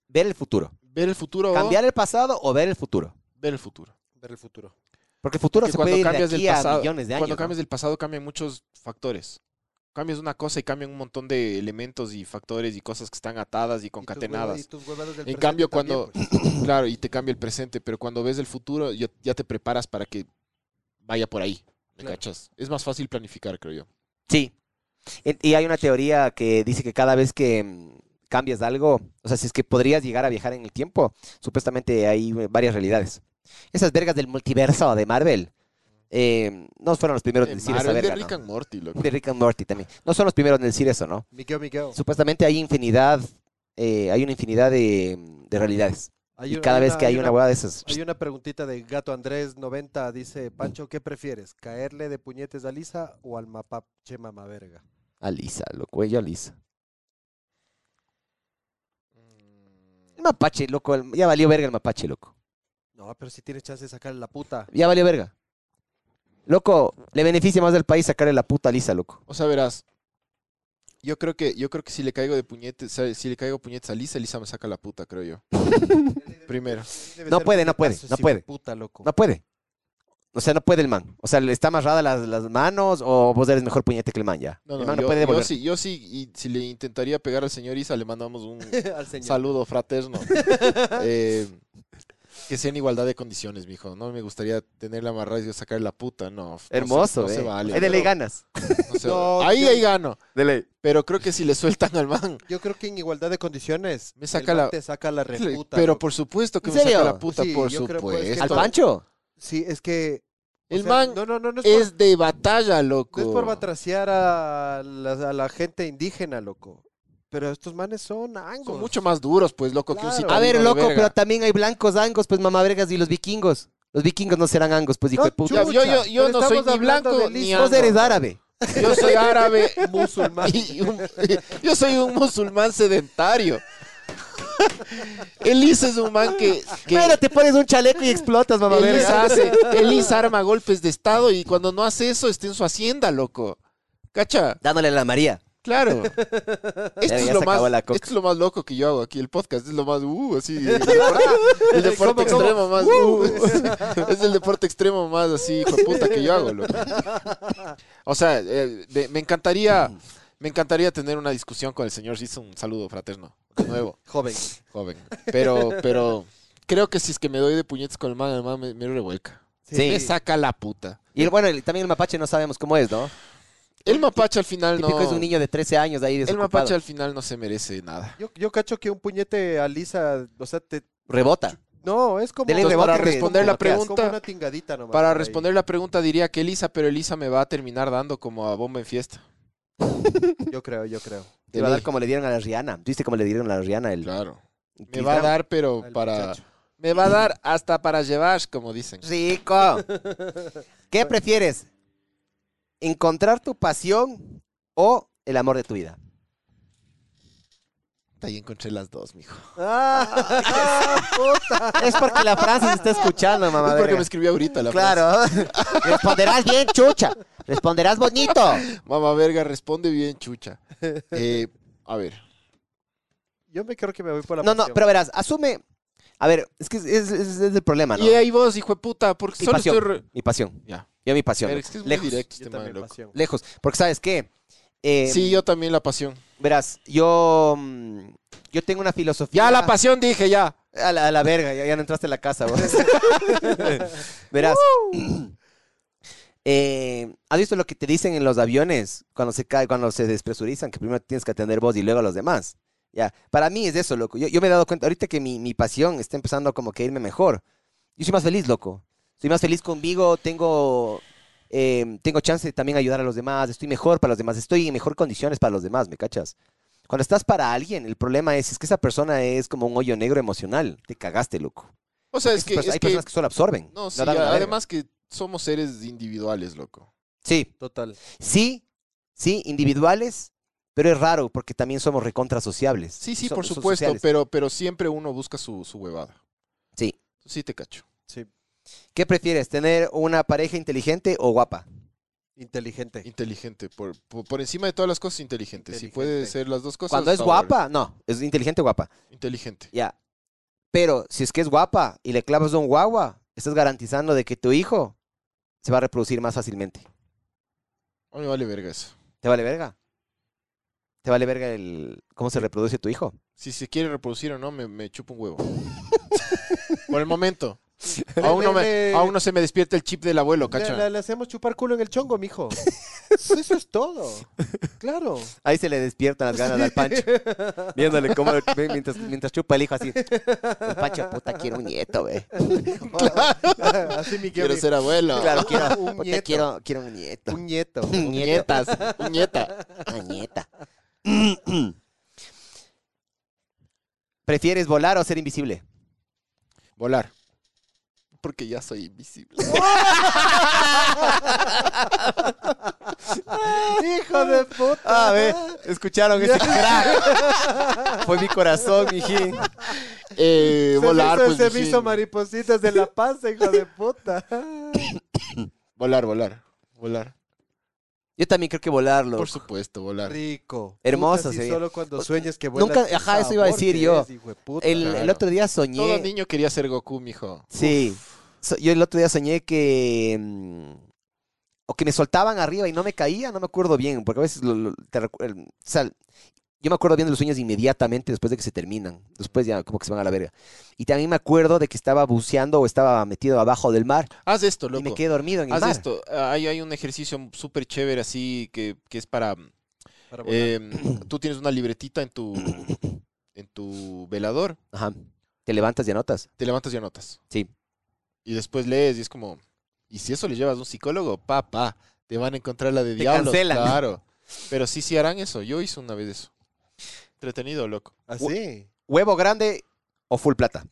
S3: Ver el futuro.
S2: ver el futuro o
S3: Cambiar el pasado o ver el futuro.
S2: ver el futuro.
S4: Ver el futuro.
S3: Porque el futuro
S2: Porque
S3: se puede ir de
S2: del
S3: aquí a millones de años.
S2: cuando
S3: ¿no?
S2: cambias del pasado cambian muchos factores. Cambias una cosa y cambian un montón de elementos y factores y cosas que están atadas y concatenadas. En cambio, cuando-
S4: pues.
S2: Claro, y te cambia el presente, pero cuando ves el futuro ya, ya te preparas para que vaya por ahí. ¿Me
S4: Claro.
S2: cachas? Es más fácil planificar, creo yo.
S3: Sí. Y y hay una teoría que dice que cada vez que mm, cambias algo, o sea, si es que podrías llegar a viajar en el tiempo, supuestamente hay eh, varias realidades. Esas vergas del multiverso de Marvel, eh, no fueron los primeros en
S2: Eh,
S3: decir
S2: Marvel
S3: esa
S2: de
S3: verga,
S2: Rick
S3: ¿no?
S2: and Morty, loco.
S3: De Rick and Morty también. No son los primeros en decir eso, ¿no?
S4: Miguel, Miguel.
S3: Supuestamente hay infinidad, eh, hay una infinidad de, de realidades.
S4: Hay
S3: Y
S4: un-
S3: cada
S4: hay
S3: vez que hay una hueá de esas,
S4: Hay una preguntita de Gato Andrés 90, dice, Pancho, ¿qué prefieres? ¿Caerle de puñetes a Lisa o al mapache mamaverga?
S3: Alisa, loco, yo Alisa.
S2: Mm.
S3: El mapache, loco, el- ya valió verga el mapache, loco.
S4: No, pero si tiene chance de sacarle la puta.
S3: Ya valió verga. Loco, le beneficia más del país sacarle la puta lisa, loco.
S2: O sea, verás. Yo creo que, yo creo que si le caigo de puñetes, o sea, si le caigo puñetes a Lisa, Lisa me saca la puta, creo yo. Primero.
S4: Debe
S3: No
S4: ser
S3: puede, no puede,
S4: puñetazo,
S3: no
S4: hijo de
S3: puede.
S4: Puta, loco.
S3: No puede. O sea, no puede el man. O sea, le está amarrada las, las manos o vos eres mejor puñete que el man ya.
S2: No,
S3: el
S2: no,
S3: man
S2: yo,
S3: no puede
S2: yo
S3: devolver.
S2: sí, yo sí, y si le intentaría pegar al señor Isa, le mandamos un
S4: Al señor.
S2: saludo fraterno. Eh, que sea en igualdad de condiciones, mijo. No me gustaría tenerla amarrada y yo sacarle la puta, no. no se-
S3: Hermoso,
S2: no se
S3: eh.
S2: vale,
S3: Ahí de ley
S2: no,
S3: ganas.
S2: no se-
S4: No,
S2: ahí,
S4: yo-
S2: ahí gano.
S3: De ley.
S2: Pero creo que si le sueltan al man,
S4: Yo creo que en igualdad de condiciones,
S2: Me saca
S4: el man
S2: la-
S4: te saca la reputa.
S2: Pero
S4: loco.
S2: por supuesto que
S3: ¿En
S2: me saca
S3: serio?
S2: la puta,
S4: Sí,
S2: por
S4: yo creo,
S2: supuesto.
S4: pues, que
S3: ¿Al
S4: todo-
S3: Pancho?
S4: Sí, es que... o
S2: El
S4: sea,
S2: man
S4: No, no, no, no es,
S2: es de batalla, loco.
S4: por, no es por batracear a la, a la gente indígena, loco. Pero estos manes son angos.
S2: Son mucho más duros, pues, loco, que un
S4: Claro.
S2: citadino
S3: A ver,
S2: de
S3: loco,
S2: verga.
S3: pero también hay blancos, angos, pues mamavergas y los vikingos. Los vikingos no serán angos, pues hijo
S4: No,
S3: de
S2: Ya,
S3: puta.
S2: yo- yo- yo
S4: Pero
S2: no soy
S4: estamos
S2: ni
S4: hablando
S2: blanco
S4: de
S2: ni
S4: listos.
S3: Vos
S2: anglo.
S3: eres árabe.
S2: Yo soy árabe
S4: musulmán.
S2: y un- yo soy un musulmán sedentario. Elisa es un man que, que
S3: Pero te pones un chaleco y explotas,
S2: Elisa
S3: mamaverga.
S2: hace, Elisa arma golpes de estado y cuando no hace eso está en su hacienda, loco. ¿Cacha?
S3: Dándole a la María.
S2: Claro. Esto
S3: Ya,
S2: es,
S3: ya
S2: lo
S3: se acabó
S2: más,
S3: la coca.
S2: esto es lo más loco que yo hago aquí. El podcast es lo más, uh, así. El deporte, el deporte extremo más, uh, es el deporte extremo más así, hijo de puta, que yo hago, loco. O sea, eh, me, me encantaría, me encantaría tener una discusión con el señor hizo Un saludo fraterno, de nuevo,
S4: Joven.
S2: joven. Pero, pero, creo que si es que me doy de puñetes con el man, el man me, me revuelca.
S3: Sí.
S2: Me saca la puta.
S3: Y bueno, el- también el mapache no sabemos cómo es, ¿no?
S2: El mapache al final no.
S3: Típico es un niño de 13 años de ahí
S2: el
S3: desocupado.
S2: mapache al final no se merece nada.
S4: Yo, yo cacho que un puñete a Lisa, o sea, te...
S3: Rebota.
S4: No, es como...
S3: Dele
S2: Entonces,
S3: rebote
S2: para
S3: que-
S2: responder
S3: que
S2: la
S3: lo que hace.
S4: Es como
S2: pregunta-
S4: una tingadita nomás.
S2: Para
S4: por ahí.
S2: responder la pregunta diría que Elisa, pero Elisa me va a terminar dando como a bomba en fiesta.
S4: Yo creo, yo creo.
S3: Te va a dar como le dieron a la Rihanna. ¿Viste cómo le dieron a la Rihanna el
S2: Claro. Me
S3: Chris
S2: va a
S3: Brown?
S2: dar, pero
S4: Al
S2: para...
S4: muchacho.
S2: Me va a dar hasta para llevar, como dicen.
S3: Rico. ¿Qué prefieres? ¿Encontrar tu pasión o el amor de tu vida?
S2: Ahí encontré las dos, mijo.
S4: Ah,
S3: Es porque la frase se está escuchando, mamá.
S2: es porque
S3: verga.
S2: me escribió ahorita la frase.
S3: Claro. Responderás bien, chucha. Responderás bonito.
S2: Mamá verga, responde bien, chucha. Eh, a ver.
S4: Yo me creo que me voy por la
S3: No, no,
S4: pasión.
S3: pero verás, asume. A ver, es que es, es- es- es el problema, ¿no?
S2: Y ahí vos, hijo de puta, porque
S3: Mi
S2: solo
S3: pasión.
S2: estoy... re-
S3: Mi pasión.
S2: Ya.
S3: Yo mi pasión.
S2: Pero es que es muy
S3: lejos,
S2: directo
S4: Yo
S2: este man,
S4: también,
S2: loco.
S4: pasión.
S3: lejos. Porque sabes qué, Eh,
S2: Sí, yo también la pasión.
S3: verás, yo, mm, yo tengo una filosofía.
S2: Ya la pasión dije, ya.
S3: A la, a la verga, ya, ya no entraste a la casa, vos. Verás. Eh, ¿Has visto lo que te dicen en los aviones cuando se cae, cuando se despresurizan? Que primero tienes que atender vos y luego a los demás. Ya, para mí es eso, loco. Yo, yo me he dado cuenta ahorita que mi, mi pasión está empezando como que a irme mejor. Yo soy más feliz, loco. Soy más feliz conmigo, tengo, eh, tengo chance de también ayudar a los demás, estoy mejor para los demás, estoy en mejor condiciones para los demás, ¿me cachas? Cuando estás para alguien, el problema es, es que esa persona es como un hoyo negro emocional. Te cagaste, loco.
S2: O sea, es que...
S3: Esas perso-
S2: es
S3: hay
S2: que-
S3: personas que solo absorben.
S2: No, sí,
S3: dan a la verga.
S2: además que somos seres individuales, loco.
S3: Sí,
S4: Total.
S3: sí, sí, individuales, pero es raro porque también somos recontra sociables.
S2: Sí, sí,
S3: So-
S2: por
S3: so-
S2: supuesto,
S3: sociales.
S2: pero, pero siempre uno busca su, su huevada.
S3: Sí.
S2: Sí, te cacho.
S3: ¿Qué prefieres, tener una pareja inteligente o guapa?
S4: Inteligente.
S2: Inteligente, por, por, por encima de todas las cosas, inteligente. Si puede
S4: Inteligente.
S2: ser las dos cosas.
S3: Cuando es
S2: está bueno.
S3: guapa, no, es inteligente guapa.
S2: Inteligente.
S3: Ya. Pero si es que es guapa y le clavas un guagua, estás garantizando de que tu hijo se va a reproducir más fácilmente.
S2: A mí me vale verga eso.
S3: ¿Te vale verga? ¿Te vale verga el cómo se reproduce tu hijo?
S2: Si se quiere reproducir o no, me, me chupa un huevo. por el momento. Aún no, me, aún no se me despierta el chip del abuelo,
S4: Le,
S2: cacha.
S4: le- le hacemos chupar culo en el chongo, mijo. Eso es todo. Claro.
S3: Ahí se le despiertan las ganas al pancho. Viéndole cómo ve mientras, mientras chupa el hijo así. El pancho, puta, quiero un nieto, güey.
S4: Así mi
S2: Quiero
S4: Gabriel.
S2: ser abuelo.
S3: Claro, quiero,
S4: Un
S3: puta,
S4: nieto.
S3: quiero, quiero un nieto.
S4: Un nieto.
S3: Nietas.
S2: Nieta.
S3: Una nieta. ¿Prefieres volar o ser invisible?
S2: Volar. Porque ya soy invisible.
S4: Hijo de puta.
S3: A ver, escucharon ese crack. Fue mi corazón, mijín.
S2: Eh,
S4: Se
S2: volar,
S4: me hizo,
S2: pues.
S4: se me
S2: mijín.
S4: hizo maripositas de la panza, hijo de puta.
S2: Volar, volar. Volar.
S3: Yo también creo que volarlo.
S2: Por supuesto, volar.
S4: Rico.
S3: Hermoso
S4: sí,
S3: sería.
S4: Solo cuando sueñes que vuelas.
S3: Nunca-
S4: qué
S3: ajá, eso iba a
S4: sabor
S3: decir
S4: que
S3: yo.
S4: es, hijo de puta.
S3: El, el
S2: Claro.
S3: otro día
S2: Todo
S3: soñé.
S2: niño quería ser Goku, mijo.
S3: Sí. So- yo el otro día soñé que. mm, O que me soltaban arriba y no me caía, no me acuerdo bien. Porque a veces lo- lo- te recu- el- o sea, yo me acuerdo bien de los sueños inmediatamente después de que se terminan. Después ya como que se van a la verga. Y también me acuerdo de que estaba buceando o estaba metido abajo del mar
S2: Haz esto,
S3: y me
S2: loco.
S3: quedé dormido en el
S2: Haz
S3: mar.
S2: esto. Ah, Hay, hay un ejercicio súper chévere así que, que es para...
S4: Para volar.
S2: eh, tú tienes una libretita en tu, en tu velador,
S3: Ajá. Te levantas y anotas.
S2: te levantas y anotas.
S3: Sí.
S2: Y después lees y es como... ¿Y si eso le llevas a un psicólogo? Papá, te van a encontrar la de
S3: Te
S2: diablos.
S3: cancelan.
S2: Claro. Pero sí, sí harán eso. Yo hice una vez eso. Entretenido, loco.
S4: Ah, Así.
S3: Huevo grande o full plata.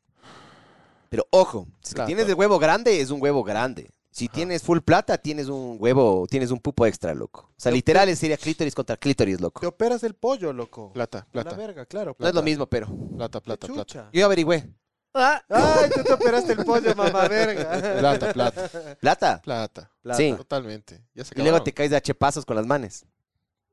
S3: Pero ojo, si es que
S2: Claro,
S3: tienes el huevo grande, es un huevo grande. Si tienes full plata, tienes un huevo, tienes un pupo extra, loco. O sea, literal sería clítoris contra clítoris, loco.
S4: Te operas el pollo, loco.
S2: Plata,
S4: La
S2: plata,
S4: verga, claro.
S3: No es lo
S2: plata.
S3: mismo, pero.
S2: plata, plata, plata.
S4: Chucha.
S3: Yo averigüé.
S4: Ay, tú te operaste el pollo, mamá verga.
S2: Plata, plata,
S3: ¿Plata?
S2: plata.
S3: Sí.
S2: Totalmente. Ya se
S3: Y luego
S2: acabaron.
S3: te caes de hachepazos con las manes.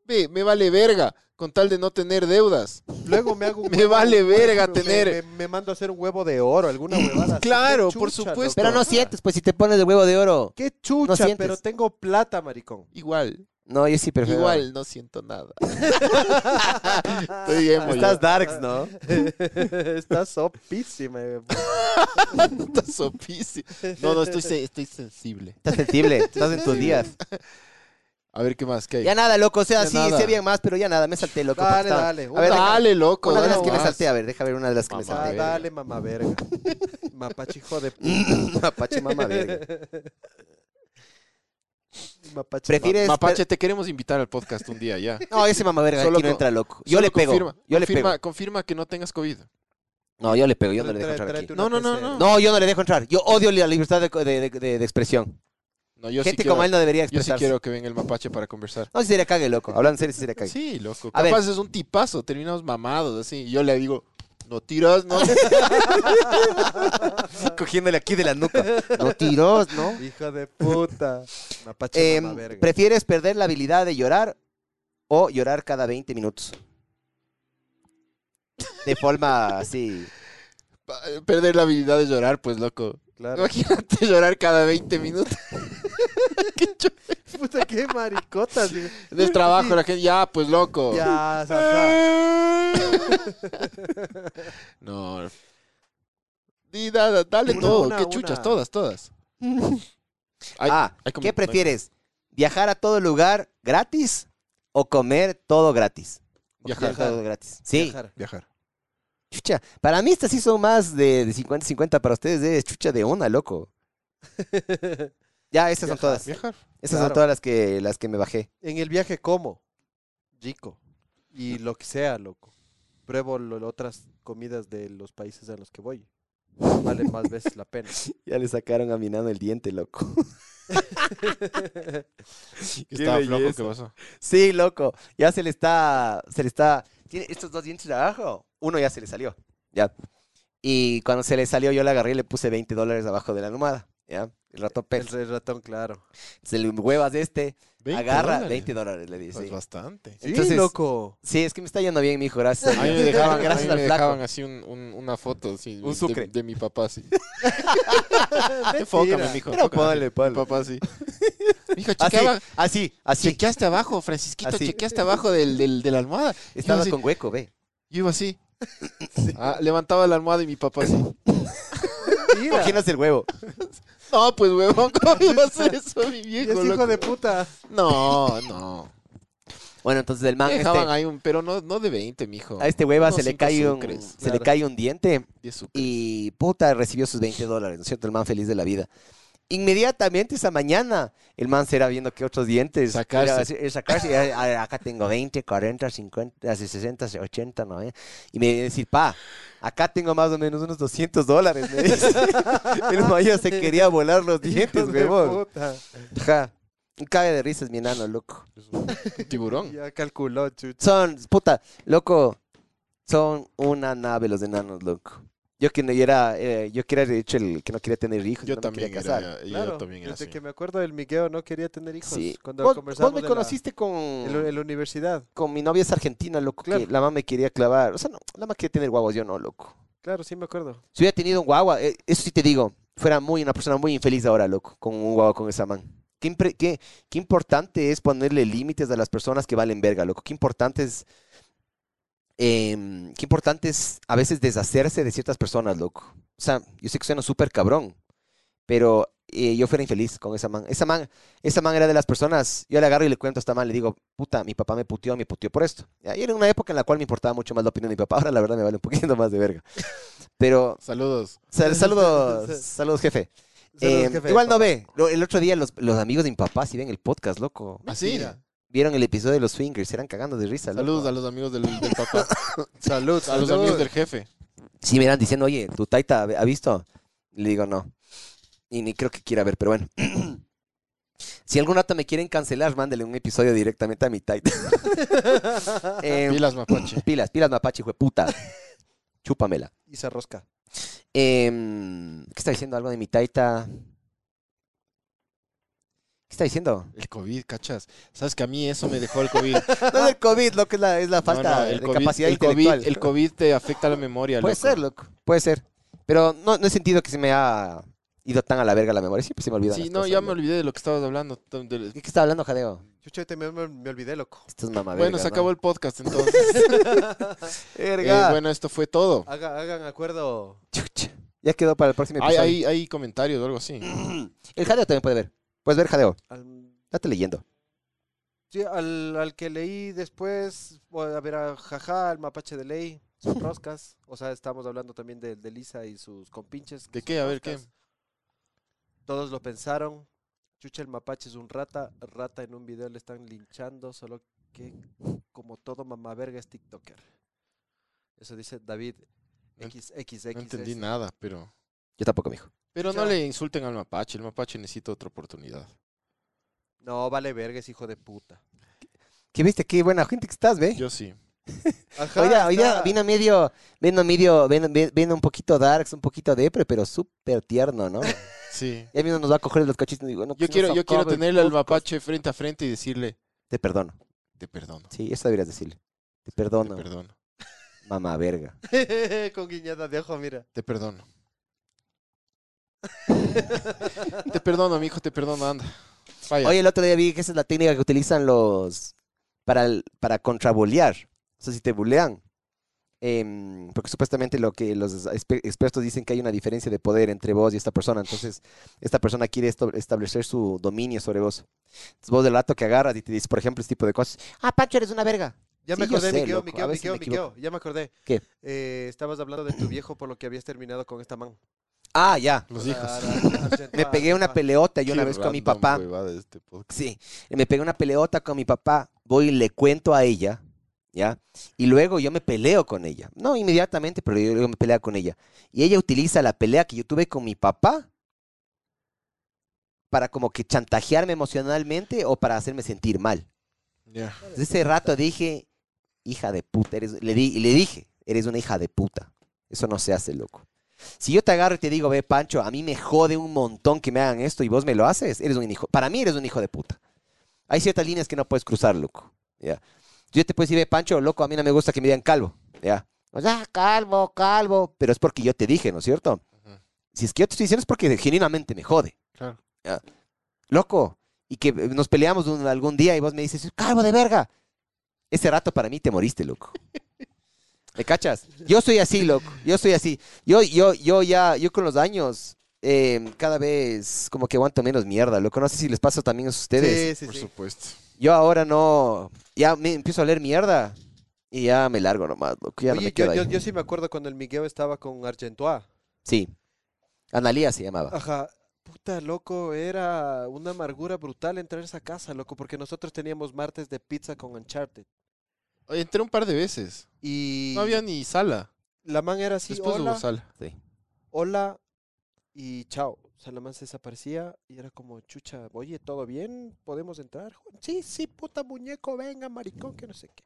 S2: Ve, me vale verga, con tal de no tener deudas.
S4: Luego me hago un
S2: Me
S4: huevo-
S2: vale verga
S4: me-
S2: tener-
S4: Me, me mando a hacer un huevo de oro, alguna huevada. así.
S2: Claro,
S4: Qué
S2: por
S4: chucha,
S2: supuesto.
S3: Pero no
S4: loco.
S3: sientes, pues si te pones el huevo de oro.
S4: Qué
S3: No
S4: chucha,
S3: sientes.
S4: pero tengo plata, maricón.
S2: Igual,
S3: No, yo sí prefiero.
S2: igual no siento nada. Estoy emo,
S3: Estás
S2: yo.
S3: darks, ¿no? Ah.
S4: Estás sopísima. eh.
S2: Estás sopísimo. No, no, estoy, se- estoy sensible.
S3: Estás sensible. Estás en tus días.
S2: A ver, ¿qué más? ¿Qué hay?
S3: Ya nada, loco. O sea,
S2: Ya
S3: sí,
S2: nada.
S3: sé bien más, pero ya nada. Me salté, loco. porque
S4: Dale,
S3: estaba-
S4: dale.
S3: A ver, deja-
S2: dale, loco.
S3: Una de
S2: dale
S3: las que me
S2: más.
S3: salté, a ver, déjame ver una de las que me
S2: Mamá,
S4: Ah,
S3: salté.
S2: verga.
S4: dale, mamá verga. Mapache, hijo de puta.
S3: Mapache mamá verga.
S4: Mapache,
S3: ¿Prefieres?
S2: Mapache, te queremos invitar al podcast un día ya.
S3: No, ese mamá verga
S2: Solo
S3: aquí no
S2: co-
S3: entra loco. Yo
S2: Solo
S3: le pego.
S2: confirma-
S3: yo le
S2: confirma,
S3: pego.
S2: Confirma que no tengas COVID.
S3: No, yo le pego. Yo
S4: mamá.
S3: no le dejo
S4: Trae-
S3: entrar aquí.
S4: tráete
S2: No,
S4: una
S2: no, no,
S4: pecera.
S2: no.
S3: No, yo no le dejo entrar. Yo odio la libertad de, de- de- de expresión.
S2: No, yo
S3: Gente
S2: sí
S3: como
S2: quiero,
S3: él no debería
S2: Yo sí
S3: expresarse.
S2: quiero que venga el mapache para conversar.
S3: No, si se le cague, loco. Hablando en serio, si se le cague.
S2: Sí, loco.
S3: A ver.
S2: Capaz es un tipazo, terminamos mamados así. Y yo le digo, no tiras, no.
S3: Cogiéndole aquí de la nuca. No tiros, ¿no?
S4: Hijo de puta. Mapache,
S3: Em,
S4: mamá verga.
S3: ¿Prefieres perder la habilidad de llorar o llorar cada 20 minutos? De forma así.
S2: Pa- Perder la habilidad de llorar, pues loco.
S4: Claro.
S2: Imagínate llorar cada 20 minutos
S4: Puta, qué maricotas. digo.
S2: del trabajo. La gente, ya, pues loco.
S4: Ya, ajá.
S2: No. Di, da- da- dale
S4: Una,
S2: todo.
S4: una,
S2: qué chuchas,
S4: una.
S2: todas, todas. Hay-
S3: ah,
S2: hay como-
S3: ¿qué prefieres? ¿Viajar a todo lugar gratis o comer todo gratis? O
S2: Viajar.
S3: todo gratis. Sí.
S4: Viajar.
S2: Viajar.
S3: Chucha, para mí estas sí son más de 50-50, para ustedes es chucha de una, loco. ya, estas son todas.
S2: Viajar.
S3: Estas son
S4: claro.
S3: todas las que, las que me bajé.
S4: En el viaje como rico y lo que sea, loco. Pruebo lo- lo- otras comidas de los países a los que voy. Vale más veces la pena.
S3: Ya le sacaron a mi nano el diente, loco.
S2: Estaba flojo,
S3: belleza.
S2: ¿qué pasó?
S3: Sí, loco. Ya se le está. Se le está. Tiene estos dos dientes de abajo. Uno ya se le salió. Ya. Y cuando se le salió, yo le agarré y le puse 20 dólares abajo de la almohada. Ya. El ratón
S4: El
S3: Pérez.
S4: rey ratón, claro.
S3: Se le huevas de este. Agarra
S2: dólares.
S3: 20 dólares, le dice.
S2: Pues bastante.
S4: Sí,
S3: Entonces-
S4: loco.
S3: Sí, es que me está yendo bien, mijo, gracias.
S2: A mí me dejaban, a mí
S3: gracias
S2: me
S3: al flaco.
S2: dejaban así un- un- una foto así,
S3: Un
S2: de-
S3: sucre.
S2: de, mi papá. Sí. enfócame, mijo.
S3: Pero
S2: enfócame.
S3: ponle, ponle. Ah,
S2: Mi papá, sí. Mijo,
S3: Así,
S2: chequeaba-
S3: así, así.
S2: chequeaste abajo, Francisquito,
S3: Así.
S2: chequeaste abajo del, del- de la almohada.
S3: Estaba
S2: así.
S3: con hueco, ve.
S2: Yo iba así. Ah, levantaba la almohada y mi papá así.
S3: Cogiéndose el huevo.
S2: No, pues huevón, ¿cómo iba a hacer eso mi
S4: Y
S2: viejo?
S4: es hijo
S2: loco?
S4: de puta.
S2: No, no.
S3: Bueno, entonces el man,
S2: Me
S3: este,
S2: dejaban ahí un, pero no, no de 20, mijo.
S3: a este hueva
S2: unos
S3: se le,
S2: cinco
S3: cae un,
S2: sucres,
S3: se le cae un diente
S2: 10 sucres.
S3: y puta, recibió sus 20 dólares, ¿no es cierto? El man feliz de la vida. Inmediatamente esa mañana, el man será viendo que otros dientes.
S2: Sacarse.
S3: Era así, eh, sacarse, eh, ah, acá tengo 20, 40, 50, así 60, 80, 90. Y me viene a decir, pa, acá tengo más o menos unos 200 dólares. me dice. el mayo se quería volar los dientes,
S4: Hijo de
S3: huevón.
S4: puta.
S3: Ajá. Un cague de risas, mi enano, loco.
S2: Un tiburón.
S4: Ya calculó, chucha.
S3: Son, puta, loco. Son una nave los enanos, loco. Yo que no yo era, eh, yo que era de hecho el que no quería tener hijos.
S2: Yo
S3: no me quería
S2: también,
S3: casar.
S2: era, yo
S4: Claro,
S2: también era
S4: desde
S2: así.
S4: que me acuerdo del Miguel no quería tener hijos.
S3: Sí.
S4: Cuando
S3: vos, vos
S4: conversamos
S3: me
S4: de la-
S3: conociste con,
S4: en la- en la universidad.
S3: con mi novia es argentina, loco, que
S4: Claro.
S3: la mamá me quería clavar. O sea, no, la mamá quería tener guaguas, yo no, loco.
S4: Claro, sí me acuerdo.
S3: Si hubiera tenido un guagua, eh, eso sí te digo, fuera muy una persona muy infeliz ahora, loco, con un guagua con esa man. Qué, impre- qué- qué importante es ponerle límites a las personas que valen verga, loco. Qué importante es. em, qué importante es a veces deshacerse de ciertas personas, loco. O sea, yo sé que suena súper cabrón, pero eh, yo fuera infeliz con esa man. Esa man, esa man era de las personas. Yo le agarro y le cuento a esta man, le digo, puta, mi papá me puteó, me puteó por esto. Y era una época en la cual me importaba mucho más la opinión de mi papá. Ahora la verdad me vale un poquito más de verga. Pero
S2: Saludos.
S3: Sal- saludos, saludos, jefe.
S4: Saludos,
S3: Eh,
S4: jefe.
S3: igual no ve. Lo- el otro día los, los amigos de mi papá sí ven el podcast, loco.
S2: Así.
S3: Vieron el episodio de los swingers, se eran cagando de risa. loco.
S2: Saludos a los amigos del, del papá.
S4: Salud,
S2: A los amigos del jefe.
S3: Sí, me eran diciendo, oye, ¿tu taita ha ha visto? Le digo, no. Y ni creo que quiera ver, pero bueno. si algún rato me quieren cancelar, mándele un episodio directamente a mi taita. Em,
S2: Pilas mapache.
S3: pilas, pilas, mapache, hijo de puta. Chúpamela.
S4: Y se rosca.
S3: Em, ¿Qué está diciendo algo de mi taita? ¿Qué está diciendo?
S2: El COVID, cachas. Sabes que a mí eso me dejó el COVID.
S3: No es el COVID, lo que es la, es la falta
S2: No, no,
S3: de capacidad
S2: el COVID,
S3: intelectual.
S2: el COVID te afecta la memoria.
S3: puede
S2: loco.
S3: ser, loco. Puede ser. Pero no, no he sentido que se me ha ido tan a la verga la memoria. Siempre se me olvida.
S2: Sí, no, ya me olvidé de lo que estabas hablando. Tam- del-
S3: ¿Qué está hablando, Jadeo?
S4: Chucha, te- me, me- me olvidé, loco.
S3: Estás mamavergas.
S2: Bueno, se acabó el podcast entonces. Eh, bueno, esto fue todo.
S3: Ah,
S4: Haga- hagan acuerdo.
S3: Ya quedó para el próximo
S2: Hay,
S3: episodio. Mm.
S2: hay, hay comentarios o algo así.
S3: El Jadeo también puede ver. Puedes ver, Jadeo.
S4: al-
S3: Date leyendo.
S4: sí, al, al que leí después, o a ver, a Jaja, el mapache de ley, sus roscas. O sea, estamos hablando también de, de Lisa y sus compinches.
S2: ¿De
S4: sus
S2: qué? A ver, ¿qué?
S4: roscas. Todos lo pensaron. Chucha, el mapache es un rata. Rata en un video le están linchando, solo que como todo mamá verga es TikToker. Eso dice David
S2: No en-
S4: XXX.
S2: No entendí nada, pero...
S3: Yo tampoco, mijo.
S2: Pero no
S4: Ya.
S2: le insulten al mapache. El mapache necesita otra oportunidad.
S4: No, vale verga, es hijo de puta.
S3: ¿Qué viste? Qué buena gente que estás, ve.
S2: Yo sí.
S4: Ajá,
S3: Oiga, oiga,
S4: está-
S3: vino medio, vino medio, vino, vino un poquito darks, un poquito depre, pero súper tierno, ¿no?
S2: Sí.
S3: Ya mismo nos va a coger los cachitos y digo, no,
S2: Yo
S3: pues,
S2: quiero,
S3: nos
S2: yo quiero
S3: acaba el
S2: tenerle al
S3: podcast.
S2: mapache frente a frente y decirle,
S3: Te perdono.
S2: te perdono.
S3: Sí, eso deberías decirle. Te
S2: Te
S3: perdono,
S2: perdono.
S3: mamá verga.
S4: Con guiñada de ojo, mira.
S2: Te perdono. te perdono, mijo, te perdono, anda. Vaya.
S3: Oye, el otro día vi que esa es la técnica que utilizan los para, el- para contrabulear. O sea, si te bulean. em, porque supuestamente lo que los espe- expertos dicen que hay una diferencia de poder entre vos y esta persona. Entonces, esta persona quiere esto- establecer su dominio sobre vos. Entonces, vos del rato que agarras y te dices, por ejemplo, este tipo de cosas. Ah, Pancho, eres una verga.
S4: Ya
S3: Sí,
S4: me
S3: yo
S4: acordé,
S3: sé,
S4: mi queo,
S3: loco,
S4: mi
S3: a
S4: queo, mi
S3: veces
S4: queo,
S3: me
S4: mi
S3: equivoco.
S4: queo, Ya me acordé.
S3: ¿Qué?
S4: Eh, estabas hablando de tu viejo por lo que habías terminado con esta man.
S3: Ah, ya. Ah,
S2: Los hijos.
S3: Me pegué una peleota yo una vez con mi papá.
S2: este
S3: Sí, me pegué una peleota con mi papá, voy y le cuento a ella, ¿ya? Y luego yo me peleo con ella. No inmediatamente, pero yo luego me peleo con ella. Y ella utiliza la pelea que yo tuve con mi papá para como que chantajearme emocionalmente o para hacerme sentir mal.
S2: Ya.
S3: Entonces, ese rato dije, hija de puta, eres... le, di- y le dije, eres una hija de puta. Eso no se hace, loco. Si yo te agarro y te digo, ve, Pancho, a mí me jode un montón que me hagan esto y vos me lo haces, eres un hijo. Para mí eres un hijo de puta. Hay ciertas líneas que no puedes cruzar, loco. ¿ya? Yo te puedo decir, "Ve, Pancho, loco, a mí no me gusta que me digan calvo. ¿ya? O sea, "Ah, calvo, calvo. Pero es porque yo te dije, ¿no es cierto?
S2: Ajá.
S3: Si es que yo te estoy diciendo es porque genuinamente me jode.
S2: Claro.
S3: ¿ya? Loco, y que eh, nos peleamos un- algún día y vos me dices, calvo de verga. Ese rato para mí te moriste, loco. ¿Me cachas? Yo soy así, loco. Yo soy así. Yo, yo, yo ya, yo con los años, eh, cada vez como que aguanto menos mierda, loco. No sé si les pasa también a ustedes.
S4: Sí, sí,
S2: Por
S4: sí.
S2: supuesto.
S3: Yo ahora no. Ya me empiezo a oler mierda. Y ya me largo nomás, loco. Ya no
S4: Oye,
S3: me
S4: yo,
S3: quedo
S4: yo-
S3: ahí.
S4: yo sí me acuerdo cuando el Miguel estaba con Argentois.
S3: Sí. Analía se llamaba.
S4: Ajá. Puta, loco, era una amargura brutal entrar a esa casa, loco, porque nosotros teníamos martes de pizza con Uncharted.
S2: Oye, entré un par de veces.
S4: Y
S2: No había ni sala.
S4: la man era así,
S2: Después
S4: hola,
S2: hubo sala.
S4: hola, y chao. O sea, la man se desaparecía y era como, chucha, oye, ¿todo bien? ¿Podemos entrar? joven?". Sí, sí, puta muñeco, venga, maricón, que no sé qué.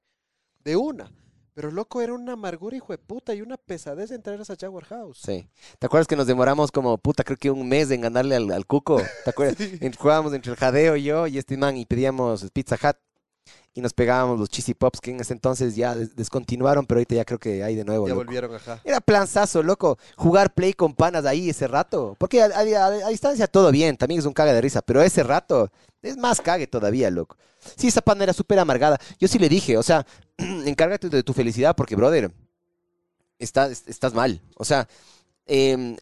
S4: De una. Pero, loco, era una amargura, hijo de puta, y una pesadez entrar a esa Jaguar House.
S3: Sí. ¿Te acuerdas que nos demoramos como puta, creo que un mes en ganarle al, al cuco? ¿Te acuerdas? En- Jugábamos entre el jadeo y yo y este man y pedíamos Pizza Hut. Y nos pegábamos los cheesy pops que en ese entonces ya des- descontinuaron, pero ahorita ya creo que hay de nuevo.
S4: Ya
S3: loco.
S4: volvieron, ajá.
S3: Era planzazo, loco. Jugar play con panas ahí ese rato. Porque a, a- a- a distancia todo bien, también es un caga de risa. Pero ese rato es más cague todavía, loco. Sí, esa pana era súper amargada. Yo sí le dije, o sea, encárgate de tu felicidad porque, brother, estás, estás mal. O sea, em,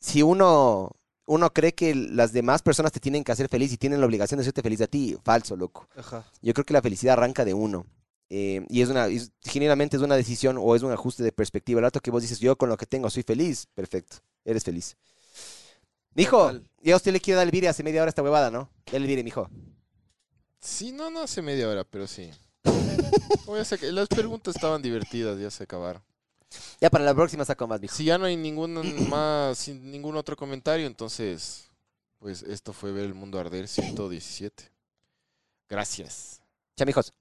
S3: si uno, uno cree que las demás personas te tienen que hacer feliz y tienen la obligación de hacerte feliz a ti, falso, loco.
S4: Ajá.
S3: Yo creo que la felicidad arranca de uno. eh, y es una, es- generalmente es una decisión o es un ajuste de perspectiva. El rato que vos dices, yo con lo que tengo soy feliz, perfecto, eres feliz. Mijo, ya usted le quiere dar el vire hace media hora esta huevada, ¿no? Dale el vire, mijo.
S2: Sí, no, no hace media hora, pero sí. Como ya se ac- Las preguntas estaban divertidas, ya se acabaron.
S3: Ya para la próxima saco más, mijo.
S2: Si ya no hay ningún más, sin ningún otro comentario, entonces, pues esto fue ver el mundo arder 117. Gracias.
S3: Ya, mijos.